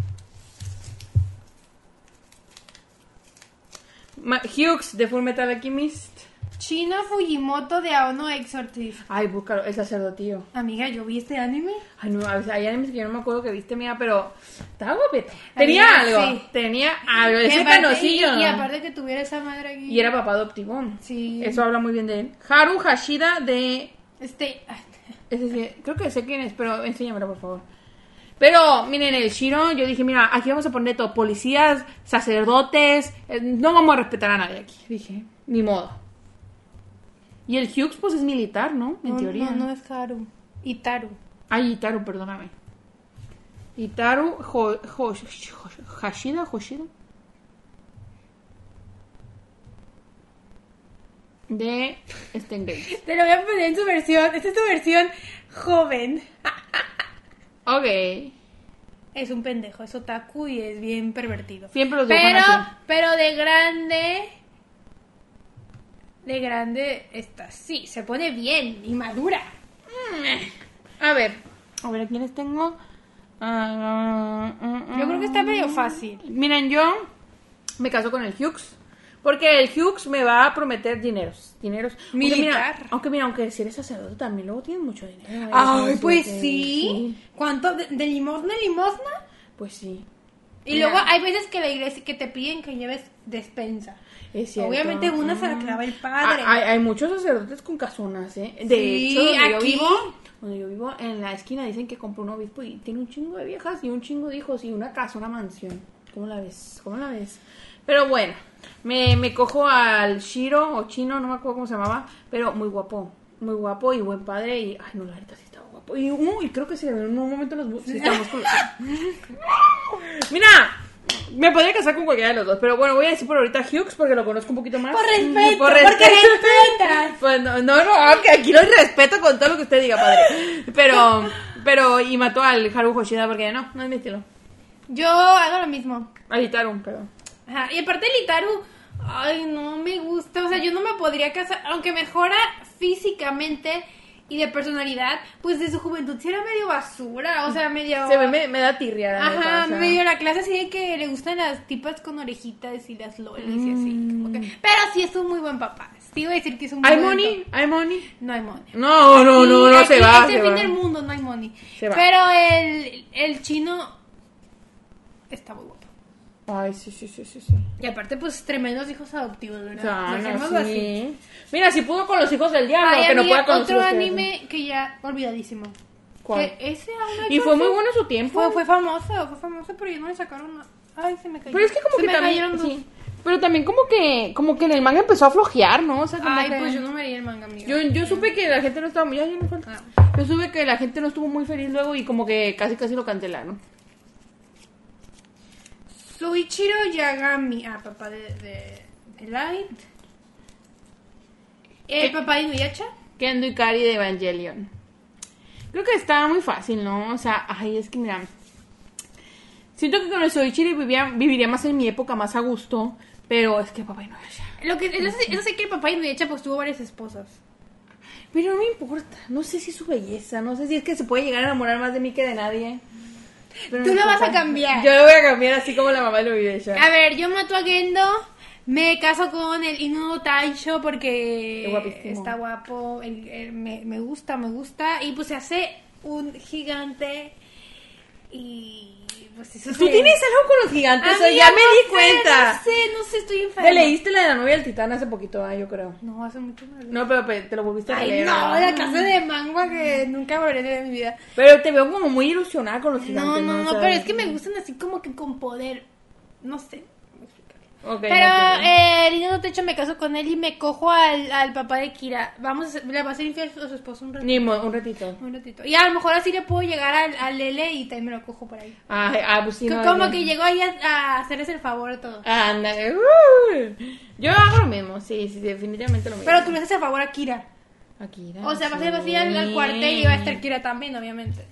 [SPEAKER 2] Ma- Hughes de Fullmetal Alchemist.
[SPEAKER 1] Chino Fujimoto de Aono Exorcist.
[SPEAKER 2] Ay, búscalo, el sacerdotío.
[SPEAKER 1] Amiga, ¿yo vi este anime?
[SPEAKER 2] Ay, no, a veces hay animes que yo no me acuerdo que viste, mía, pero estaba guapeta. Tenía
[SPEAKER 1] Amiga,
[SPEAKER 2] algo,
[SPEAKER 1] sí.
[SPEAKER 2] tenía algo,
[SPEAKER 1] Que
[SPEAKER 2] ese
[SPEAKER 1] aparte-
[SPEAKER 2] canosillo.
[SPEAKER 1] Y, y aparte que tuviera esa madre aquí.
[SPEAKER 2] Y era papá adoptivo.
[SPEAKER 1] Sí.
[SPEAKER 2] Eso habla muy bien de él. Haru Hashida de
[SPEAKER 1] Este.
[SPEAKER 2] Es decir, creo que sé quién es, pero enséñamelo, por favor. Pero, miren, el Shiro, yo dije, mira, aquí vamos a poner todo, policías, sacerdotes, eh, no vamos a respetar a nadie aquí, dije, ni modo. Y el Hughes, pues es militar, ¿no? En
[SPEAKER 1] no,
[SPEAKER 2] teoría.
[SPEAKER 1] No, no es Haru. Itaru.
[SPEAKER 2] Ay, Itaru, perdóname. Itaru Jo- Jo- Jo- Hashida, Hoshida. De Stengate.
[SPEAKER 1] Te lo voy a poner en su versión. Esta es tu versión joven.
[SPEAKER 2] Ok.
[SPEAKER 1] Es un pendejo, es otaku y es bien pervertido.
[SPEAKER 2] Siempre los dibujan
[SPEAKER 1] pero,
[SPEAKER 2] así.
[SPEAKER 1] pero de grande. De grande está. Sí, se pone bien y madura.
[SPEAKER 2] A ver. A ver, ¿a quiénes tengo? Ah, ah, ah,
[SPEAKER 1] Mm. Yo creo que está medio fácil.
[SPEAKER 2] Miren, yo me caso con el Hughes Porque el Hughes me va a prometer dineros. Dineros. Aunque mira,
[SPEAKER 1] Militar.
[SPEAKER 2] Aunque mira, aunque si eres sacerdote también luego tienes mucho dinero. ¿eh?
[SPEAKER 1] Ay,
[SPEAKER 2] Entonces,
[SPEAKER 1] pues
[SPEAKER 2] eh,
[SPEAKER 1] sí. ¿Cuánto? ¿De, de limosna en limosna?
[SPEAKER 2] Pues sí.
[SPEAKER 1] Y
[SPEAKER 2] Mira.
[SPEAKER 1] luego hay veces que la iglesia que te piden que lleves despensa.
[SPEAKER 2] Es cierto.
[SPEAKER 1] Obviamente una se la clava el padre.
[SPEAKER 2] Ah, Hay, hay muchos sacerdotes con casonas, ¿eh? De
[SPEAKER 1] Sí,
[SPEAKER 2] hecho, donde yo
[SPEAKER 1] aquí.
[SPEAKER 2] vivo, donde yo vivo, en la esquina dicen que compró un obispo y tiene un chingo de viejas y un chingo de hijos y una casa, una mansión. ¿Cómo la ves? ¿Cómo la ves? Pero bueno, me, me cojo al Shiro o Chino, no me acuerdo cómo se llamaba, pero muy guapo. Muy guapo y buen padre y... Ay, no, la neta sí estaba guapo. Y uy, creo que se le ven en un momento los... bu- Sí, estaba musculoso. Mira, me podría casar con cualquiera de los dos, pero bueno, voy a decir por ahorita a Hughes porque lo conozco un poquito más. Mm,
[SPEAKER 1] Por respeto,
[SPEAKER 2] Ah, Por
[SPEAKER 1] porque
[SPEAKER 2] respeto.
[SPEAKER 1] respetas.
[SPEAKER 2] Pues no, no, no, aunque aquí lo respeto con todo lo que usted diga, padre. Pero, pero, y mató al Haru Hoshida porque no, no es mi estilo.
[SPEAKER 1] Yo hago lo mismo.
[SPEAKER 2] Al Itaru, pero.
[SPEAKER 1] Ajá, Y aparte el Itaru, ay, no me gusta. O sea, yo no me podría casar, aunque mejora físicamente y de personalidad, pues de su juventud sí era medio basura, o sea, medio...
[SPEAKER 2] Se ve, me, me da tirria. la neta,
[SPEAKER 1] Ajá,
[SPEAKER 2] o sea.
[SPEAKER 1] medio la clase así de que le gustan las tipas con orejitas y las lolis y así. como que- Pero sí es un muy buen papá. Sí iba a decir que es un muy
[SPEAKER 2] Mm. ¿Hay
[SPEAKER 1] buen
[SPEAKER 2] money? ¿Hay money?
[SPEAKER 1] pa- No hay money.
[SPEAKER 2] No, no, no, no
[SPEAKER 1] Aquí
[SPEAKER 2] se va.
[SPEAKER 1] Es
[SPEAKER 2] se
[SPEAKER 1] el fin
[SPEAKER 2] va.
[SPEAKER 1] del mundo, no hay money.
[SPEAKER 2] Se va.
[SPEAKER 1] Pero el, el chino está muy guapo.
[SPEAKER 2] Ay, sí, sí, sí, sí. sí.
[SPEAKER 1] Y aparte, pues tremendos hijos adoptivos,
[SPEAKER 2] O
[SPEAKER 1] ¿verdad?
[SPEAKER 2] sea, no,
[SPEAKER 1] Dejémoslo
[SPEAKER 2] sí.
[SPEAKER 1] así.
[SPEAKER 2] Mira, si pudo con los hijos del diablo,
[SPEAKER 1] Ay,
[SPEAKER 2] que no
[SPEAKER 1] amiga,
[SPEAKER 2] pueda con los
[SPEAKER 1] otro
[SPEAKER 2] hijos del
[SPEAKER 1] anime que ya olvidadísimo.
[SPEAKER 2] ¿Cuál?
[SPEAKER 1] Que ese aún no
[SPEAKER 2] Y fue muy
[SPEAKER 1] existe.
[SPEAKER 2] bueno en su tiempo.
[SPEAKER 1] Fue, fue famoso, fue famoso, pero ya no le sacaron. nada. Ay, se me cayó.
[SPEAKER 2] Pero es que como
[SPEAKER 1] Se
[SPEAKER 2] que
[SPEAKER 1] me
[SPEAKER 2] también.
[SPEAKER 1] cayeron dos.
[SPEAKER 2] sí. Pero también como que, como que en el manga empezó a flojear, ¿no? O sea, como
[SPEAKER 1] Ay,
[SPEAKER 2] que-
[SPEAKER 1] pues yo no me leí el manga, amiga.
[SPEAKER 2] Yo, yo supe que la gente no estaba muy... Ay, ya no falta.
[SPEAKER 1] Ah.
[SPEAKER 2] Yo supe que la gente no estuvo muy feliz luego y como que casi casi lo cancelaron.
[SPEAKER 1] Suichiro Yagami, ah, papá de, de, de Light. El papá de Inuyasha.
[SPEAKER 2] Kendo Ikari de Evangelion. Creo que estaba muy fácil, ¿no? O sea, ay, es que mira... Siento que con el Soichiri vivía, viviría más en mi época, más a gusto. Pero es que papá y no
[SPEAKER 1] Lo que, eso, sí- eso sí que el papá de Inuyasha pues tuvo varias esposas.
[SPEAKER 2] Pero no me importa. No sé si es su belleza. No sé si es que se puede llegar a enamorar más de mí que de nadie. Pero
[SPEAKER 1] Tú
[SPEAKER 2] no
[SPEAKER 1] lo vas a
[SPEAKER 2] importa.
[SPEAKER 1] cambiar. Ah,
[SPEAKER 2] Yo lo voy a cambiar así como la mamá lo vive ella.
[SPEAKER 1] A ver, yo mato a Gendo. Me caso con el Inu Taisho porque
[SPEAKER 2] Qué guapísimo.
[SPEAKER 1] está guapo. el- el- me, me gusta, me gusta. Y pues se hace un gigante. Y pues eso
[SPEAKER 2] Tú
[SPEAKER 1] se-
[SPEAKER 2] tienes algo con los gigantes. o sea,
[SPEAKER 1] Amiga,
[SPEAKER 2] ya me
[SPEAKER 1] no
[SPEAKER 2] di
[SPEAKER 1] sé,
[SPEAKER 2] cuenta.
[SPEAKER 1] No sé, no sé, estoy enferma.
[SPEAKER 2] Te leíste la de la novia del titán hace poquito, ah, yo creo.
[SPEAKER 1] No, hace mucho no
[SPEAKER 2] No, pero pe- te lo volviste a
[SPEAKER 1] Ay,
[SPEAKER 2] leer. ah.
[SPEAKER 1] no,
[SPEAKER 2] ¿verdad?
[SPEAKER 1] la casa de mangua que nunca volveré de mi vida.
[SPEAKER 2] Pero te veo como muy ilusionada con los
[SPEAKER 1] No,
[SPEAKER 2] gigantes.
[SPEAKER 1] no, no,
[SPEAKER 2] O sea,
[SPEAKER 1] pero es que me gustan así como que con poder. No sé.
[SPEAKER 2] Ok,
[SPEAKER 1] pero
[SPEAKER 2] no, ok, ok.
[SPEAKER 1] eh, el niño no techo me caso con él y me cojo al, al papá de Kira. Vamos, a ser- le va a ser infiel a su esposo un ratito.
[SPEAKER 2] Ni mo- un ratito.
[SPEAKER 1] Un ratito. Y a lo mejor así le puedo llegar al, al Lele y también me lo cojo por ahí.
[SPEAKER 2] Ay, ah, pues sí,
[SPEAKER 1] Co-
[SPEAKER 2] no,
[SPEAKER 1] como
[SPEAKER 2] no.
[SPEAKER 1] que llegó ahí a, a hacerles el favor a todos.
[SPEAKER 2] Anda, uh. Yo hago lo mismo, sí, sí, definitivamente lo mismo.
[SPEAKER 1] Pero tú le haces el favor a Kira.
[SPEAKER 2] Aquí,
[SPEAKER 1] O sea, vas a ir así al, al cuartel y va a estar Kira también, obviamente.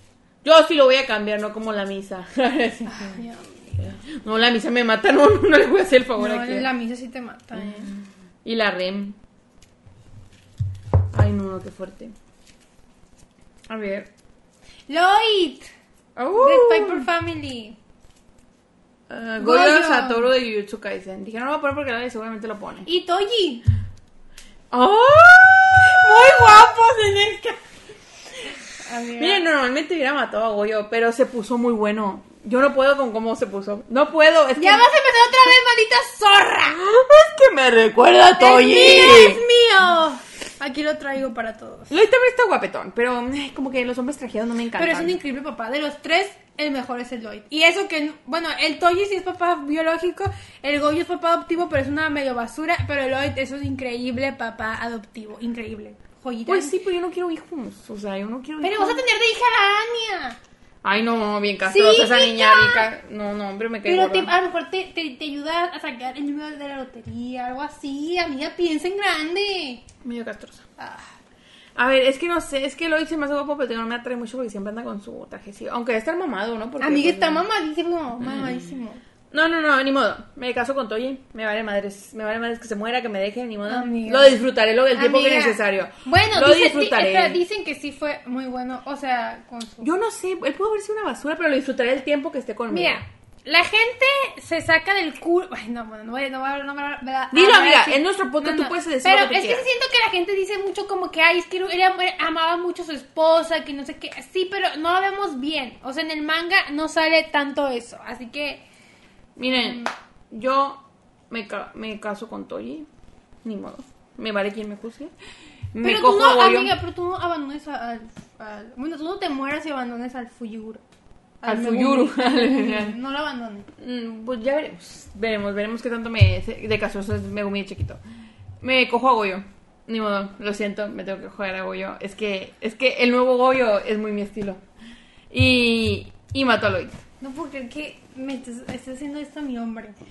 [SPEAKER 2] Yo sí lo voy a cambiar, no como la misa.
[SPEAKER 1] Ay, Dios.
[SPEAKER 2] no, la misa me mata, no, no, no le voy a hacer el favor
[SPEAKER 1] No,
[SPEAKER 2] aquí.
[SPEAKER 1] la misa sí te mata, eh.
[SPEAKER 2] Y la REM. Ay, no, no, qué fuerte. A ver.
[SPEAKER 1] Lloyd,
[SPEAKER 2] ¡Au!
[SPEAKER 1] de Spy por Family.
[SPEAKER 2] Ah,
[SPEAKER 1] Goyo.
[SPEAKER 2] Goyo Satoru de Jujutsu Kaisen. Dije, no lo voy a poner porque nadie seguramente lo pone.
[SPEAKER 1] Y Toji.
[SPEAKER 2] ¡Oh! ¡Muy guapo, señor! Miren, normalmente hubiera matado a Goyo, pero se puso muy bueno. Yo no puedo con cómo se puso. No puedo. Es que,
[SPEAKER 1] Ya vas a empezar otra vez, maldita zorra.
[SPEAKER 2] Es que me recuerda a Toji.
[SPEAKER 1] Es mío, es mío. Aquí lo traigo para todos.
[SPEAKER 2] Lloyd también está guapetón, pero ay, como que los hombres trajeados no me encantan.
[SPEAKER 1] Pero es un increíble papá. De los tres, el mejor es el Lloyd. Y eso que, bueno, el Toji sí es papá biológico, el Goyo es papá adoptivo, pero es una medio basura. Pero el Lloyd es un increíble papá adoptivo. Increíble. Joyita.
[SPEAKER 2] Pues sí, pero yo no quiero hijos. O sea, yo no quiero
[SPEAKER 1] Pero
[SPEAKER 2] hijos.
[SPEAKER 1] vas a tener de hija a la Anya.
[SPEAKER 2] Ay, no, bien castrosa
[SPEAKER 1] Sí,
[SPEAKER 2] esa
[SPEAKER 1] hija.
[SPEAKER 2] niña rica. No, no, hombre, me quedo
[SPEAKER 1] Pero te- a lo mejor te, te, te ayuda a sacar el número de la lotería, algo así. Amiga, piensa en grande.
[SPEAKER 2] medio castrosa.
[SPEAKER 1] Ah,
[SPEAKER 2] A ver, es que no sé, es que lo hice más guapo, pero no me atrae mucho porque siempre anda con su trajecillo. Aunque debe estar mamado, ¿no? Porque,
[SPEAKER 1] amiga,
[SPEAKER 2] pues,
[SPEAKER 1] está
[SPEAKER 2] no.
[SPEAKER 1] mamadísimo, mamadísimo.
[SPEAKER 2] No, no, no, ni modo. Me caso con Toye. Me vale madres. Me vale madres que se muera, que me deje, ni modo.
[SPEAKER 1] Amiga.
[SPEAKER 2] Lo disfrutaré lo el tiempo que
[SPEAKER 1] Amiga,
[SPEAKER 2] necesario.
[SPEAKER 1] Bueno,
[SPEAKER 2] lo
[SPEAKER 1] dicen,
[SPEAKER 2] disfrutaré.
[SPEAKER 1] di- espera, dicen que sí fue muy bueno, o sea, con su...
[SPEAKER 2] Yo no sé, él pudo haber sido una basura, pero lo disfrutaré el tiempo que esté conmigo.
[SPEAKER 1] Mira, La gente se saca del culo. Ay, no, bueno, no, voy- no, voy a- no, me voy a- me da-
[SPEAKER 2] Dilo,
[SPEAKER 1] ah, me da
[SPEAKER 2] amiga,
[SPEAKER 1] así.
[SPEAKER 2] es nuestro podcast, tú puedes decir
[SPEAKER 1] Pero
[SPEAKER 2] lo que
[SPEAKER 1] es
[SPEAKER 2] quieras.
[SPEAKER 1] que siento que la gente dice mucho como que, ay, es que él am- amaba mucho a su esposa, que no sé qué. Sí, pero no lo vemos bien. O sea, en el manga no sale tanto eso. Así que, Mm.
[SPEAKER 2] Miren, yo me, ca- me caso con Toyi. Ni modo. Me vale quien me juzgue. Me
[SPEAKER 1] pero tú
[SPEAKER 2] cojo
[SPEAKER 1] no,
[SPEAKER 2] a Goyo.
[SPEAKER 1] amiga, pero tú no abandones a- al, al- Bueno, tú no te mueras y abandones al Fuyuru.
[SPEAKER 2] Al Fuyuru.
[SPEAKER 1] Megumi. no lo abandones.
[SPEAKER 2] Mm, Pues ya veremos. Veremos, veremos qué tanto me. se- De caso, eso es Megumi de chiquito. Me cojo a Goyo. Ni modo, lo siento, me tengo que jugar a Goyo. Es que, es que el nuevo Goyo es muy mi estilo. Y, y mató a Lloyd.
[SPEAKER 1] No puedo creer que me estás, estás haciendo esto a mi hombre.
[SPEAKER 2] Eh,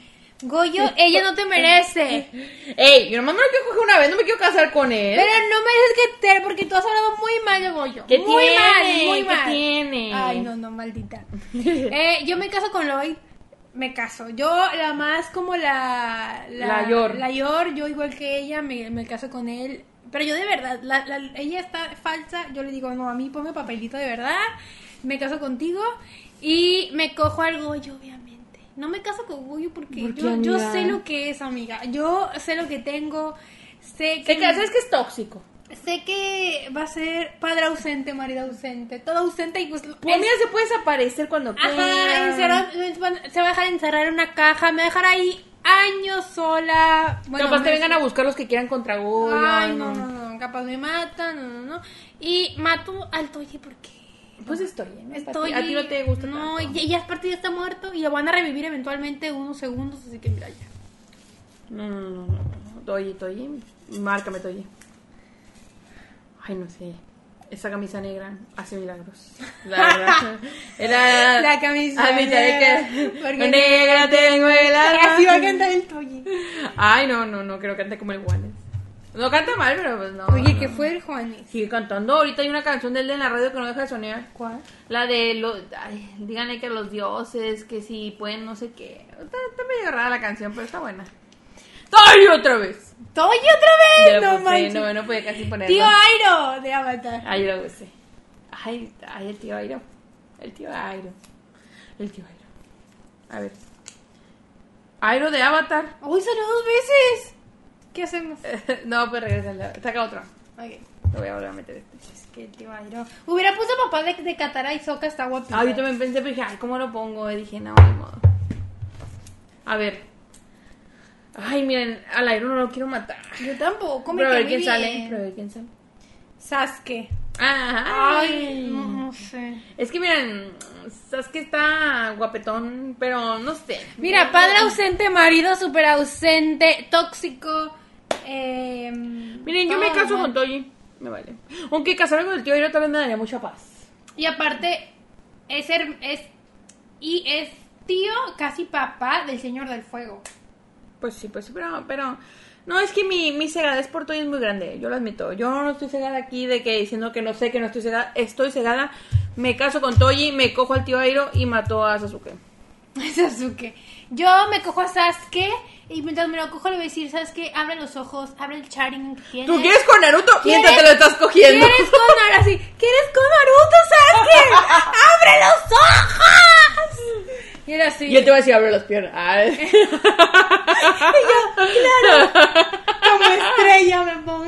[SPEAKER 1] Goyo, ella no te merece.
[SPEAKER 2] ¡Ey! Yo nomás me lo quiero coger una vez, no me quiero casar con él.
[SPEAKER 1] Pero no mereces que te... Porque tú has hablado muy mal de Goyo.
[SPEAKER 2] ¿Qué
[SPEAKER 1] muy
[SPEAKER 2] tiene?
[SPEAKER 1] mal, muy
[SPEAKER 2] ¿Qué
[SPEAKER 1] mal.
[SPEAKER 2] tiene?
[SPEAKER 1] Ay, no, no, maldita. Eh, yo me caso con Lloyd. Me caso. Yo, la más como la...
[SPEAKER 2] La Yor.
[SPEAKER 1] La Yor, yo igual que ella, me, me caso con él. Pero yo de verdad, la- la- ella está falsa. Yo le digo, no, a mí ponme papelito de verdad. Me caso contigo. Y me cojo al Goyo, obviamente. No me caso con Goyo porque
[SPEAKER 2] ¿Por qué,
[SPEAKER 1] yo, yo
[SPEAKER 2] amiga?
[SPEAKER 1] sé lo que es, amiga. Yo sé lo que tengo. Sé que...
[SPEAKER 2] Te casas que es tóxico.
[SPEAKER 1] Sé que va a ser padre ausente, marido ausente, todo ausente y pues...
[SPEAKER 2] Pues
[SPEAKER 1] es-
[SPEAKER 2] mira, se puede desaparecer cuando
[SPEAKER 1] ajá,
[SPEAKER 2] quiera.
[SPEAKER 1] encerrado- se va a dejar encerrar en una caja, me va a dejar ahí años sola.
[SPEAKER 2] Capaz te
[SPEAKER 1] me-
[SPEAKER 2] vengan a buscar los que quieran contra Goyo.
[SPEAKER 1] Ay, no, no, no, capaz me matan, no, no, no. Y mato al Toye porque...
[SPEAKER 2] Pues estoy bien.
[SPEAKER 1] Estoy...
[SPEAKER 2] A ti no te gusta.
[SPEAKER 1] No,
[SPEAKER 2] tanto.
[SPEAKER 1] y ya aparte ya está muerto y lo van a revivir eventualmente unos segundos, así que mira ya.
[SPEAKER 2] No, no, no, no, no. Toyi, Toyi. Márcame, Toyi. Ay, no sé. Esa camisa negra hace milagros. La verdad. Era.
[SPEAKER 1] La camisa
[SPEAKER 2] a mitad de que-
[SPEAKER 1] negra, porque-
[SPEAKER 2] Negra tengo el alma.
[SPEAKER 1] Así va a cantar el Toye.
[SPEAKER 2] Ay, no, no, no. Creo que canta como el Juanes. No canta mal, pero pues no.
[SPEAKER 1] Oye,
[SPEAKER 2] no.
[SPEAKER 1] que fue el Juanes.
[SPEAKER 2] Sigue cantando. Ahorita hay una canción de él en la radio que no deja de sonar.
[SPEAKER 1] ¿Cuál?
[SPEAKER 2] La de los. Ay, díganle que los dioses, que si pueden, no sé qué. Está, está medio rara la canción, pero está buena. ¡Ay, otra vez!
[SPEAKER 1] ¡Toye otra vez!
[SPEAKER 2] Ya lo
[SPEAKER 1] No
[SPEAKER 2] puse,
[SPEAKER 1] manches.
[SPEAKER 2] no, no pude casi ponerlo.
[SPEAKER 1] Tío Airo de Avatar.
[SPEAKER 2] Ay, lo puse. Ay, ay, el tío Airo. El tío Airo. El tío Airo. A ver. Airo de Avatar.
[SPEAKER 1] Uy, salió dos veces. ¿Qué hacemos?
[SPEAKER 2] no, pues regresa. Saca otro.
[SPEAKER 1] Ok.
[SPEAKER 2] Lo voy a volver a meter este.
[SPEAKER 1] Es que el tío Airo. Hubiera puesto papá de, de Katara y Sokka, está guapito.
[SPEAKER 2] Ah, yo también pensé, pero dije, ay, ¿cómo lo pongo? Y dije, no, ni modo. A ver. Ay, miren, al aire no lo quiero matar.
[SPEAKER 1] Yo tampoco. me
[SPEAKER 2] Pero a ver
[SPEAKER 1] cae
[SPEAKER 2] quién
[SPEAKER 1] muy
[SPEAKER 2] sale.
[SPEAKER 1] bien.
[SPEAKER 2] Pero a ver quién sale.
[SPEAKER 1] Sasuke.
[SPEAKER 2] Ajá.
[SPEAKER 1] Ay, no, no sé.
[SPEAKER 2] Es que miren, sabes que está guapetón, pero no sé.
[SPEAKER 1] Mira, padre ausente, marido súper ausente, tóxico. Eh,
[SPEAKER 2] Miren, yo me
[SPEAKER 1] todo
[SPEAKER 2] caso
[SPEAKER 1] mal.
[SPEAKER 2] con Toyi. Me vale. Aunque casarme con el tío Airo también me daría mucha paz.
[SPEAKER 1] Y aparte, es, her- es, y es tío, casi papá del Señor del Fuego.
[SPEAKER 2] Pues sí, pues sí, pero, pero no, es que mi, mi cegadez por todo es muy grande, yo lo admito. Yo no estoy cegada aquí de que diciendo que no sé, que no estoy cegada, estoy cegada. Me caso con Toji, me cojo al tío Airo y mató a Sasuke.
[SPEAKER 1] Sasuke. Pues, Yo me cojo a Sasuke y mientras me lo cojo le voy a decir, Sasuke, abre los ojos, abre el charing que tienes.
[SPEAKER 2] ¿Tú quieres con Naruto?
[SPEAKER 1] ¿Quieres-
[SPEAKER 2] Mientras te lo estás cogiendo.
[SPEAKER 1] ¿Quieres con Naruto? Así, ¿quieres con Naruto, Sasuke? ¡Abre los ojos! Y era así.
[SPEAKER 2] Y él te va a decir, abre las piernas. Ay.
[SPEAKER 1] como estrella me pongo.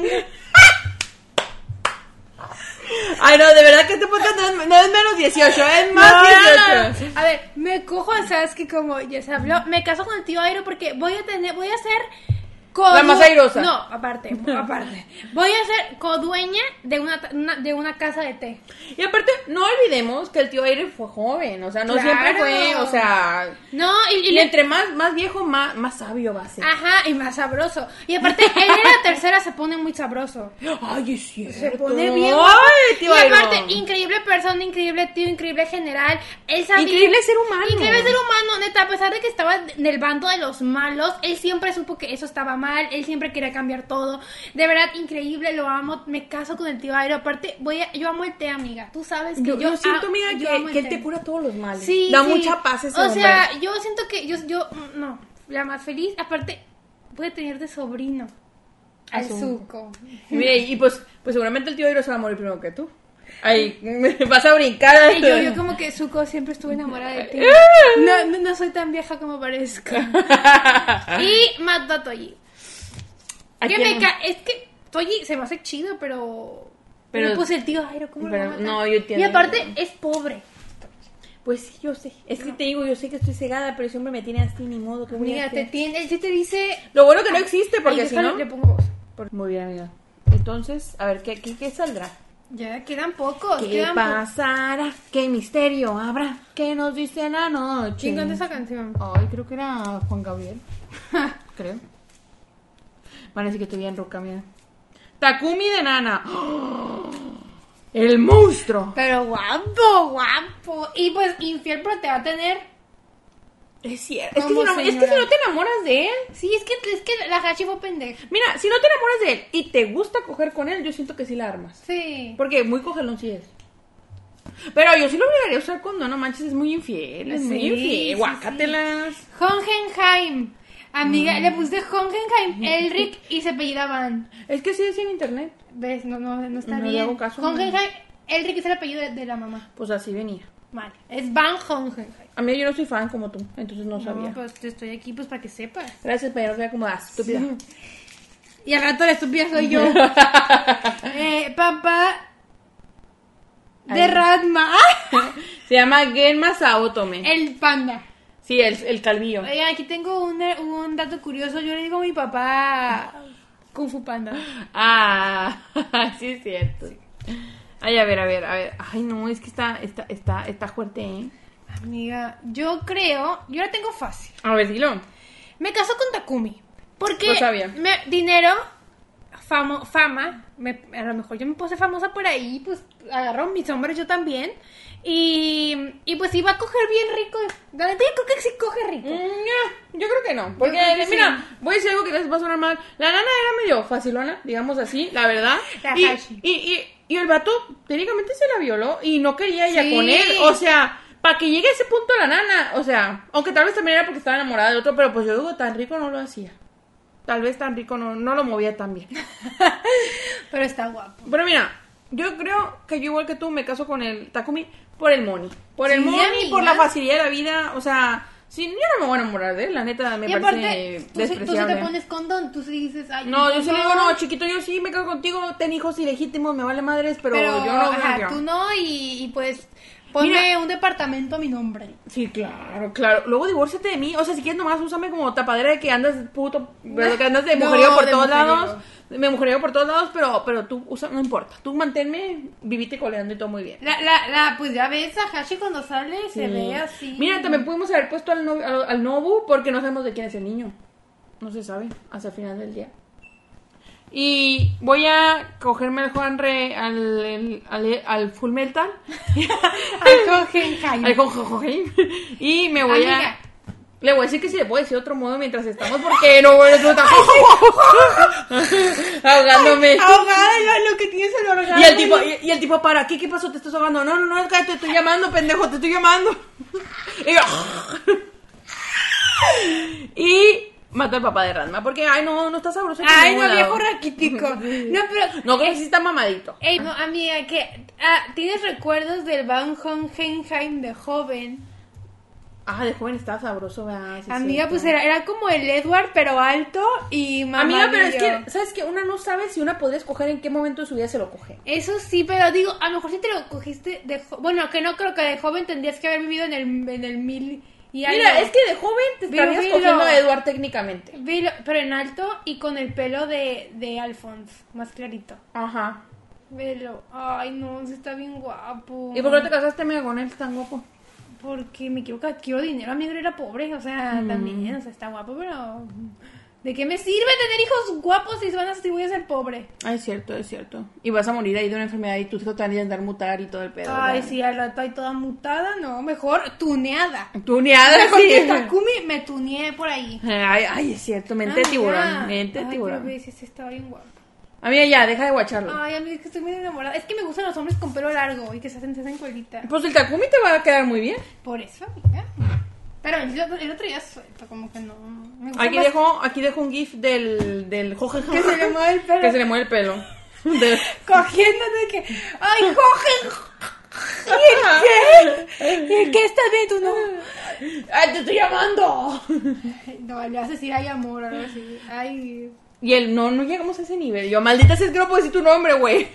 [SPEAKER 2] Ay, no, de verdad que este podcast no es, no es menos 18, es
[SPEAKER 1] No,
[SPEAKER 2] más
[SPEAKER 1] no,
[SPEAKER 2] 18.
[SPEAKER 1] no. A ver, me cojo a Sasuke como ya se habló, me caso con el tío Airo porque voy a tener, voy a ser co-
[SPEAKER 2] La más airosa.
[SPEAKER 1] No, aparte, aparte. Voy a ser codueña de una, ta- una- de una casa de té.
[SPEAKER 2] Y aparte, no olvidemos que el tío Airo fue joven, o sea, no
[SPEAKER 1] Claro.
[SPEAKER 2] siempre fue, o sea...
[SPEAKER 1] No, y, y
[SPEAKER 2] Y
[SPEAKER 1] le-
[SPEAKER 2] entre más, más viejo, más, más sabio va a ser.
[SPEAKER 1] ajá, y más sabroso. Y aparte, él en la tercera se pone muy sabroso.
[SPEAKER 2] Ay, es cierto.
[SPEAKER 1] Se pone bien. guapo.
[SPEAKER 2] Ay, tío
[SPEAKER 1] y aparte,
[SPEAKER 2] Iron.
[SPEAKER 1] increíble persona, increíble tío, increíble general. Él sabía-
[SPEAKER 2] Increíble ser humano.
[SPEAKER 1] Increíble ser humano, neta, a pesar de que estaba en el bando de los malos, él siempre supo que eso estaba mal, él siempre quería cambiar todo. De verdad, increíble, lo amo, me caso con el tío Airo. Aparte, voy a- yo amo el té, amiga. Tú sabes que
[SPEAKER 2] Yo,
[SPEAKER 1] yo,
[SPEAKER 2] yo este siento,
[SPEAKER 1] a-
[SPEAKER 2] amiga,
[SPEAKER 1] yo amo el
[SPEAKER 2] que, que él
[SPEAKER 1] té.
[SPEAKER 2] te cura todos los males.
[SPEAKER 1] Sí,
[SPEAKER 2] Da
[SPEAKER 1] sí.
[SPEAKER 2] mucha paz ese
[SPEAKER 1] O
[SPEAKER 2] hombre.
[SPEAKER 1] sea, yo siento que yo, yo, mm, no, la más feliz, aparte, puede tener de sobrino.
[SPEAKER 2] A
[SPEAKER 1] Al
[SPEAKER 2] su-
[SPEAKER 1] suco.
[SPEAKER 2] Mire, y pues, pues seguramente el tío Airo se va a morir primero que tú. Ay, vas a brincar.
[SPEAKER 1] Y yo, yo como que Zuko siempre estuve enamorada de ti. No, no, no soy tan vieja como parezco. Y mató a Toji.
[SPEAKER 2] ¿A
[SPEAKER 1] Que
[SPEAKER 2] quién?
[SPEAKER 1] me ca- es que Toji se me hace chido, pero.
[SPEAKER 2] Pero-
[SPEAKER 1] Pero pues el tío Jairo, ¿cómo lo va a
[SPEAKER 2] pero-
[SPEAKER 1] matar?
[SPEAKER 2] no, yo entiendo.
[SPEAKER 1] Y aparte es pobre.
[SPEAKER 2] Pues sí, yo sé. Es que te digo, yo sé que estoy cegada, pero siempre me tiene así, ni modo. ¿qué voy a
[SPEAKER 1] Mira, te
[SPEAKER 2] hacer?
[SPEAKER 1] tiene, sí te dice.
[SPEAKER 2] Lo bueno que no existe, porque
[SPEAKER 1] Ay,
[SPEAKER 2] si
[SPEAKER 1] déjale,
[SPEAKER 2] no...
[SPEAKER 1] Le pongo voz.
[SPEAKER 2] Por- Muy bien, amiga. Entonces, a ver, ¿qué, qué, qué saldrá?
[SPEAKER 1] Ya quedan pocos.
[SPEAKER 2] ¿Qué
[SPEAKER 1] quedan pocos.
[SPEAKER 2] pasará? ¿Qué misterio habrá? ¿Qué nos dice la noche?
[SPEAKER 1] ¿Quién canta esa canción?
[SPEAKER 2] Ay, creo que era Juan Gabriel. creo. Van a decir que estoy bien roca, mira. Takumi de Nana. El monstruo.
[SPEAKER 1] Pero guapo, guapo. Y pues infiel, pero te va a tener.
[SPEAKER 2] Es cierto. Es que, si
[SPEAKER 1] Como
[SPEAKER 2] no, es que
[SPEAKER 1] señora.
[SPEAKER 2] si no te enamoras de él.
[SPEAKER 1] Sí, es que, es que la Hachi fue pendeja.
[SPEAKER 2] Mira, si no te enamoras de él y te gusta coger con él, yo siento que sí la armas.
[SPEAKER 1] Sí.
[SPEAKER 2] Porque muy cogelón sí es. Pero yo sí lo obligaría a usar cuando no manches, es muy infiel, es muy
[SPEAKER 1] Sí, sí,
[SPEAKER 2] infiel. Guácatelas.
[SPEAKER 1] Hongenheim. Amiga, le puse Hongenheim, Elric y se apellidaban.
[SPEAKER 2] Es que sí es en internet.
[SPEAKER 1] ¿Ves? No, no, no está
[SPEAKER 2] No le
[SPEAKER 1] bien.
[SPEAKER 2] hago caso,
[SPEAKER 1] Hongenheim, Elric es el apellido de, de la mamá.
[SPEAKER 2] Pues así venía.
[SPEAKER 1] Vale. Es Van Hongenheim.
[SPEAKER 2] A mí yo no soy fan como tú, entonces no, sabía.
[SPEAKER 1] No, pues te estoy aquí pues para que sepas.
[SPEAKER 2] Gracias, pero no sea como ah, estúpida.
[SPEAKER 1] Y al rato la estúpida soy yo. eh, papá de
[SPEAKER 2] Ay.
[SPEAKER 1] Ratma.
[SPEAKER 2] Se llama Genma Saotome.
[SPEAKER 1] El panda.
[SPEAKER 2] Sí, el, el calvillo.
[SPEAKER 1] Oigan, aquí tengo un, un dato curioso. Yo le digo a mi papá Kung Fu Panda.
[SPEAKER 2] Ah, sí es cierto. Ay, a ver, a ver, a ver. Ay, no, es que está, está, está, está fuerte, ¿eh?
[SPEAKER 1] Amiga, yo creo, yo la tengo fácil.
[SPEAKER 2] A ver, dilo.
[SPEAKER 1] Me caso con Takumi. Porque
[SPEAKER 2] Lo sabía.
[SPEAKER 1] me- dinero, famo- fama, me- a lo mejor yo me puse famosa por ahí, pues agarró mis hombres yo también. Y, y pues iba a coger bien rico. La neta, yo creo que sí coge rico.
[SPEAKER 2] Mm, Yo creo que no, porque
[SPEAKER 1] creo que
[SPEAKER 2] mira,
[SPEAKER 1] sí.
[SPEAKER 2] voy a decir algo que les va a sonar mal. La nana era medio facilona, digamos así, la verdad.
[SPEAKER 1] La
[SPEAKER 2] Y,
[SPEAKER 1] Hashi.
[SPEAKER 2] y, y, y el vato técnicamente se la violó y no quería ella
[SPEAKER 1] Sí.
[SPEAKER 2] con él. O sea, para que llegue a ese punto la nana, o sea, aunque tal vez también era porque estaba enamorada del otro, pero pues yo digo, tan rico no lo hacía. Tal vez tan rico no, no lo movía tan bien.
[SPEAKER 1] Pero está guapo.
[SPEAKER 2] Pero mira, yo creo que yo igual que tú me caso con el Takumi por el money. Por el
[SPEAKER 1] Sí,
[SPEAKER 2] money,
[SPEAKER 1] amiga.
[SPEAKER 2] por la facilidad de la vida. O sea, si, yo no me voy a enamorar de él, la neta me
[SPEAKER 1] y
[SPEAKER 2] parece
[SPEAKER 1] aparte, tú, sí- tú sí
[SPEAKER 2] despreciable.
[SPEAKER 1] te pones condón, tú sí dices, ay,
[SPEAKER 2] No, yo sí le digo,
[SPEAKER 1] condón,
[SPEAKER 2] no, chiquito, yo sí me caso contigo, ten hijos ilegítimos, me vale madres, pero, yo no veo
[SPEAKER 1] ajá,
[SPEAKER 2] yo.
[SPEAKER 1] tú no, y, y pues ponme
[SPEAKER 2] Mira.
[SPEAKER 1] un departamento a mi nombre.
[SPEAKER 2] Sí, claro, claro. Luego divórciate de mí. O sea, si quieres nomás úsame como tapadera de que andas puto, ¿verdad? que andas de
[SPEAKER 1] No,
[SPEAKER 2] mujeriego por
[SPEAKER 1] de
[SPEAKER 2] todos
[SPEAKER 1] mujeriego.
[SPEAKER 2] lados. Me mujeriego por todos lados, pero, pero tú usa, no importa. Tú manténme, vivite coleando y todo muy bien.
[SPEAKER 1] La, la, la, pues ya ves a Hashi cuando sale, se
[SPEAKER 2] Sí.
[SPEAKER 1] ve así.
[SPEAKER 2] Mira, también pudimos haber puesto al, no- al, al Nobu porque no sabemos de quién es el niño. No se sabe hasta el final del día. Y voy a cogerme al Juan Re, al, el- al, al Full Metal,
[SPEAKER 1] Al Hohenheim.
[SPEAKER 2] al Jonjojoheim, y me voy
[SPEAKER 1] Amiga.
[SPEAKER 2] a... Le voy a decir que si le puedo decir otro modo mientras estamos porque no voy ahogándome.
[SPEAKER 1] Ahogada, lo, lo que tienes el orgasmo.
[SPEAKER 2] Y el tipo, y, y el tipo, para, ¿qué, qué pasó? ¿Te estás ahogando? No, no, no, cállate, te estoy llamando, pendejo, te estoy llamando. Y yo, y mata al papá de Ranma, porque, ay, no, no está sabroso. en
[SPEAKER 1] Ay,
[SPEAKER 2] ningún
[SPEAKER 1] no,
[SPEAKER 2] lado.
[SPEAKER 1] viejo raquítico. No, pero.
[SPEAKER 2] No, creo que sí está mamadito.
[SPEAKER 1] Ey, no, amiga, que. ah, ¿Tienes recuerdos del Van Hohenheim de joven?
[SPEAKER 2] Ah, de joven está sabroso, ¿verdad? Sí,
[SPEAKER 1] amiga,
[SPEAKER 2] sí,
[SPEAKER 1] pues
[SPEAKER 2] sí.
[SPEAKER 1] era, era como el Edward, pero alto y más.
[SPEAKER 2] Amiga, pero es que, ¿sabes qué? Una no sabe si una podría escoger en qué momento de su vida se lo coge.
[SPEAKER 1] Eso sí, pero digo, a lo mejor si te lo cogiste de jo- Bueno, que no creo que de joven tendrías que haber vivido en el, en el mil y algo.
[SPEAKER 2] Mira, es que de joven te
[SPEAKER 1] Vilo,
[SPEAKER 2] estarías
[SPEAKER 1] vilo.
[SPEAKER 2] cogiendo a Eduard técnicamente.
[SPEAKER 1] Velo- Pero en alto y con el pelo de, de Alphonse, más clarito.
[SPEAKER 2] Ajá.
[SPEAKER 1] Velo. Ay, no, sí está bien guapo.
[SPEAKER 2] ¿Y por qué no te casaste, amiga, con él tan guapo?
[SPEAKER 1] Porque me equivoco, quiero dinero, amigo, era pobre, o sea,
[SPEAKER 2] Mm.
[SPEAKER 1] también, o sea, está guapo, pero... ¿De qué me sirve tener hijos guapos si van a, si voy a ser pobre?
[SPEAKER 2] Ah, es cierto, es cierto. Y vas a morir ahí de una enfermedad y tus hijos te van a intentar mutar y todo el pedo.
[SPEAKER 1] Ay,
[SPEAKER 2] ¿verdad?
[SPEAKER 1] sí, al rato ahí toda mutada, no, mejor tuneada.
[SPEAKER 2] Tuneada,
[SPEAKER 1] Mejor
[SPEAKER 2] sí.
[SPEAKER 1] que Takumi, me tuneé por ahí.
[SPEAKER 2] Ay, ay, es cierto, mente de
[SPEAKER 1] Amiga.
[SPEAKER 2] tiburón, mente de
[SPEAKER 1] Ah, Ay,
[SPEAKER 2] tiburón.
[SPEAKER 1] pero ves, ese está bien guapo.
[SPEAKER 2] Amiga, ya, deja de guacharlo.
[SPEAKER 1] Ay, amigo, es que estoy muy enamorada. Es que me gustan los hombres con pelo largo y que se hacen, se hacen colita.
[SPEAKER 2] Pues el Takumi te va a quedar muy bien.
[SPEAKER 1] Por eso, amiga. Pero el, el otro día suelto, como que no. Me gusta
[SPEAKER 2] Aquí
[SPEAKER 1] más
[SPEAKER 2] dejo, aquí dejo un gif del, del Hohenheim.
[SPEAKER 1] Que se le mueva el pelo.
[SPEAKER 2] Que se le mueve el pelo. De-
[SPEAKER 1] cogiendo de que, ay, cogen. ¿Y el qué? ¿Y el qué está bien tú no?
[SPEAKER 2] ¡Ay, Ah, te estoy llamando!
[SPEAKER 1] No, le vas a decir, ay, amor, algo así. Ay.
[SPEAKER 2] Y él, no, no llegamos a ese nivel. Yo, maldita sea, es que no puedo decir tu nombre, güey.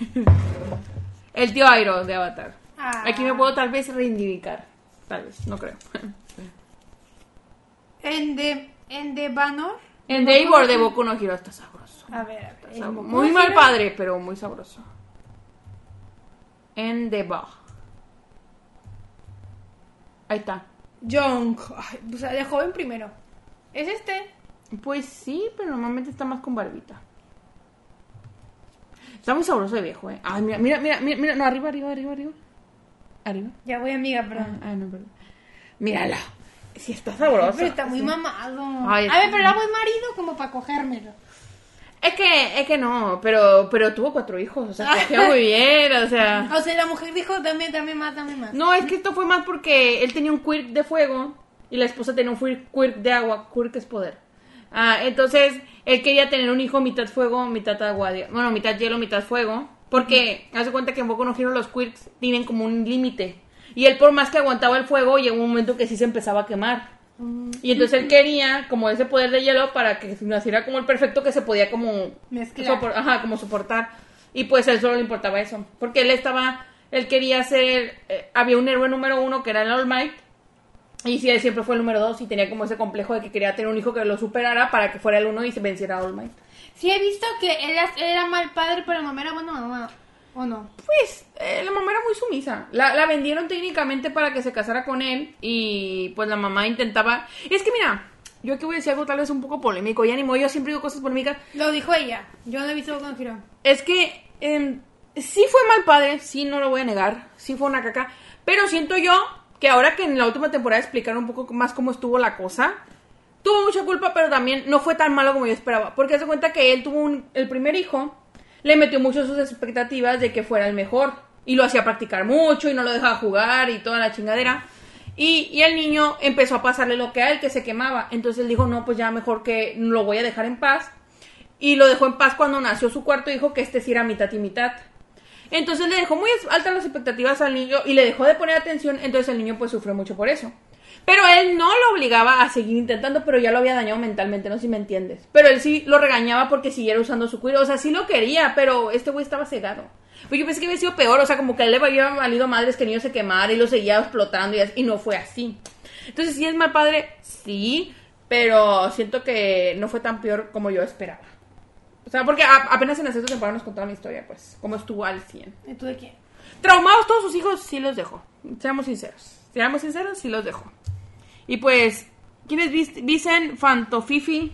[SPEAKER 2] El tío Airo de Avatar.
[SPEAKER 1] Ah.
[SPEAKER 2] Aquí me puedo tal vez reivindicar. Tal vez, no creo.
[SPEAKER 1] En de, en de Banor.
[SPEAKER 2] El de Eivor de Boku no Hero está sabroso.
[SPEAKER 1] A ver, a ver.
[SPEAKER 2] Sab-
[SPEAKER 1] en Boku
[SPEAKER 2] muy
[SPEAKER 1] no
[SPEAKER 2] mal
[SPEAKER 1] Hero-
[SPEAKER 2] padre, pero muy sabroso. En The Bug. Ahí está.
[SPEAKER 1] Young. Ay, o sea, de joven primero. Es este.
[SPEAKER 2] Pues sí, pero normalmente está más con barbita. Está muy sabroso de viejo, eh. Ay, mira, mira, mira, mira, mira. No, arriba, arriba, arriba, arriba. Arriba.
[SPEAKER 1] Ya voy, amiga, perdón.
[SPEAKER 2] Ah, no, perdón. Míralo. Sí, está sabroso.
[SPEAKER 1] Pero está muy mamado.
[SPEAKER 2] Ay,
[SPEAKER 1] a ver,
[SPEAKER 2] está-
[SPEAKER 1] pero era buen marido como para cogérmelo.
[SPEAKER 2] Es que, es que no, pero, pero tuvo cuatro hijos, o sea, cogió muy bien, o sea.
[SPEAKER 1] O sea, la mujer dijo, dame, dame más, dame más.
[SPEAKER 2] No, es que esto fue más porque él tenía un quirk de fuego y la esposa tenía un quirk, quirk de agua. Quirk es poder. Ah, entonces, él quería tener un hijo mitad fuego, mitad agua. di- Bueno, mitad hielo, mitad fuego. Porque, hace cuenta que en Boku no Hero los quirks tienen como un límite. Y él, por más que aguantaba el fuego, llegó un momento que sí se empezaba a quemar. Y entonces él quería como ese poder de hielo para que naciera como el perfecto que se podía como
[SPEAKER 1] Mezclar.
[SPEAKER 2] sopor- ajá, como soportar. Y pues a él solo le importaba eso, porque él estaba, él quería ser, eh, había un héroe número uno que era el All Might. Y sí, él siempre fue el número dos y tenía como ese complejo de que quería tener un hijo que lo superara para que fuera el uno y se venciera a All Might.
[SPEAKER 1] Sí he visto que él as- era mal padre, pero mamá era buena mamá. ¿O no?
[SPEAKER 2] Pues eh, la mamá era muy sumisa. La, la vendieron técnicamente para que se casara con él y pues la mamá intentaba... Es que mira, yo aquí voy a decir algo tal vez un poco polémico y ánimo, yo siempre digo cosas polémicas.
[SPEAKER 1] Lo dijo ella. Yo no he visto con Girón.
[SPEAKER 2] Es que em, sí fue mal padre, sí, no lo voy a negar, sí fue una caca, pero siento yo que ahora que en la última temporada explicaron un poco más cómo estuvo la cosa, tuvo mucha culpa, pero también no fue tan malo como yo esperaba, porque hace cuenta que él tuvo un- el primer hijo, le metió mucho sus expectativas de que fuera el mejor, y lo hacía practicar mucho, y no lo dejaba jugar, y toda la chingadera. Y, y el niño empezó a pasarle lo que a él, que se quemaba. Entonces él dijo, no, pues ya mejor que lo voy a dejar en paz. Y lo dejó en paz cuando nació su cuarto hijo, que este sí era mitad y mitad. Entonces le dejó muy altas las expectativas al niño y le dejó de poner atención, entonces el niño pues sufrió mucho por eso. Pero él no lo obligaba a seguir intentando, pero ya lo había dañado mentalmente, no sé si me entiendes. Pero él sí lo regañaba porque siguiera usando su cuidado, o sea, sí lo quería, pero este güey estaba cegado. Pues yo pensé que había sido peor, o sea, como que a él le había valido madres que el niño se quemara y lo seguía explotando y, así, y no fue así. Entonces, ¿sí es mal padre? Sí, pero siento que no fue tan peor como yo esperaba. O sea, porque a- apenas en la sexta temporada nos contaron la historia, pues, cómo estuvo al 100.
[SPEAKER 1] ¿Y tú de quién?
[SPEAKER 2] Traumados todos sus hijos, sí los dejó. Seamos sinceros. Seamos sinceros, sí los dejó. Y pues, ¿quiénes viste? Dicen Fantofifi.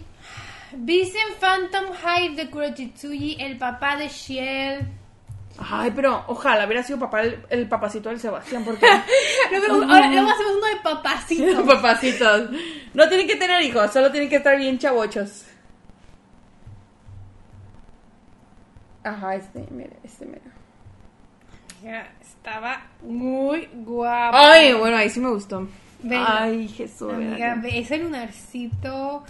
[SPEAKER 1] Vincent Phantom Hyde de Kurochitsuji, el papá de Shield.
[SPEAKER 2] Ay, pero ojalá hubiera sido papá el, el papacito del Sebastián, porque...
[SPEAKER 1] Luego, ahora, luego hacemos uno de papacito.
[SPEAKER 2] Papacitos. No tienen que tener hijos, solo tienen que estar bien chavochos. Ajá, este, mira, este, mira.
[SPEAKER 1] Ya, Estaba muy guapo.
[SPEAKER 2] Ay, bueno, ahí sí me gustó.
[SPEAKER 1] Bello.
[SPEAKER 2] Ay, Jesús.
[SPEAKER 1] Amiga,
[SPEAKER 2] verano.
[SPEAKER 1] ve ese lunarcito.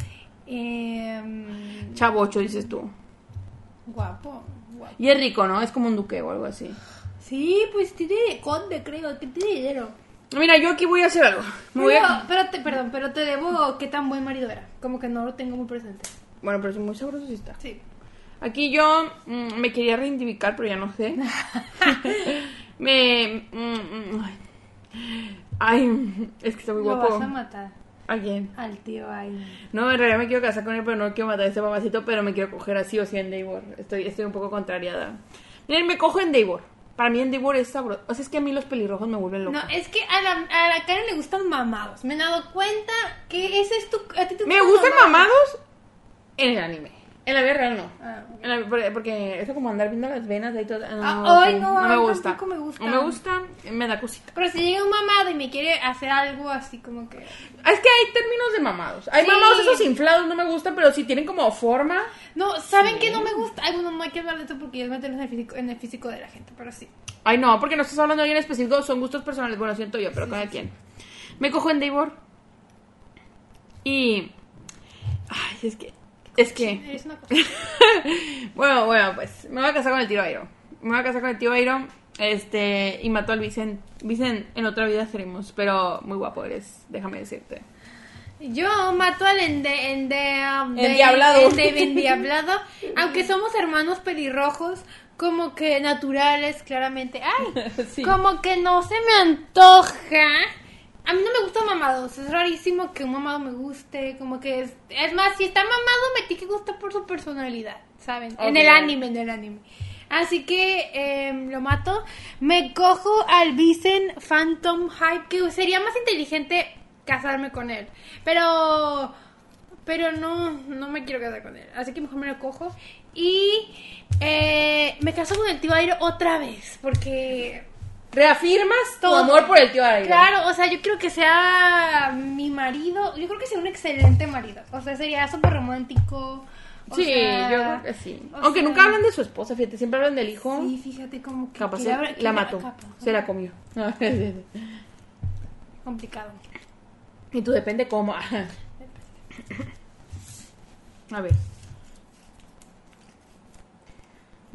[SPEAKER 1] em,
[SPEAKER 2] Chavocho, dices tú.
[SPEAKER 1] guapo, guapo.
[SPEAKER 2] Y es rico, ¿no? Es como un duque o algo así.
[SPEAKER 1] Sí, pues tiene conde, creo. que Tiene dinero.
[SPEAKER 2] Mira, yo aquí voy a hacer algo. Me voy
[SPEAKER 1] Pero,
[SPEAKER 2] a-
[SPEAKER 1] pero te, perdón, pero te debo qué tan buen marido era. Como que no lo tengo muy presente.
[SPEAKER 2] Bueno, pero es muy sabroso sí está.
[SPEAKER 1] Sí.
[SPEAKER 2] Aquí yo mm, me quería reivindicar, pero ya no sé. me... mm, mm, ay. Ay, es que está muy
[SPEAKER 1] Lo
[SPEAKER 2] guapo.
[SPEAKER 1] vas a matar
[SPEAKER 2] ¿A quién?
[SPEAKER 1] al tío ahí.
[SPEAKER 2] No, en realidad me quiero casar con él, pero no quiero matar a ese papacito, pero me quiero coger así o sí en Davor. Estoy, estoy un poco contrariada. Miren, me cojo en Davor. Para mí en Davor es sabroso. O sea, es que a mí los pelirrojos me vuelven loca.
[SPEAKER 1] No, es que a la, a la Karen le gustan mamados. Me he dado cuenta que ese es tu. A ti te
[SPEAKER 2] Me gustan mamados en el anime. En la vida real no.
[SPEAKER 1] Ah, ok.
[SPEAKER 2] En la- porque- porque eso como andar viendo las venas de ahí todo.
[SPEAKER 1] Ah, ay, no,
[SPEAKER 2] me
[SPEAKER 1] ay,
[SPEAKER 2] gusta.
[SPEAKER 1] tampoco me gusta.
[SPEAKER 2] No me gusta, me da cosita.
[SPEAKER 1] Pero si llega un mamado y me quiere hacer algo así como que.
[SPEAKER 2] Ah, Es que hay términos de mamados. Hay
[SPEAKER 1] Sí.
[SPEAKER 2] mamados esos inflados, no me gustan, pero si tienen como forma.
[SPEAKER 1] No, ¿saben qué no me gusta? Ay, bueno, no hay que hablar de esto porque yo me meternos en el físico, en el físico de la gente, pero sí.
[SPEAKER 2] Ay, no, porque no estás hablando de alguien específico, son gustos personales. Bueno, siento yo, pero cada quien. Me cojo en Davor. Y. Ay, es que. Es que,
[SPEAKER 1] Eres una cosa.
[SPEAKER 2] bueno, bueno, pues me voy a casar con el tío Airo. Me voy a casar con el tío Airo. Este, y mató al Vicen. Vicen, en otra vida seremos, pero muy guapo eres, déjame decirte.
[SPEAKER 1] Yo mato al ende, ende, um, de-
[SPEAKER 2] Endiablado.
[SPEAKER 1] ende- endiablado, aunque somos hermanos pelirrojos, como que naturales, claramente. Ay,
[SPEAKER 2] Sí.
[SPEAKER 1] como que no se me antoja. A mí no me gustan mamados, es rarísimo que un mamado me guste, como que es, es más, si está mamado me tiene que gustar por su personalidad, ¿saben? En el
[SPEAKER 2] Ok.
[SPEAKER 1] anime, en el anime. Así que em, lo mato. Me cojo al Vicen Phantom Hype, que sería más inteligente casarme con él. Pero. Pero no, no me quiero casar con él. Así que mejor me lo cojo. Y. eh, me caso con el tío Airo otra vez. Porque.
[SPEAKER 2] Reafirmas tu
[SPEAKER 1] Todo.
[SPEAKER 2] amor por el tío Airo.
[SPEAKER 1] Claro, o sea, yo quiero que sea mi marido. Yo creo que sea un excelente marido. O sea, sería súper romántico. o
[SPEAKER 2] Sí,
[SPEAKER 1] sea,
[SPEAKER 2] yo creo que sí.
[SPEAKER 1] o
[SPEAKER 2] Aunque
[SPEAKER 1] sea,
[SPEAKER 2] nunca hablan de su esposa, fíjate, siempre hablan del hijo.
[SPEAKER 1] Sí, fíjate como que.
[SPEAKER 2] Capaz
[SPEAKER 1] que
[SPEAKER 2] se-
[SPEAKER 1] habrá- que
[SPEAKER 2] la
[SPEAKER 1] habrá-
[SPEAKER 2] mató,
[SPEAKER 1] capaz.
[SPEAKER 2] se la comió.
[SPEAKER 1] Complicado.
[SPEAKER 2] y tú depende cómo. A ver.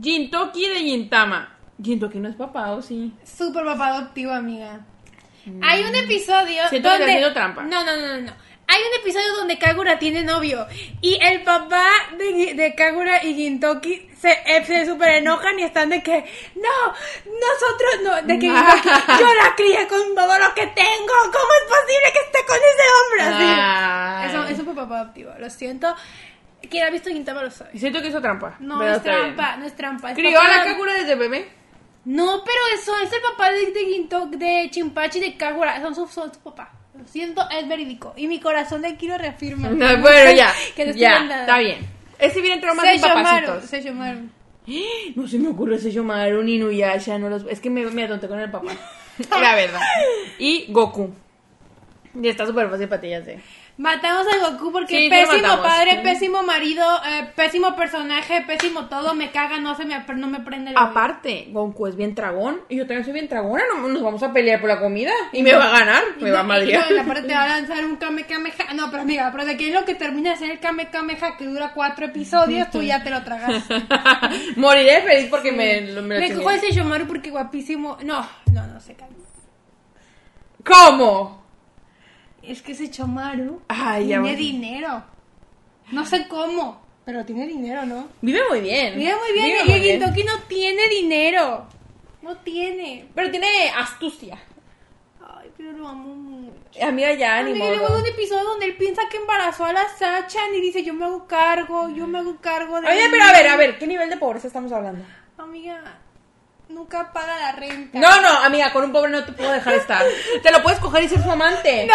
[SPEAKER 2] Jintoki de Gintama. Jintoki no es papá, ¿o sí?
[SPEAKER 1] Súper papá adoptivo, amiga. Hay un episodio
[SPEAKER 2] Siento que te
[SPEAKER 1] donde...
[SPEAKER 2] Mm. haciendo trampa.
[SPEAKER 1] No, no, no, no, no. Hay un episodio donde Kagura tiene novio y el papá de, Gi- de Kagura y Gintoki se, eh, se super enojan y están de que no, nosotros no, de que Gintoki, yo la crié con todo lo que tengo, ¿cómo es posible que esté con ese hombre? Así.
[SPEAKER 2] Ay.
[SPEAKER 1] Eso, eso fue papá adoptivo, lo siento. Quien ha visto Gintama lo sabe.
[SPEAKER 2] Siento que hizo trampa.
[SPEAKER 1] No
[SPEAKER 2] pero
[SPEAKER 1] es
[SPEAKER 2] está bien.
[SPEAKER 1] trampa, no es trampa. es
[SPEAKER 2] Crió a
[SPEAKER 1] papá
[SPEAKER 2] la Kakura desde bebé.
[SPEAKER 1] no, pero eso es el papá de, de Gintok, de Chimpachi, de Kagura. Son su, son su papá. Lo siento, es verídico. Y mi corazón de Kiro reafirma.
[SPEAKER 2] No, bueno, ya.
[SPEAKER 1] Que te estoy
[SPEAKER 2] ya,
[SPEAKER 1] mandando.
[SPEAKER 2] está bien. Ese viene entre más
[SPEAKER 1] Se
[SPEAKER 2] de
[SPEAKER 1] llamaron,
[SPEAKER 2] papacitos.
[SPEAKER 1] se llamaron.
[SPEAKER 2] No se me ocurre ese Yomaru ni Nuyasha, no los... Es que me, me atonté con el papá. La verdad. Y Goku. Ya está súper fácil para ti, ya sé.
[SPEAKER 1] Matamos a Goku porque
[SPEAKER 2] Sí, sí lo
[SPEAKER 1] pésimo
[SPEAKER 2] matamos.
[SPEAKER 1] padre,
[SPEAKER 2] Sí.
[SPEAKER 1] pésimo marido, eh, pésimo personaje, pésimo todo. Me caga, no, se me, ap- no me prende el
[SPEAKER 2] Aparte, Goku es bien dragón y yo también soy bien dragona. no- nos vamos a pelear por la comida y me va a ganar.
[SPEAKER 1] Y
[SPEAKER 2] Me
[SPEAKER 1] no-
[SPEAKER 2] va a madrear.
[SPEAKER 1] y no, y aparte te va a lanzar un Kame Kame Ha- No, pero amiga, pero de que es lo que termina de ser el Kame Kame Ha, que dura cuatro episodios, tú ya te lo tragas.
[SPEAKER 2] Moriré feliz porque me, lo- me lo
[SPEAKER 1] Me
[SPEAKER 2] chingué.
[SPEAKER 1] cojo ese Yomaru porque guapísimo. No, no, no se calma.
[SPEAKER 2] ¿Cómo?
[SPEAKER 1] Es que ese Chomaru
[SPEAKER 2] Ay, ya
[SPEAKER 1] tiene
[SPEAKER 2] voy.
[SPEAKER 1] dinero. No sé cómo, pero tiene dinero, ¿no?
[SPEAKER 2] Vive muy bien.
[SPEAKER 1] Eh, Mira muy bien,
[SPEAKER 2] Vive
[SPEAKER 1] y el Gintoki no tiene dinero. No tiene.
[SPEAKER 2] Pero tiene astucia.
[SPEAKER 1] Ay, pero lo amo mucho.
[SPEAKER 2] Amiga, ya, ni
[SPEAKER 1] Amiga, y luego
[SPEAKER 2] modo.
[SPEAKER 1] hay un episodio donde él piensa que embarazó a la Sachan y dice, yo me hago cargo, yo me hago cargo de...
[SPEAKER 2] Oye,
[SPEAKER 1] él".
[SPEAKER 2] pero a ver, a ver, ¿qué nivel de pobreza estamos hablando?
[SPEAKER 1] Amiga, nunca paga la renta.
[SPEAKER 2] No, no, amiga, con un pobre no te puedo dejar estar. Te lo puedes coger y ser su amante.
[SPEAKER 1] ¡No!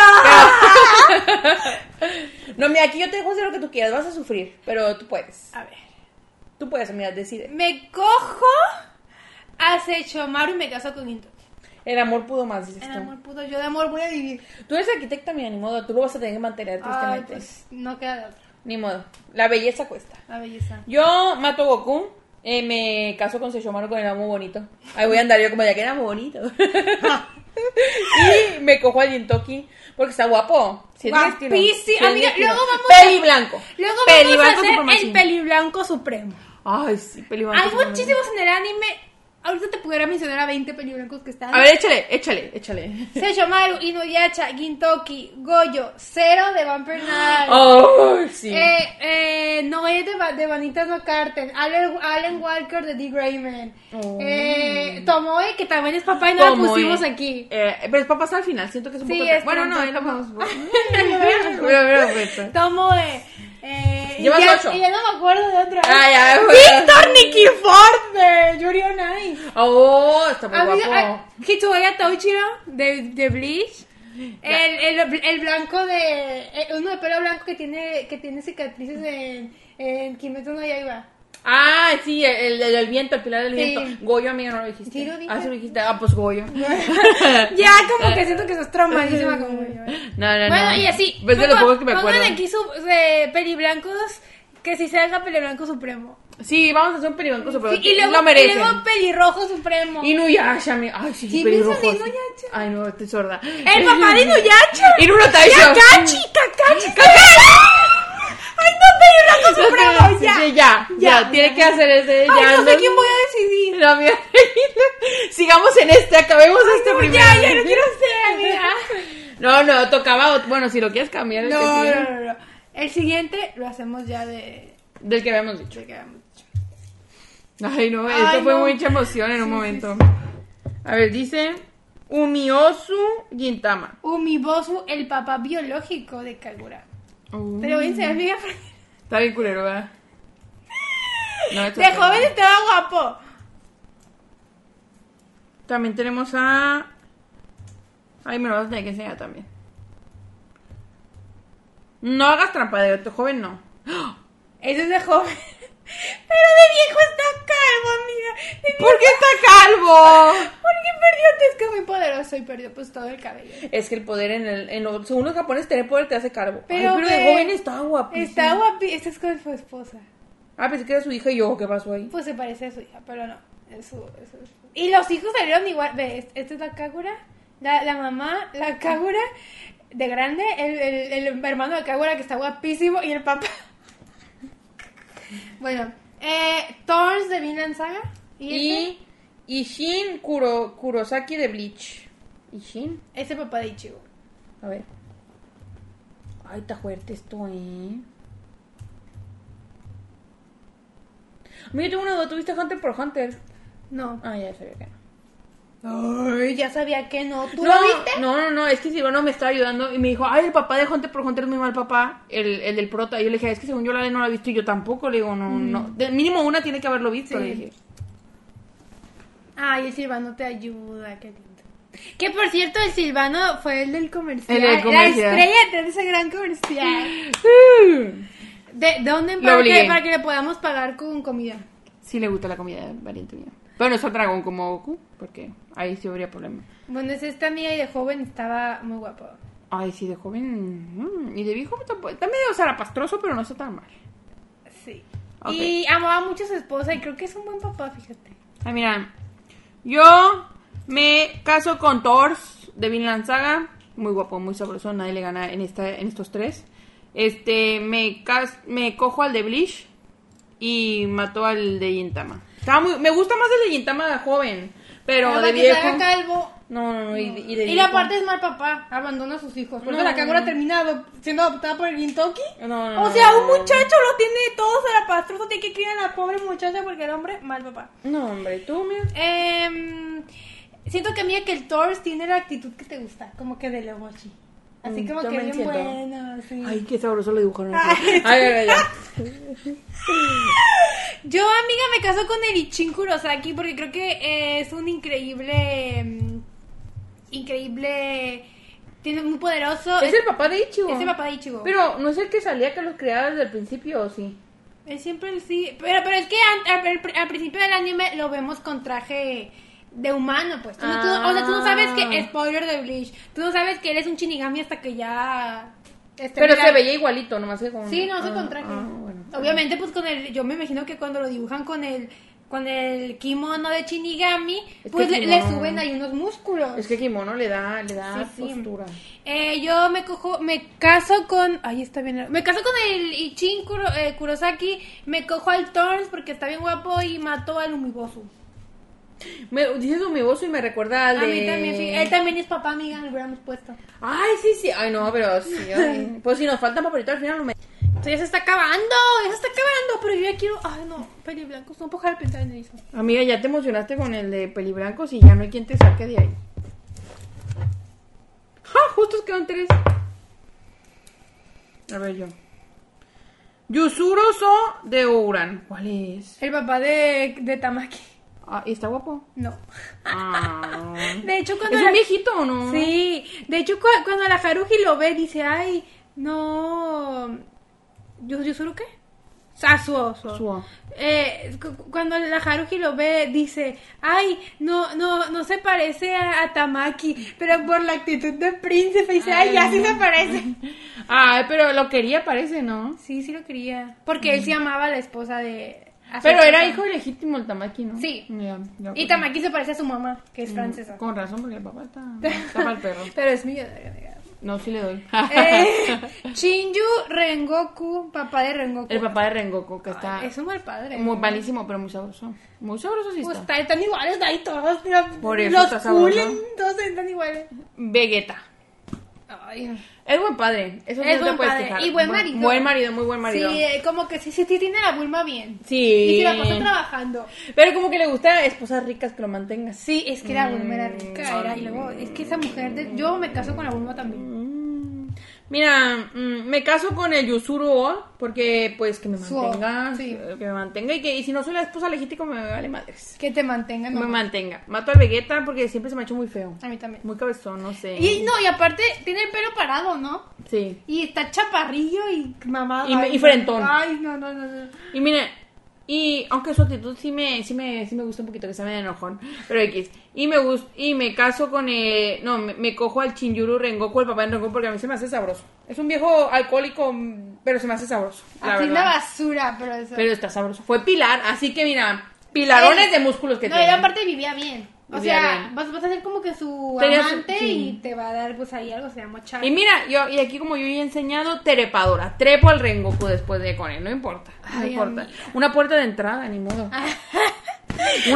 [SPEAKER 2] Pero- No, mira, aquí yo te dejo hacer lo que tú quieras, vas a sufrir, pero tú puedes.
[SPEAKER 1] A ver.
[SPEAKER 2] Tú puedes, amiga, decide.
[SPEAKER 1] Me cojo a Sechomaru y me caso con Gintoki.
[SPEAKER 2] El amor pudo más, dices
[SPEAKER 1] El
[SPEAKER 2] tú.
[SPEAKER 1] amor puto, yo de amor voy a vivir.
[SPEAKER 2] Tú eres arquitecta, mira, ni modo, tú lo vas a tener que mantener
[SPEAKER 1] Ay,
[SPEAKER 2] tristemente.
[SPEAKER 1] pues no queda de otra.
[SPEAKER 2] Ni modo, la belleza cuesta.
[SPEAKER 1] La belleza.
[SPEAKER 2] Yo mato a Goku, eh, me caso con Seishomaru con el amo bonito. Ahí voy a andar yo como ya que era muy bonito. y me cojo al Jintoki porque está guapo. Sí es
[SPEAKER 1] Guapísimo.
[SPEAKER 2] mi estilo, sí es mi
[SPEAKER 1] Amiga,
[SPEAKER 2] estilo.
[SPEAKER 1] luego vamos
[SPEAKER 2] Peli
[SPEAKER 1] a-
[SPEAKER 2] blanco.
[SPEAKER 1] Luego
[SPEAKER 2] Peli
[SPEAKER 1] vamos
[SPEAKER 2] blanco
[SPEAKER 1] a hacer
[SPEAKER 2] supremacista.
[SPEAKER 1] el peli blanco supremo.
[SPEAKER 2] Ay, sí, peli blanco
[SPEAKER 1] Hay
[SPEAKER 2] supremacista.
[SPEAKER 1] muchísimos en el anime. Ahorita te pudiera mencionar a 20 peli blancos que están.
[SPEAKER 2] A ver, échale, échale, échale.
[SPEAKER 1] Sechomaru, Inuyasha, Gintoki, Goyo, Cero de Vampire Night.
[SPEAKER 2] Ay, sí.
[SPEAKER 1] Eh, eh, Noé de, Ba- de Vanitas No Carter, Alan, Alan Walker de D. Grayman,
[SPEAKER 2] Oh.
[SPEAKER 1] eh, Tomoe, que también es papá y no lo
[SPEAKER 2] Como,
[SPEAKER 1] pusimos
[SPEAKER 2] eh,
[SPEAKER 1] aquí.
[SPEAKER 2] eh, pero es para pasar al final, siento que es un
[SPEAKER 1] Sí,
[SPEAKER 2] poco...
[SPEAKER 1] es
[SPEAKER 2] bueno, no,
[SPEAKER 1] trampa.
[SPEAKER 2] ahí lo vamos. Mira, mira, mira.
[SPEAKER 1] Tomoe. Eh, y
[SPEAKER 2] Llevas
[SPEAKER 1] ya,
[SPEAKER 2] ocho.
[SPEAKER 1] y ya no me acuerdo de otra.
[SPEAKER 2] Ah, ya, bueno.
[SPEAKER 1] Víctor Nikiford de Yuri on Ice.
[SPEAKER 2] Oh, está muy
[SPEAKER 1] Amiga,
[SPEAKER 2] guapo.
[SPEAKER 1] ah, Hitsuya Toichiro de, de Bleach. El, el, el blanco de. eh, uno de pelo blanco que tiene, que tiene cicatrices en, en Kimetsu no Yaiba.
[SPEAKER 2] Ah, sí, el, el, el viento, el pilar del
[SPEAKER 1] Sí.
[SPEAKER 2] viento. Goyo, amiga, no lo dijiste.
[SPEAKER 1] Sí, lo dije.
[SPEAKER 2] Ah, sí lo dijiste. Ah, pues Goyo. no,
[SPEAKER 1] Ya, como que siento que sos traumadísima como yo. ¿eh?
[SPEAKER 2] no,
[SPEAKER 1] Bueno,
[SPEAKER 2] no.
[SPEAKER 1] y así. pues,
[SPEAKER 2] Ves pues, de lo poco que me
[SPEAKER 1] pongan
[SPEAKER 2] acuerdo.
[SPEAKER 1] aquí su, eh, peliblancos. Que si salga peliblanco supremo.
[SPEAKER 2] Sí, vamos a hacer un pelibanco sobre
[SPEAKER 1] Sí, y luego,
[SPEAKER 2] Pues, Lo
[SPEAKER 1] y
[SPEAKER 2] merecen.
[SPEAKER 1] luego pelirrojo supremo.
[SPEAKER 2] Inuyasha, amiga. Ay, sí,
[SPEAKER 1] Sí,
[SPEAKER 2] pelirrojo.
[SPEAKER 1] piensa en Inuyasha.
[SPEAKER 2] Ay, no, estoy sorda.
[SPEAKER 1] El papá de Inuyasha.
[SPEAKER 2] Inuro Taisho.
[SPEAKER 1] Kakashi, Kakashi, Kakashi. Ay, no, pelirrojo
[SPEAKER 2] No te ya, ya, ya, tiene que hacer ese
[SPEAKER 1] Ay,
[SPEAKER 2] ya.
[SPEAKER 1] no sé quién voy a decidir.
[SPEAKER 2] La mía. Sigamos en este, acabemos este
[SPEAKER 1] No,
[SPEAKER 2] primero.
[SPEAKER 1] ya, ya, no quiero ser, amiga.
[SPEAKER 2] No, no, tocaba otro. Bueno, si lo quieres cambiar, el que
[SPEAKER 1] No,
[SPEAKER 2] sigue.
[SPEAKER 1] no, no, no. El siguiente lo hacemos ya de...
[SPEAKER 2] del que habíamos dicho.
[SPEAKER 1] de que habíamos dicho.
[SPEAKER 2] Ay, no,
[SPEAKER 1] Ay,
[SPEAKER 2] esto
[SPEAKER 1] no.
[SPEAKER 2] fue mucha emoción en un
[SPEAKER 1] Sí,
[SPEAKER 2] momento. A ver, dice Umiosu Gintama.
[SPEAKER 1] Umibosu, el papá biológico de Kagura.
[SPEAKER 2] Uh,
[SPEAKER 1] Te lo voy a enseñar, amiga. porque-
[SPEAKER 2] Está bien culero, ¿verdad? No, esto
[SPEAKER 1] De
[SPEAKER 2] está
[SPEAKER 1] joven
[SPEAKER 2] bien.
[SPEAKER 1] estaba guapo.
[SPEAKER 2] También tenemos a. Ay, me lo vas a tener que enseñar también. No hagas trampa de otro joven, no.
[SPEAKER 1] Eso es de joven. Pero de viejo está calvo, amiga. De viejo,
[SPEAKER 2] ¿Por qué está calvo?
[SPEAKER 1] porque perdió antes que muy poderoso y perdió pues todo el cabello.
[SPEAKER 2] Es que el poder en el. En los, según los japoneses, tener poder te hace calvo. Ay,
[SPEAKER 1] Pero,
[SPEAKER 2] pero de
[SPEAKER 1] güey,
[SPEAKER 2] joven está guapísimo.
[SPEAKER 1] Está guapi. Esta es con su esposa.
[SPEAKER 2] Ah, pensé que era su hija y yo, ¿qué pasó ahí?
[SPEAKER 1] Pues se parece a su hija, pero no. Es su, es su- Y los hijos salieron igual. Ve, es- esta es la Kagura. La, la mamá, la Kagura de grande. El, el- el hermano de Kagura que está guapísimo. Y el papá. bueno, eh, Thorns de Vinland Saga. Y,
[SPEAKER 2] Y. Ishin Kuro, Kurosaki de Bleach. Ishin.
[SPEAKER 1] ese, ese papá de Ichigo.
[SPEAKER 2] A ver. Ay, está fuerte esto, eh. Mira, tengo una duda. ¿Tuviste Hunter por Hunter?
[SPEAKER 1] No.
[SPEAKER 2] Ah, ya sabía que no.
[SPEAKER 1] Ay, ya sabía que no. ¿Tú
[SPEAKER 2] Ah. no,
[SPEAKER 1] lo viste?
[SPEAKER 2] No, no, no. Es que Silvano me estaba ayudando y me dijo, ay, el papá de Hunter por Hunter es muy mal papá. El, el del prota. Y yo le dije, es que según yo la ley no la he visto y yo tampoco. Le digo, no, no. De- mínimo una tiene que haberlo visto.
[SPEAKER 1] Mm. Sí.
[SPEAKER 2] Le dije.
[SPEAKER 1] Ay, el Silvano te ayuda, qué lindo. Que por cierto, el Silvano fue el del comercial.
[SPEAKER 2] El del
[SPEAKER 1] La
[SPEAKER 2] comercial.
[SPEAKER 1] estrella de ese gran comercial. ¿De, de dónde? Para que,
[SPEAKER 2] obligué.
[SPEAKER 1] para que le podamos pagar con comida.
[SPEAKER 2] Sí le gusta la comida valiente mía. Pero no es al dragón como Goku, porque ahí sí habría problema.
[SPEAKER 1] Bueno, es esta amiga y de joven estaba muy guapo.
[SPEAKER 2] Ay, sí, de joven. mm, Y de viejo tampoco. Está medio zarapastroso, pero no está tan mal.
[SPEAKER 1] Sí.
[SPEAKER 2] Ok.
[SPEAKER 1] Y amaba mucho a su esposa y creo que es un buen papá, fíjate.
[SPEAKER 2] Ay, mira. Yo me caso con Thors de Vinland Saga. Muy guapo, muy sabroso. Nadie le gana en, esta, en estos tres. Este, me, cas- me cojo al de Bleach. Y mató al de Gintama. Estaba muy- me gusta más el de Gintama de joven. Pero
[SPEAKER 1] Nada
[SPEAKER 2] de
[SPEAKER 1] que
[SPEAKER 2] viejo.
[SPEAKER 1] se haga calvo.
[SPEAKER 2] No, no, no. Y, de- y de
[SPEAKER 1] la
[SPEAKER 2] viejo.
[SPEAKER 1] parte es mal papá, abandona a sus hijos. Por eso
[SPEAKER 2] No.
[SPEAKER 1] la Kagura termina adop- siendo adoptada por el Gintoki.
[SPEAKER 2] No, no, no,
[SPEAKER 1] o sea,
[SPEAKER 2] no,
[SPEAKER 1] un
[SPEAKER 2] no, no.
[SPEAKER 1] muchacho lo tiene todo zarapastroso, tiene que criar a la pobre muchacha porque el hombre, mal papá.
[SPEAKER 2] No, hombre, tú, mira.
[SPEAKER 1] Em, siento que mira que el Thor tiene la actitud que te gusta, como que de Legoshi. Así
[SPEAKER 2] Mm,
[SPEAKER 1] como que
[SPEAKER 2] también
[SPEAKER 1] bien
[SPEAKER 2] siento.
[SPEAKER 1] bueno, sí.
[SPEAKER 2] Ay, qué sabroso lo dibujaron.
[SPEAKER 1] Ay.
[SPEAKER 2] Ay, ay, ay, ay.
[SPEAKER 1] Yo, amiga, me caso con el Ichin Kurosaki porque creo que eh, es un increíble. em, increíble. Tiene muy poderoso.
[SPEAKER 2] Es el papá de Ichigo.
[SPEAKER 1] es el papá de Ichigo.
[SPEAKER 2] Pero no es el que salía que los creaba desde el principio, ¿o sí?
[SPEAKER 1] Él siempre sí. Pero, pero es que an- al, al- al principio del anime lo vemos con traje de humano, pues. Tú no- tú no- o sea, tú no sabes que.
[SPEAKER 2] Ah.
[SPEAKER 1] Spoiler de Bleach. Tú no sabes que él es un Shinigami hasta que ya. esté
[SPEAKER 2] Pero
[SPEAKER 1] grande.
[SPEAKER 2] se veía igualito, nomás que con...
[SPEAKER 1] Sí, no, se
[SPEAKER 2] Ah,
[SPEAKER 1] contraje.
[SPEAKER 2] ah, bueno.
[SPEAKER 1] Obviamente, pues con el. Yo me imagino que cuando lo dibujan con el. Con el kimono de Shinigami,
[SPEAKER 2] que
[SPEAKER 1] pues le,
[SPEAKER 2] kimono-
[SPEAKER 1] le suben ahí unos músculos.
[SPEAKER 2] Es que kimono le da, le da
[SPEAKER 1] Sí, sí.
[SPEAKER 2] Ah, postura.
[SPEAKER 1] Eh, yo me cojo. Me caso con. Ay, está bien. largo. Me caso con el Ichin Kuro- eh, Kurosaki. Me cojo al Thorns porque está bien guapo y mató al Umibosu.
[SPEAKER 2] Me, dices Umibosu y me recuerda al
[SPEAKER 1] A
[SPEAKER 2] de...
[SPEAKER 1] mí también, sí. Él también es papá, amiga, lo hubiéramos puesto.
[SPEAKER 2] Ay, sí, sí. Ay, no, pero sí. ay. Pues si nos faltan papelitos al final, lo me...
[SPEAKER 1] Esto ya se está acabando, ya se está acabando, pero yo ya quiero. Ay, no, peli blancos, no puedo dejar de pensar en eso.
[SPEAKER 2] Amiga, ya te emocionaste con el de peliblancos y ya no hay quien te saque de ahí. ¡Ja! Justos quedan tres. A ver yo. Yusuro So de Uran. ¿Cuál es?
[SPEAKER 1] El papá de, de Tamaki.
[SPEAKER 2] Ah, ¿y está guapo?
[SPEAKER 1] No.
[SPEAKER 2] Ah.
[SPEAKER 1] De hecho, cuando.
[SPEAKER 2] ¿Es
[SPEAKER 1] la-
[SPEAKER 2] un viejito o no?
[SPEAKER 1] Sí, de hecho, cu- cuando la Haruji lo ve, dice: Ay, no. ¿Yo, yo solo qué? Sasuo. Suo.
[SPEAKER 2] Suo.
[SPEAKER 1] Eh, cu- cu- cuando la Haruji lo ve, dice: Ay, no, no, no se parece a, a Tamaki, pero por la actitud del príncipe, dice: Ay, ya sí se parece.
[SPEAKER 2] Ay, pero lo quería parece, ¿no?
[SPEAKER 1] Sí, sí lo quería. Porque él sí amaba a la esposa de. a su
[SPEAKER 2] Mm. Pero era
[SPEAKER 1] esposa.
[SPEAKER 2] hijo legítimo el Tamaki, ¿no?
[SPEAKER 1] Sí.
[SPEAKER 2] Ya, ya.
[SPEAKER 1] Y Tamaki se parece a su mamá, que es francesa.
[SPEAKER 2] Con razón, porque el papá Mm. está, está mal perro.
[SPEAKER 1] Pero es millonario, amiga.
[SPEAKER 2] No, sí le doy.
[SPEAKER 1] Eh, Shinju Rengoku, papá de Rengoku.
[SPEAKER 2] El papá de Rengoku, que está
[SPEAKER 1] Ay, es un mal padre.
[SPEAKER 2] muy malísimo, pero muy sabroso. Muy sabroso sí
[SPEAKER 1] Pues
[SPEAKER 2] está.
[SPEAKER 1] está- están iguales ahí todos. Mira,
[SPEAKER 2] Por eso
[SPEAKER 1] los
[SPEAKER 2] está sabroso.
[SPEAKER 1] culen, todos están iguales.
[SPEAKER 2] Vegeta.
[SPEAKER 1] Ay.
[SPEAKER 2] Es buen padre. Eso sí
[SPEAKER 1] Es
[SPEAKER 2] no te
[SPEAKER 1] buen
[SPEAKER 2] puedes
[SPEAKER 1] padre
[SPEAKER 2] quejar.
[SPEAKER 1] y buen
[SPEAKER 2] Bu-
[SPEAKER 1] marido.
[SPEAKER 2] Buen marido, muy buen marido.
[SPEAKER 1] Sí, eh, como que sí, sí, sí tiene la Bulma bien.
[SPEAKER 2] Sí.
[SPEAKER 1] Y se la pasa trabajando.
[SPEAKER 2] Pero como que le gusta esposas ricas que lo mantengan.
[SPEAKER 1] Sí, es que la Bulma era
[SPEAKER 2] Mm,
[SPEAKER 1] rica. Era, y luego, es que esa mujer. de- yo me caso con la Bulma también.
[SPEAKER 2] Mm. Mira, mm, me caso con el Yusuru Oa porque pues que me
[SPEAKER 1] Su Oa,
[SPEAKER 2] mantenga,
[SPEAKER 1] sí.
[SPEAKER 2] eh, que me mantenga y que y si no soy la esposa legítima me vale madres.
[SPEAKER 1] Que te mantengan.
[SPEAKER 2] Que me
[SPEAKER 1] mamá.
[SPEAKER 2] mantenga. Mato al Vegeta porque siempre se me ha hecho muy feo.
[SPEAKER 1] A mí también.
[SPEAKER 2] Muy cabezón, no sé.
[SPEAKER 1] Y no, y aparte tiene el pelo parado, ¿no?
[SPEAKER 2] Sí.
[SPEAKER 1] Y está chaparrillo y mamado.
[SPEAKER 2] Y me-
[SPEAKER 1] Ay,
[SPEAKER 2] y frentón.
[SPEAKER 1] Ay, no, no, no. no.
[SPEAKER 2] Y mire, y aunque su actitud sí me, sí me, sí me gusta un poquito, que sea medio enojón, pero X. Y me gusta, y me caso con el, no, me, me cojo al Chinjuru Rengoku, el papá de Rengoku, porque a mí se me hace sabroso. Es un viejo alcohólico, mm, pero se me hace sabroso, la
[SPEAKER 1] Así una
[SPEAKER 2] verdad.
[SPEAKER 1] basura, pero eso.
[SPEAKER 2] Pero está sabroso. Fue Pilar, así que mira, pilarones
[SPEAKER 1] Él-
[SPEAKER 2] de músculos que
[SPEAKER 1] Eh, no,
[SPEAKER 2] tiene.
[SPEAKER 1] y aparte vivía bien. O
[SPEAKER 2] Vivía
[SPEAKER 1] sea,
[SPEAKER 2] bien.
[SPEAKER 1] Vas, vas a ser como que su
[SPEAKER 2] Tenía su-
[SPEAKER 1] amante
[SPEAKER 2] sí.
[SPEAKER 1] y te va a dar pues ahí algo, se llama char.
[SPEAKER 2] Y mira, yo, y aquí como yo ya he enseñado, trepadora. Trepo al Rengoku después de con él, no importa. No
[SPEAKER 1] Ay,
[SPEAKER 2] importa.
[SPEAKER 1] amiga.
[SPEAKER 2] Una puerta de entrada, ni modo. Uno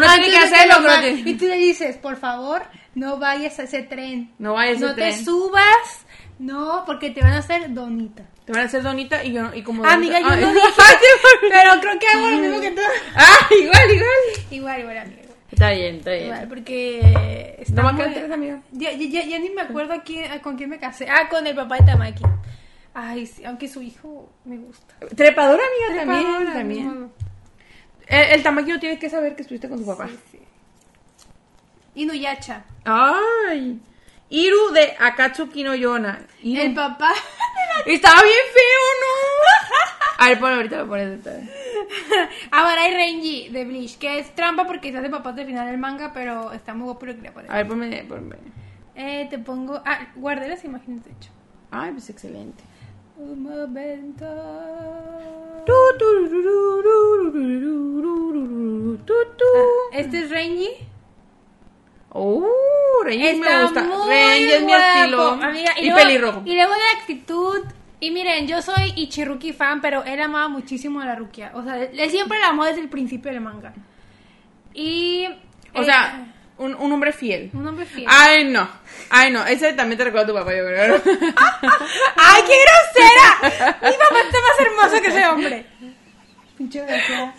[SPEAKER 1] Ah,
[SPEAKER 2] tiene que
[SPEAKER 1] entonces
[SPEAKER 2] hacerlo,
[SPEAKER 1] te lo
[SPEAKER 2] creo
[SPEAKER 1] man-
[SPEAKER 2] que-
[SPEAKER 1] Y tú le dices, por favor, no vayas a ese tren.
[SPEAKER 2] No vayas a ese
[SPEAKER 1] No
[SPEAKER 2] tren.
[SPEAKER 1] te subas, no, porque te van a hacer donita. Ah,
[SPEAKER 2] Te van a hacer donita y yo no- y como
[SPEAKER 1] Amiga, yo
[SPEAKER 2] donita-
[SPEAKER 1] no
[SPEAKER 2] Ay.
[SPEAKER 1] dije, pero creo que hago lo mismo que tú.
[SPEAKER 2] Ah, igual, igual.
[SPEAKER 1] Igual, igual, amiga, igual.
[SPEAKER 2] Está bien, está
[SPEAKER 1] Igual,
[SPEAKER 2] bien.
[SPEAKER 1] porque... está
[SPEAKER 2] Eh. No va a
[SPEAKER 1] muy-
[SPEAKER 2] quedar tres, amiga.
[SPEAKER 1] Ya, ya, ya- ya ni me acuerdo a quién- a con quién me casé. Ah, con el papá de Tamaki. Ay, sí, aunque su hijo me gusta.
[SPEAKER 2] Trepadora, amiga,
[SPEAKER 1] Trepadora,
[SPEAKER 2] también. también.
[SPEAKER 1] no.
[SPEAKER 2] El, el tamaño tiene que saber que estuviste con tu papá.
[SPEAKER 1] Sí, sí. Inuyacha.
[SPEAKER 2] Ay. Iru de Akatsuki no Yona. Iru.
[SPEAKER 1] El papá de la
[SPEAKER 2] Estaba bien feo, ¿no? A ver, pon ahorita, lo pones. ahorita.
[SPEAKER 1] Avarai Ah, Renji de Bleach, que es trampa porque se hace papás de final del manga, pero está muy guapo lo que le ponen.
[SPEAKER 2] A ver, ponme, ponme.
[SPEAKER 1] Eh, te pongo. Ah, guardé las imágenes, de hecho.
[SPEAKER 2] Ay, pues excelente.
[SPEAKER 1] Un momento.
[SPEAKER 2] Tu, tu, ru, ru, ru, ru, ru, ru, ru, ru, ru, tu, tu.
[SPEAKER 1] Ah, Este es Renji.
[SPEAKER 2] Oh, Renji me
[SPEAKER 1] Está
[SPEAKER 2] gusta.
[SPEAKER 1] muy
[SPEAKER 2] Renji es mi
[SPEAKER 1] guapo,
[SPEAKER 2] estilo.
[SPEAKER 1] amiga.
[SPEAKER 2] y
[SPEAKER 1] luego-
[SPEAKER 2] pelirrojo.
[SPEAKER 1] Y luego la actitud. Y miren, yo soy Ichiruki fan, pero él amaba muchísimo a la Rukia. O sea, él siempre la amó desde el principio del manga. Y.
[SPEAKER 2] O
[SPEAKER 1] eh,
[SPEAKER 2] sea, ah. un, un hombre fiel.
[SPEAKER 1] Un hombre fiel.
[SPEAKER 2] Ay, no. Ay, no. Ese también te recuerda a tu papá, yo creo.
[SPEAKER 1] ¡Ay, qué grosera! Mi papá está más hermoso que ese hombre. Pinche grosera.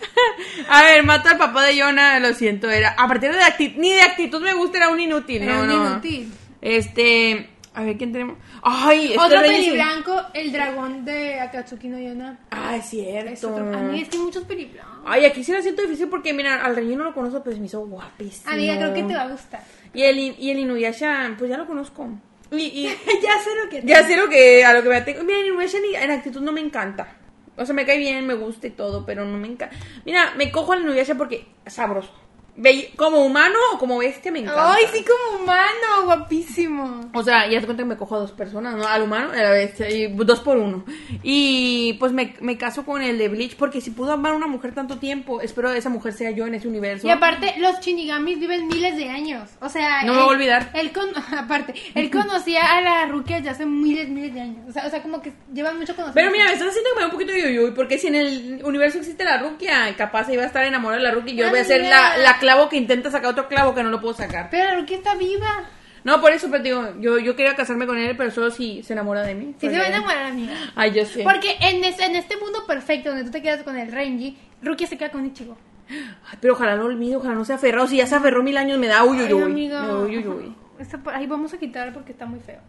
[SPEAKER 2] a ver, mata al papá de Jonah, lo siento. Era, a partir de actitud, ni de actitud me gusta, era un inútil.
[SPEAKER 1] Era
[SPEAKER 2] no,
[SPEAKER 1] un
[SPEAKER 2] no.
[SPEAKER 1] inútil.
[SPEAKER 2] Este, a ver, ¿quién tenemos? Ay, este
[SPEAKER 1] Otro
[SPEAKER 2] rey es-
[SPEAKER 1] peliblanco, el dragón de Akatsuki no Yona.
[SPEAKER 2] Ay, cierto.
[SPEAKER 1] Es otro- A mí es que hay muchos peliblancos.
[SPEAKER 2] Ay, aquí sí la siento difícil porque, mira, al rey yo no lo conozco, pero se me hizo guapísimo.
[SPEAKER 1] Amiga, creo que te va a gustar.
[SPEAKER 2] Y el, in- y el Inuyasha, pues ya lo conozco. Y, y
[SPEAKER 1] ya sé lo que
[SPEAKER 2] Ya sé lo que, a lo que me atengo. Mira, Inuyasha ni- en actitud no me encanta. O sea, me cae bien, me gusta y todo, pero no me encanta. Mira, me cojo al Inuyasha porque sabroso. Bell- como humano o como bestia me encanta.
[SPEAKER 1] Ay, sí, como humano, guapísimo.
[SPEAKER 2] O sea, ya te cuento que me cojo a dos personas, ¿no? Al humano y a la bestia, y dos por uno. Y pues me, me caso con el de Bleach porque si pudo amar a una mujer tanto tiempo, espero esa mujer sea yo en ese universo.
[SPEAKER 1] Y aparte, los shinigamis viven miles de años. O sea,
[SPEAKER 2] No me
[SPEAKER 1] él-
[SPEAKER 2] voy a olvidar.
[SPEAKER 1] Él con... Aparte, él conocía a las ruquias de hace miles, miles de años. O sea, o sea como que llevan mucho conocimiento.
[SPEAKER 2] Pero mira, me estás haciendo que me da un poquito de yuyuy, porque si en el universo existe la Rukia, capaz iba a estar enamorada de la Rukia y yo voy a ser la,
[SPEAKER 1] Amiga.
[SPEAKER 2] la clavo que intenta sacar otro clavo que no lo puedo sacar.
[SPEAKER 1] Pero la ruquia está viva.
[SPEAKER 2] No, por eso, pero te digo, yo, yo quería casarme con él, pero solo si se enamora de mí.
[SPEAKER 1] Sí se
[SPEAKER 2] porque-
[SPEAKER 1] va a enamorar, amiga.
[SPEAKER 2] Ay, yo sé.
[SPEAKER 1] Porque en este, en este mundo perfecto donde tú te quedas con el Renji, Rukia se queda con Ichigo.
[SPEAKER 2] Ay, pero ojalá lo olvide, ojalá no se aferrado. Si ya se aferró mil años, me da
[SPEAKER 1] Ay,
[SPEAKER 2] uyuyuy.
[SPEAKER 1] amiga.
[SPEAKER 2] Me da uyuyuy.
[SPEAKER 1] Esto por- ahí vamos a quitar porque está muy feo.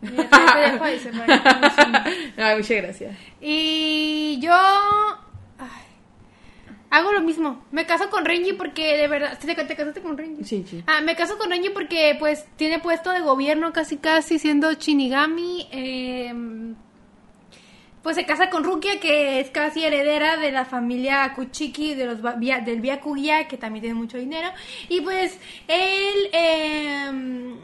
[SPEAKER 1] Mira, te- te dejo ahí, se me va a ir con Ichigo.
[SPEAKER 2] Ay, muchas gracias.
[SPEAKER 1] y yo ay, hago lo mismo. Me caso con Renji porque de verdad. ¿Te, te casaste con Renji?
[SPEAKER 2] Sí, sí.
[SPEAKER 1] Ah, me caso con Renji porque pues tiene puesto de gobierno casi casi siendo Shinigami. eh, pues se casa con Rukia que es casi heredera de la familia Kuchiki de los Ba- Bia- del Byakuya que también tiene mucho dinero y pues él eh,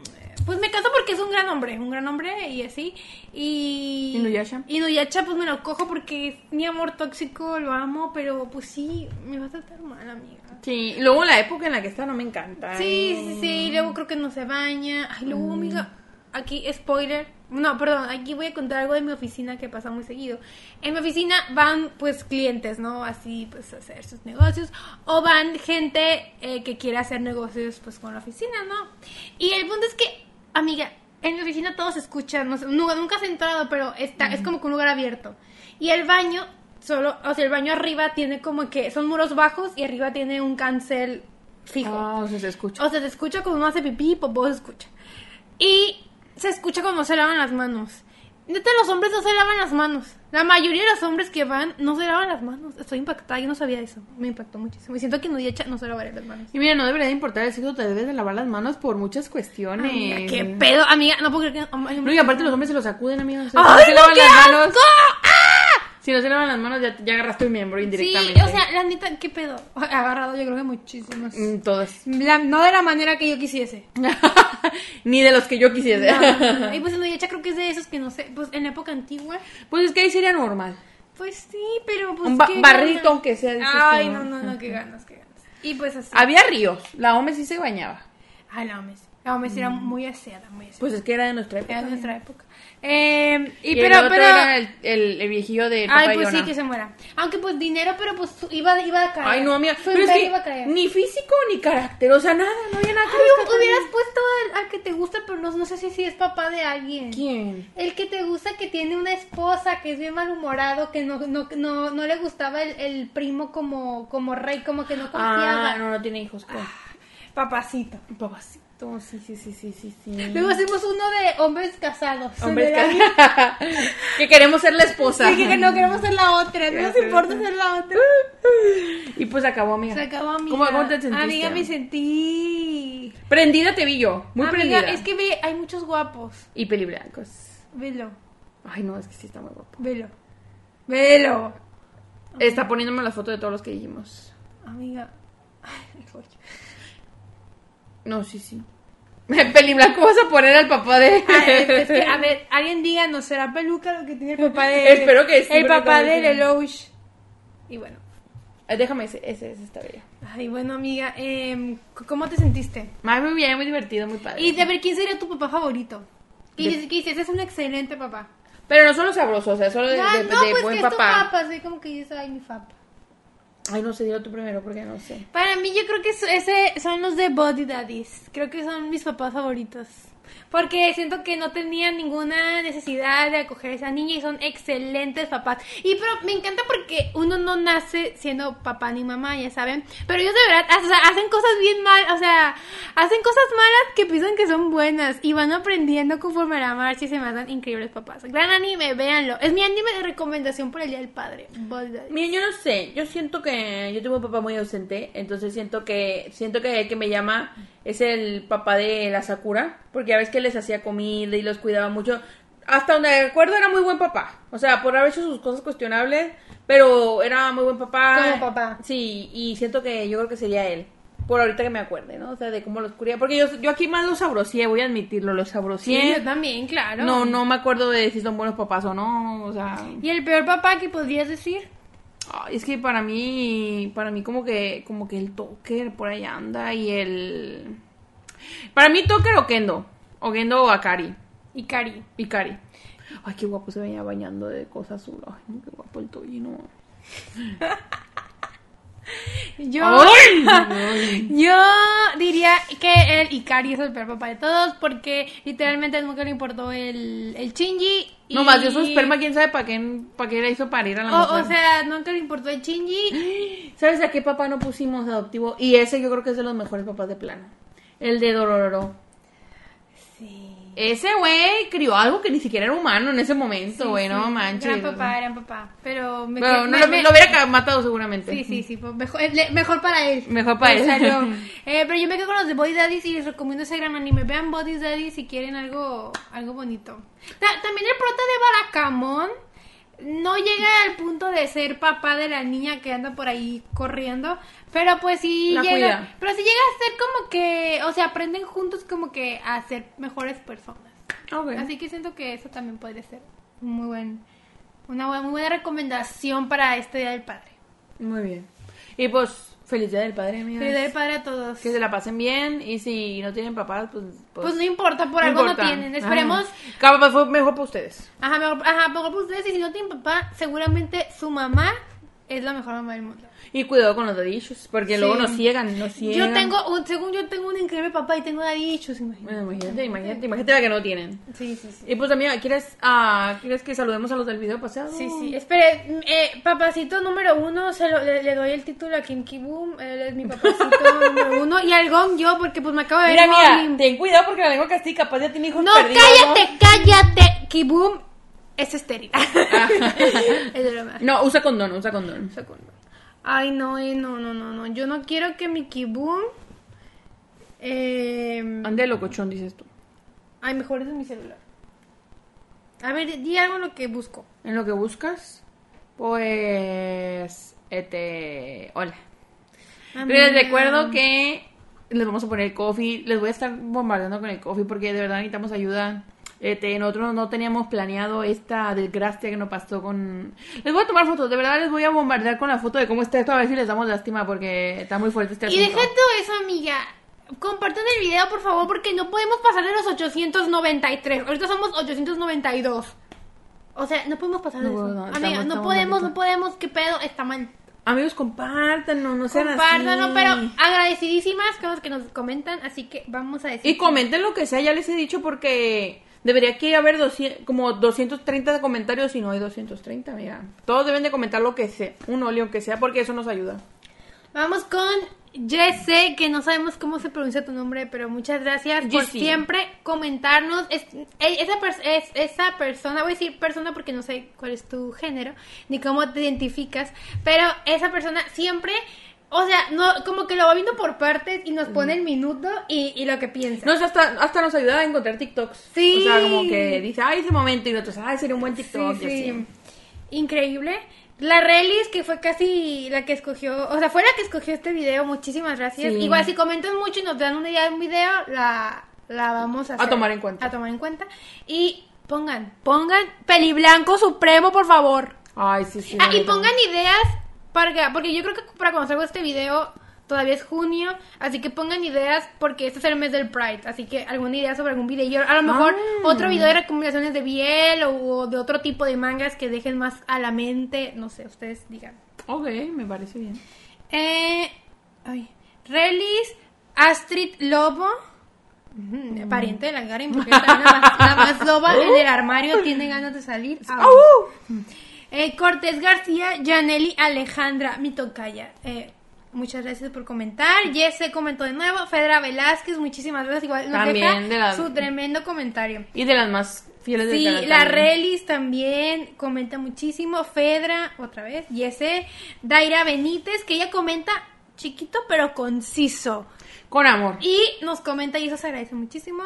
[SPEAKER 1] pues me caso porque es un gran hombre, un gran hombre y así y
[SPEAKER 2] Inuyasha.
[SPEAKER 1] Inuyasha pues me lo cojo porque es mi amor tóxico, lo amo, pero pues sí me va a tratar mal, amiga.
[SPEAKER 2] Sí, y luego la época en la que está no me encanta.
[SPEAKER 1] Sí, sí, sí, luego creo que no se baña. Ay, luego, amiga, aquí, spoiler, No, perdón, aquí voy a contar algo de mi oficina que pasa muy seguido. En mi oficina van pues clientes, ¿no? Así pues a hacer sus negocios o van gente eh, que quiere hacer negocios pues con la oficina, ¿no? Y el punto es que, amiga, en mi oficina todos escuchan, no sé, nu- nunca has entrado, pero está, es como que un lugar abierto. Y el baño, solo, o sea, el baño arriba tiene como que son muros bajos y arriba tiene un cancel fijo.
[SPEAKER 2] Ah, o sea, se escucha.
[SPEAKER 1] O sea, se escucha cuando uno hace pipí y popó se escucha. Y se escucha cuando se lavan las manos. Neta, los hombres no se lavan las manos. La mayoría de los hombres que van no se lavan las manos. Estoy impactada, yo no sabía eso. Me impactó muchísimo. Y siento que no hecha no se lavaré las manos.
[SPEAKER 2] Y mira, no debería de importar el sexo, te debes de lavar las manos por muchas cuestiones.
[SPEAKER 1] Amiga, qué pedo. Amiga, no puedo creer que. hay
[SPEAKER 2] No,
[SPEAKER 1] hombres-
[SPEAKER 2] y aparte los hombres se lo sacuden, amigos. O sea,
[SPEAKER 1] ¡Ay,
[SPEAKER 2] si
[SPEAKER 1] no,
[SPEAKER 2] no se lavan
[SPEAKER 1] qué
[SPEAKER 2] las manos,
[SPEAKER 1] asco! ¡Ah!
[SPEAKER 2] si no se lavan las manos, ya, ya agarraste un miembro
[SPEAKER 1] Sí,
[SPEAKER 2] indirectamente.
[SPEAKER 1] o sea, la neta, qué pedo. He agarrado, yo creo que muchísimas.
[SPEAKER 2] Mm, todas.
[SPEAKER 1] La- no de la manera que yo quisiese.
[SPEAKER 2] Ni de los que yo quisiese.
[SPEAKER 1] No, no, no. Y pues en Noyecha creo que es de esos que no sé. Pues en la época antigua.
[SPEAKER 2] Pues es que ahí sería normal.
[SPEAKER 1] Pues sí, pero pues.
[SPEAKER 2] Un ba-
[SPEAKER 1] qué
[SPEAKER 2] barrito,
[SPEAKER 1] ganas.
[SPEAKER 2] aunque sea, dices
[SPEAKER 1] Ay,
[SPEAKER 2] tú,
[SPEAKER 1] no,
[SPEAKER 2] ¿no? Ah.
[SPEAKER 1] no, no, qué ganas, qué ganas. Y pues así.
[SPEAKER 2] Había ríos. La hombre sí se bañaba.
[SPEAKER 1] Ay, la Omes. La Omes era muy aseada, muy aseada.
[SPEAKER 2] Mm. Pues es que era de nuestra época.
[SPEAKER 1] era de nuestra época. Eh, y,
[SPEAKER 2] Y el
[SPEAKER 1] pero,
[SPEAKER 2] otro
[SPEAKER 1] pero.
[SPEAKER 2] era el, el- el viejillo de
[SPEAKER 1] Ay,
[SPEAKER 2] Papá
[SPEAKER 1] pues sí,
[SPEAKER 2] Yona.
[SPEAKER 1] que se muera. Aunque pues dinero, pero pues su- iba, iba a caer.
[SPEAKER 2] Ay, no, amiga.
[SPEAKER 1] Su
[SPEAKER 2] Pero es
[SPEAKER 1] imperio
[SPEAKER 2] que
[SPEAKER 1] iba a caer.
[SPEAKER 2] ni físico ni carácter. O sea, nada, no había nada que
[SPEAKER 1] Ay,
[SPEAKER 2] rescatar.
[SPEAKER 1] hubieras puesto al, al que te gusta, pero no, no sé si, si es papá de alguien.
[SPEAKER 2] ¿Quién?
[SPEAKER 1] El que te gusta que tiene una esposa que es bien malhumorado, que no, no, no, no le gustaba el, el primo como, como rey, como que no confiaba.
[SPEAKER 2] Ah, no, no tiene hijos. pues.
[SPEAKER 1] Ah. Papacito.
[SPEAKER 2] Papacito, sí, sí, sí, sí, sí, sí.
[SPEAKER 1] Luego hacemos uno de hombres casados.
[SPEAKER 2] Hombres
[SPEAKER 1] ¿verdad?
[SPEAKER 2] que... que queremos ser la esposa.
[SPEAKER 1] Sí, que- que no queremos ser la otra, no
[SPEAKER 2] Ya
[SPEAKER 1] nos
[SPEAKER 2] sé,
[SPEAKER 1] importa
[SPEAKER 2] sí.
[SPEAKER 1] ser la otra.
[SPEAKER 2] Y pues acabó, amiga.
[SPEAKER 1] Se acabó, amiga.
[SPEAKER 2] Uh. ¿Cómo, cómo te sentiste?
[SPEAKER 1] Amiga, me sentí.
[SPEAKER 2] Prendida te vi yo, muy
[SPEAKER 1] amiga,
[SPEAKER 2] prendida.
[SPEAKER 1] es que ve, hay muchos guapos.
[SPEAKER 2] Y peliblancos.
[SPEAKER 1] Velo,
[SPEAKER 2] Ay, no, es que sí está muy guapo.
[SPEAKER 1] velo, velo.
[SPEAKER 2] Está poniéndome las fotos de todos los que dijimos.
[SPEAKER 1] Amiga. Ay, el rollo.
[SPEAKER 2] No, sí, sí. Peliblanco vas a poner al papá de...
[SPEAKER 1] Ah, es- es que, a ver, alguien díganos, ¿será peluca lo que tiene el papá de...
[SPEAKER 2] Espero que sí,
[SPEAKER 1] El
[SPEAKER 2] porque
[SPEAKER 1] papá
[SPEAKER 2] como
[SPEAKER 1] de
[SPEAKER 2] dicen-
[SPEAKER 1] Lelouch. Y bueno.
[SPEAKER 2] Ay, Déjame ese, ese, ese está bello.
[SPEAKER 1] Ay, bueno, amiga, em, c- ¿cómo te sentiste?
[SPEAKER 2] Ay, muy bien, muy divertido, muy padre.
[SPEAKER 1] Y de ver, ¿quién sería tu papá favorito? Y
[SPEAKER 2] De-
[SPEAKER 1] dices, que dices, es un excelente papá.
[SPEAKER 2] Pero no solo sabroso, o sea, solo de,
[SPEAKER 1] Ah,
[SPEAKER 2] de-
[SPEAKER 1] no,
[SPEAKER 2] de
[SPEAKER 1] pues
[SPEAKER 2] buen
[SPEAKER 1] que es tu
[SPEAKER 2] papá.
[SPEAKER 1] papa, así como que dices, ay, mi papá.
[SPEAKER 2] Ay, no sé, dilo tú primero porque no sé.
[SPEAKER 1] Para mí, yo creo que so- ese son los de Body Daddies. Creo que son mis papás favoritos. Porque siento que no tenían ninguna necesidad de acoger a esa niña y son excelentes papás. Y pero me encanta porque uno no nace siendo papá ni mamá, ya saben. Pero ellos de verdad o sea, hacen cosas bien mal, o sea, hacen cosas malas que piensan que son buenas y van aprendiendo conforme a la marcha y se mandan increíbles papás. Gran anime, véanlo. Es mi anime de recomendación por el Día del Padre. Body Daddies.
[SPEAKER 2] Miren, yo no sé, yo siento que yo tuve un papá muy ausente, entonces siento que siento que el que me llama es el papá de la Sakura, porque a veces que les hacía comida y los cuidaba mucho. Hasta donde recuerdo era muy buen papá, o sea, por haber hecho sus cosas cuestionables, pero era muy buen papá.
[SPEAKER 1] Como papá.
[SPEAKER 2] Sí, y siento que yo creo que sería él, por ahorita que me acuerde, ¿no? O sea, de cómo los curía, porque yo, yo aquí más los sabrosié, voy a admitirlo, los
[SPEAKER 1] Sí,
[SPEAKER 2] sabrosié.
[SPEAKER 1] yo también, claro.
[SPEAKER 2] no, no me acuerdo de si son buenos papás o no, o sea...
[SPEAKER 1] ¿Y el peor papá que podrías decir?
[SPEAKER 2] Ay, es que para mí, para mí como que, como que el Toker por ahí anda y el... Para mí Toker o Kendo, o Kendo o Akari,
[SPEAKER 1] Ikari.
[SPEAKER 2] Ikari. Ay, qué guapo se venía bañando de cosa azul, ay, no, qué guapo el Toji, no.
[SPEAKER 1] Yo,
[SPEAKER 2] Ay, ay.
[SPEAKER 1] yo diría que el Ikari es el peor papá de todos porque literalmente nunca le importó el, el Shinji. y-
[SPEAKER 2] No más, dio su esperma, quién sabe para qué, para qué la hizo parir a la
[SPEAKER 1] O, o
[SPEAKER 2] mujer.
[SPEAKER 1] sea, nunca le importó el Shinji.
[SPEAKER 2] ¿Sabes a qué papá no pusimos adoptivo? Y ese yo creo que es de los mejores papás de plano. El de Dororo.
[SPEAKER 1] Sí.
[SPEAKER 2] Ese güey crió algo que ni siquiera era humano en ese momento, güey, no
[SPEAKER 1] sí,
[SPEAKER 2] manches.
[SPEAKER 1] Gran
[SPEAKER 2] o sea.
[SPEAKER 1] papá, gran papá. Pero me
[SPEAKER 2] Bueno,
[SPEAKER 1] que-
[SPEAKER 2] no,
[SPEAKER 1] me-
[SPEAKER 2] lo,
[SPEAKER 1] me-
[SPEAKER 2] lo hubiera ca- matado seguramente.
[SPEAKER 1] Sí, sí, sí. pues, Mejor, eh, le- mejor para él.
[SPEAKER 2] Mejor para
[SPEAKER 1] Le
[SPEAKER 2] él.
[SPEAKER 1] salió. Eh, pero yo me quedo con los de Body Daddies y les recomiendo ese gran anime. Vean Body Daddies si quieren algo, algo bonito. Ta- también el prota de Baracamón no llega al punto de ser papá de la niña que anda por ahí corriendo. Pero pues sí
[SPEAKER 2] La
[SPEAKER 1] llega.
[SPEAKER 2] cuida.
[SPEAKER 1] Pero sí llega a ser como que. O sea, aprenden juntos como que a ser mejores personas.
[SPEAKER 2] Ok.
[SPEAKER 1] Así que siento que eso también podría ser un muy buen, una buena, muy buena recomendación para este Día del Padre.
[SPEAKER 2] Muy bien. Y pues, Feliz Día del Padre, amigas.
[SPEAKER 1] Feliz Día del Padre a todos.
[SPEAKER 2] Que se la pasen bien y si no tienen papás, pues...
[SPEAKER 1] Pues no importa, por algo
[SPEAKER 2] importa.
[SPEAKER 1] no tienen. Esperemos.
[SPEAKER 2] Ajá. Capaz fue mejor para ustedes.
[SPEAKER 1] Ajá, mejor, ajá, mejor para ustedes. Y si no tienen papá, seguramente su mamá es la mejor mamá del mundo.
[SPEAKER 2] Y cuidado con los dadillos, porque
[SPEAKER 1] Sí.
[SPEAKER 2] luego nos ciegan, nos ciegan.
[SPEAKER 1] Yo tengo, un, según yo tengo un increíble papá y tengo daddy issues, imagínate.
[SPEAKER 2] Bueno, imagínate, imagínate, imagínate la que no tienen.
[SPEAKER 1] Sí, sí, sí.
[SPEAKER 2] Y pues amiga, ¿quieres, ah, ¿quieres que saludemos a los del video pasado?
[SPEAKER 1] Sí, sí. Espere, eh, papacito número uno, se lo- le, le doy el título a Kim Ki Boom. Él es mi papacito número uno. Y al Gong yo, porque pues me acabo de ver.
[SPEAKER 2] Mira, mira,
[SPEAKER 1] Goblin.
[SPEAKER 2] ten cuidado porque la lengua castiga, capaz ya tiene hijos
[SPEAKER 1] No,
[SPEAKER 2] perdidos.
[SPEAKER 1] cállate, cállate. Kibum es estéril.
[SPEAKER 2] Ah.
[SPEAKER 1] es broma.
[SPEAKER 2] No, usa condón, usa condón.
[SPEAKER 1] Ay, no, eh, no, no, no, no. Yo no quiero que mi Kibum. Eh,
[SPEAKER 2] Ande locochón, dices tú.
[SPEAKER 1] ay, mejor ese es mi celular. A ver, di algo en lo que busco.
[SPEAKER 2] En lo que buscas, pues... Este... Hola. Les recuerdo que les vamos a poner el coffee. Les voy a estar bombardeando con el coffee porque de verdad necesitamos ayuda. Este, nosotros no teníamos planeado esta desgracia que nos pasó con... Les voy a tomar fotos, de verdad les voy a bombardear con la foto de cómo está esto, a ver si les damos lástima porque está muy fuerte este
[SPEAKER 1] Y
[SPEAKER 2] asunto.
[SPEAKER 1] deja todo eso, amiga. Compartan el video, por favor, porque no podemos pasar de los 893. Ahorita somos 892. O sea, no podemos pasar de
[SPEAKER 2] No,
[SPEAKER 1] eso.
[SPEAKER 2] no,
[SPEAKER 1] amiga,
[SPEAKER 2] estamos-
[SPEAKER 1] no
[SPEAKER 2] estamos
[SPEAKER 1] podemos,
[SPEAKER 2] malito.
[SPEAKER 1] no podemos. ¿Qué pedo? Está mal.
[SPEAKER 2] Amigos, compártanos, no sean
[SPEAKER 1] Compártanlo,
[SPEAKER 2] así.
[SPEAKER 1] pero agradecidísimas con los que nos comentan. Así que vamos a decir.
[SPEAKER 2] Y comenten lo que sea, ya les he dicho porque debería que haber 200 como 230 comentarios y no hay 230, mira. Todos deben de comentar lo que sea, un óleo que sea, porque eso nos ayuda.
[SPEAKER 1] Vamos con Jesse, que no sabemos cómo se pronuncia tu nombre, pero muchas gracias por
[SPEAKER 2] Jesse.
[SPEAKER 1] siempre comentarnos. Es- e- esa, pers- es- esa persona, voy a decir persona porque no sé cuál es tu género, ni cómo te identificas, pero esa persona siempre, o sea, no como que lo va viendo por partes y nos pone el minuto y, y lo que piensa.
[SPEAKER 2] Nos hasta, hasta nos ayuda a encontrar TikToks.
[SPEAKER 1] Sí.
[SPEAKER 2] O sea, como que dice, ay, ese momento, y nosotros, ay, sería un buen TikTok.
[SPEAKER 1] Sí,
[SPEAKER 2] y así.
[SPEAKER 1] sí. Increíble. La Relis, que fue casi la que escogió, o sea, fue la que escogió este video, muchísimas gracias.
[SPEAKER 2] Sí.
[SPEAKER 1] Igual si comentan mucho y nos dan una idea de un video, la, la vamos a, hacer.
[SPEAKER 2] tomar en cuenta.
[SPEAKER 1] A tomar en cuenta. Y pongan, pongan peli blanco supremo, por favor.
[SPEAKER 2] Ay, sí, sí.
[SPEAKER 1] Ah,
[SPEAKER 2] la
[SPEAKER 1] y
[SPEAKER 2] neta.
[SPEAKER 1] pongan ideas para porque yo creo que para cuando salga este video todavía es junio, así que pongan ideas porque este es el mes del Pride, así que alguna idea sobre algún video, Yo, a lo mejor
[SPEAKER 2] Ah.
[SPEAKER 1] otro video de recomendaciones de Biel o, o de otro tipo de mangas que dejen más a la mente, no sé, ustedes digan.
[SPEAKER 2] Ok, me parece bien.
[SPEAKER 1] Eh, ay, Relis, Astrid Lobo, ujú, pariente de la Garen, porque es la más, la más loba en el armario, tiene ganas de salir. Ah, eh, Cortés García, Janely Alejandra, mi tocaya. Eh, muchas gracias por comentar. Jesse comentó de nuevo. Fedra Velázquez, muchísimas gracias. Igual nos
[SPEAKER 2] También
[SPEAKER 1] deja
[SPEAKER 2] de la-
[SPEAKER 1] su tremendo comentario.
[SPEAKER 2] Y de las más fieles del
[SPEAKER 1] Sí,
[SPEAKER 2] canal
[SPEAKER 1] la
[SPEAKER 2] también.
[SPEAKER 1] Relis también comenta muchísimo. Fedra, otra vez. Jesse. Daira Benítez, que ella comenta chiquito pero conciso.
[SPEAKER 2] Con amor.
[SPEAKER 1] Y nos comenta, y eso se agradece muchísimo.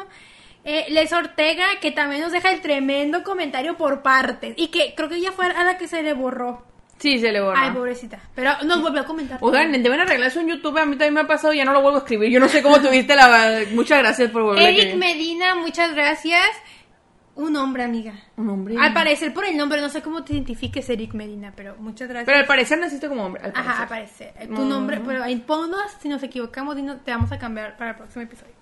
[SPEAKER 1] eh, Les Ortega, que también nos deja el tremendo comentario por partes. Y que creo que ella fue a la que se le borró.
[SPEAKER 2] Sí, se le borra.
[SPEAKER 1] Ay, pobrecita. Pero nos volvió a comentar.
[SPEAKER 2] Oigan, deben arreglarse un YouTube, a mí también me ha pasado, ya no lo vuelvo a escribir. Yo no sé cómo tuviste la... Muchas gracias por volver a
[SPEAKER 1] Eric
[SPEAKER 2] escribir.
[SPEAKER 1] Medina, muchas gracias. Un hombre, amiga.
[SPEAKER 2] Un hombre.
[SPEAKER 1] Al parecer por el nombre, no sé cómo te identifiques, Eric Medina, pero muchas gracias.
[SPEAKER 2] Pero al parecer naciste como hombre. Al parecer.
[SPEAKER 1] Ajá, aparece. Eh, Tu nombre, pero ahí ponnos, si nos equivocamos, dinos, te vamos a cambiar para el próximo episodio.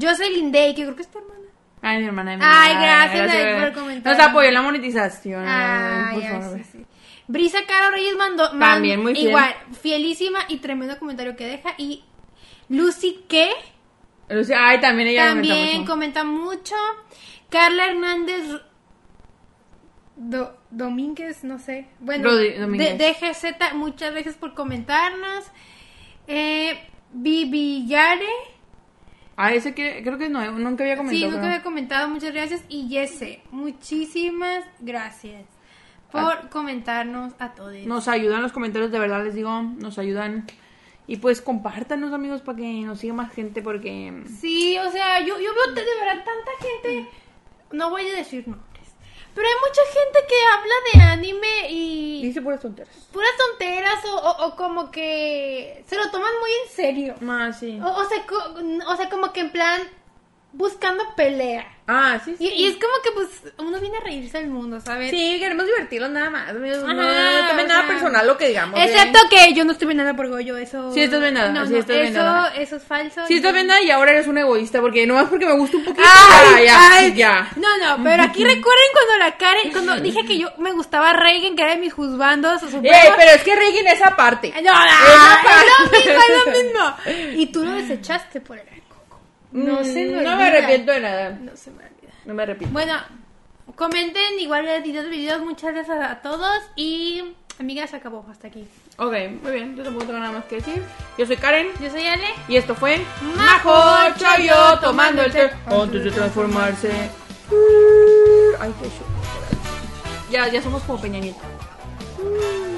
[SPEAKER 1] Jocelyn Day, que creo que es tu hermana.
[SPEAKER 2] Ay, mi hermana. mi
[SPEAKER 1] Ay,
[SPEAKER 2] hermana.
[SPEAKER 1] gracias, David, por
[SPEAKER 2] Nos
[SPEAKER 1] comentar.
[SPEAKER 2] apoyó en la monetización.
[SPEAKER 1] Ay,
[SPEAKER 2] por
[SPEAKER 1] ay,
[SPEAKER 2] favor.
[SPEAKER 1] sí, sí. Brisa Caro Reyes mandó. man-
[SPEAKER 2] También muy fiel.
[SPEAKER 1] Igual, fielísima y tremendo comentario que deja. Y Lucy, que
[SPEAKER 2] Lucía- ay, también ella
[SPEAKER 1] también
[SPEAKER 2] comenta
[SPEAKER 1] comenta mucho.
[SPEAKER 2] mucho.
[SPEAKER 1] Carla Hernández R- Do- Domínguez, no sé. Bueno,
[SPEAKER 2] Rodi-
[SPEAKER 1] de,
[SPEAKER 2] Domínguez.
[SPEAKER 1] DGZ, muchas gracias por comentarnos. Eh, Vivi Yare.
[SPEAKER 2] Ay, ese que, creo que no, nunca había comentado.
[SPEAKER 1] Sí, nunca
[SPEAKER 2] creo.
[SPEAKER 1] había comentado, muchas gracias. Y Jesse, muchísimas gracias
[SPEAKER 2] Ah.
[SPEAKER 1] por comentarnos a todos.
[SPEAKER 2] Nos ayudan los comentarios, de verdad les digo, nos ayudan. Y pues compártanos, amigos, para que nos siga más gente, porque.
[SPEAKER 1] Sí, o sea, yo, yo veo de verdad tanta gente. No voy a decir nombres. Pero hay mucha gente que habla de anime y
[SPEAKER 2] Dice puras tonteras.
[SPEAKER 1] puras tonteras o, o- o como que se lo toman muy en serio.
[SPEAKER 2] Más, sí.
[SPEAKER 1] Oh. O, o sea, co- o sea, como que en plan, buscando pelea.
[SPEAKER 2] Ah, sí, sí.
[SPEAKER 1] Y, y es como que, pues, uno viene a reírse del mundo, ¿sabes?
[SPEAKER 2] Sí, queremos divertirnos nada más. No, no
[SPEAKER 1] Ajá,
[SPEAKER 2] tomen
[SPEAKER 1] o
[SPEAKER 2] nada
[SPEAKER 1] sea,
[SPEAKER 2] personal lo que digamos. ¿eh?
[SPEAKER 1] Excepto que yo no estoy nada por Goyo, eso...
[SPEAKER 2] Sí, estás venada,
[SPEAKER 1] No,
[SPEAKER 2] sí,
[SPEAKER 1] no,
[SPEAKER 2] estás
[SPEAKER 1] eso,
[SPEAKER 2] venada.
[SPEAKER 1] eso es falso.
[SPEAKER 2] Sí,
[SPEAKER 1] y-
[SPEAKER 2] estás viendo y ahora eres un egoísta, porque nomás porque me gusta un poquito. Ah,
[SPEAKER 1] Ay,
[SPEAKER 2] ya, ya,
[SPEAKER 1] ay.
[SPEAKER 2] sí, ya.
[SPEAKER 1] No, no, pero aquí recuerden cuando la Karen, cuando dije que yo me gustaba Reagan, que era de mis juzbandos.
[SPEAKER 2] Ey, Eh, pero es que Reggae en esa parte.
[SPEAKER 1] No, no, es lo mismo, es lo mismo. Y tú lo desechaste por el coco. No
[SPEAKER 2] Mm,
[SPEAKER 1] se me
[SPEAKER 2] No me
[SPEAKER 1] olvida.
[SPEAKER 2] arrepiento de nada.
[SPEAKER 1] No se me olvida.
[SPEAKER 2] No me arrepiento.
[SPEAKER 1] Bueno, comenten igual el video videos. Muchas gracias a todos. Y amigas, se acabó. Hasta aquí.
[SPEAKER 2] Ok, muy bien. Yo tampoco tengo nada más que decir. Yo soy Karen.
[SPEAKER 1] Yo soy Ale.
[SPEAKER 2] Y esto fue
[SPEAKER 1] Majo
[SPEAKER 2] Majo
[SPEAKER 1] Chayo
[SPEAKER 2] Chayo tomando el té antes de transformarse. Ay, qué chulo. Ya, ya somos como Peña Nieto.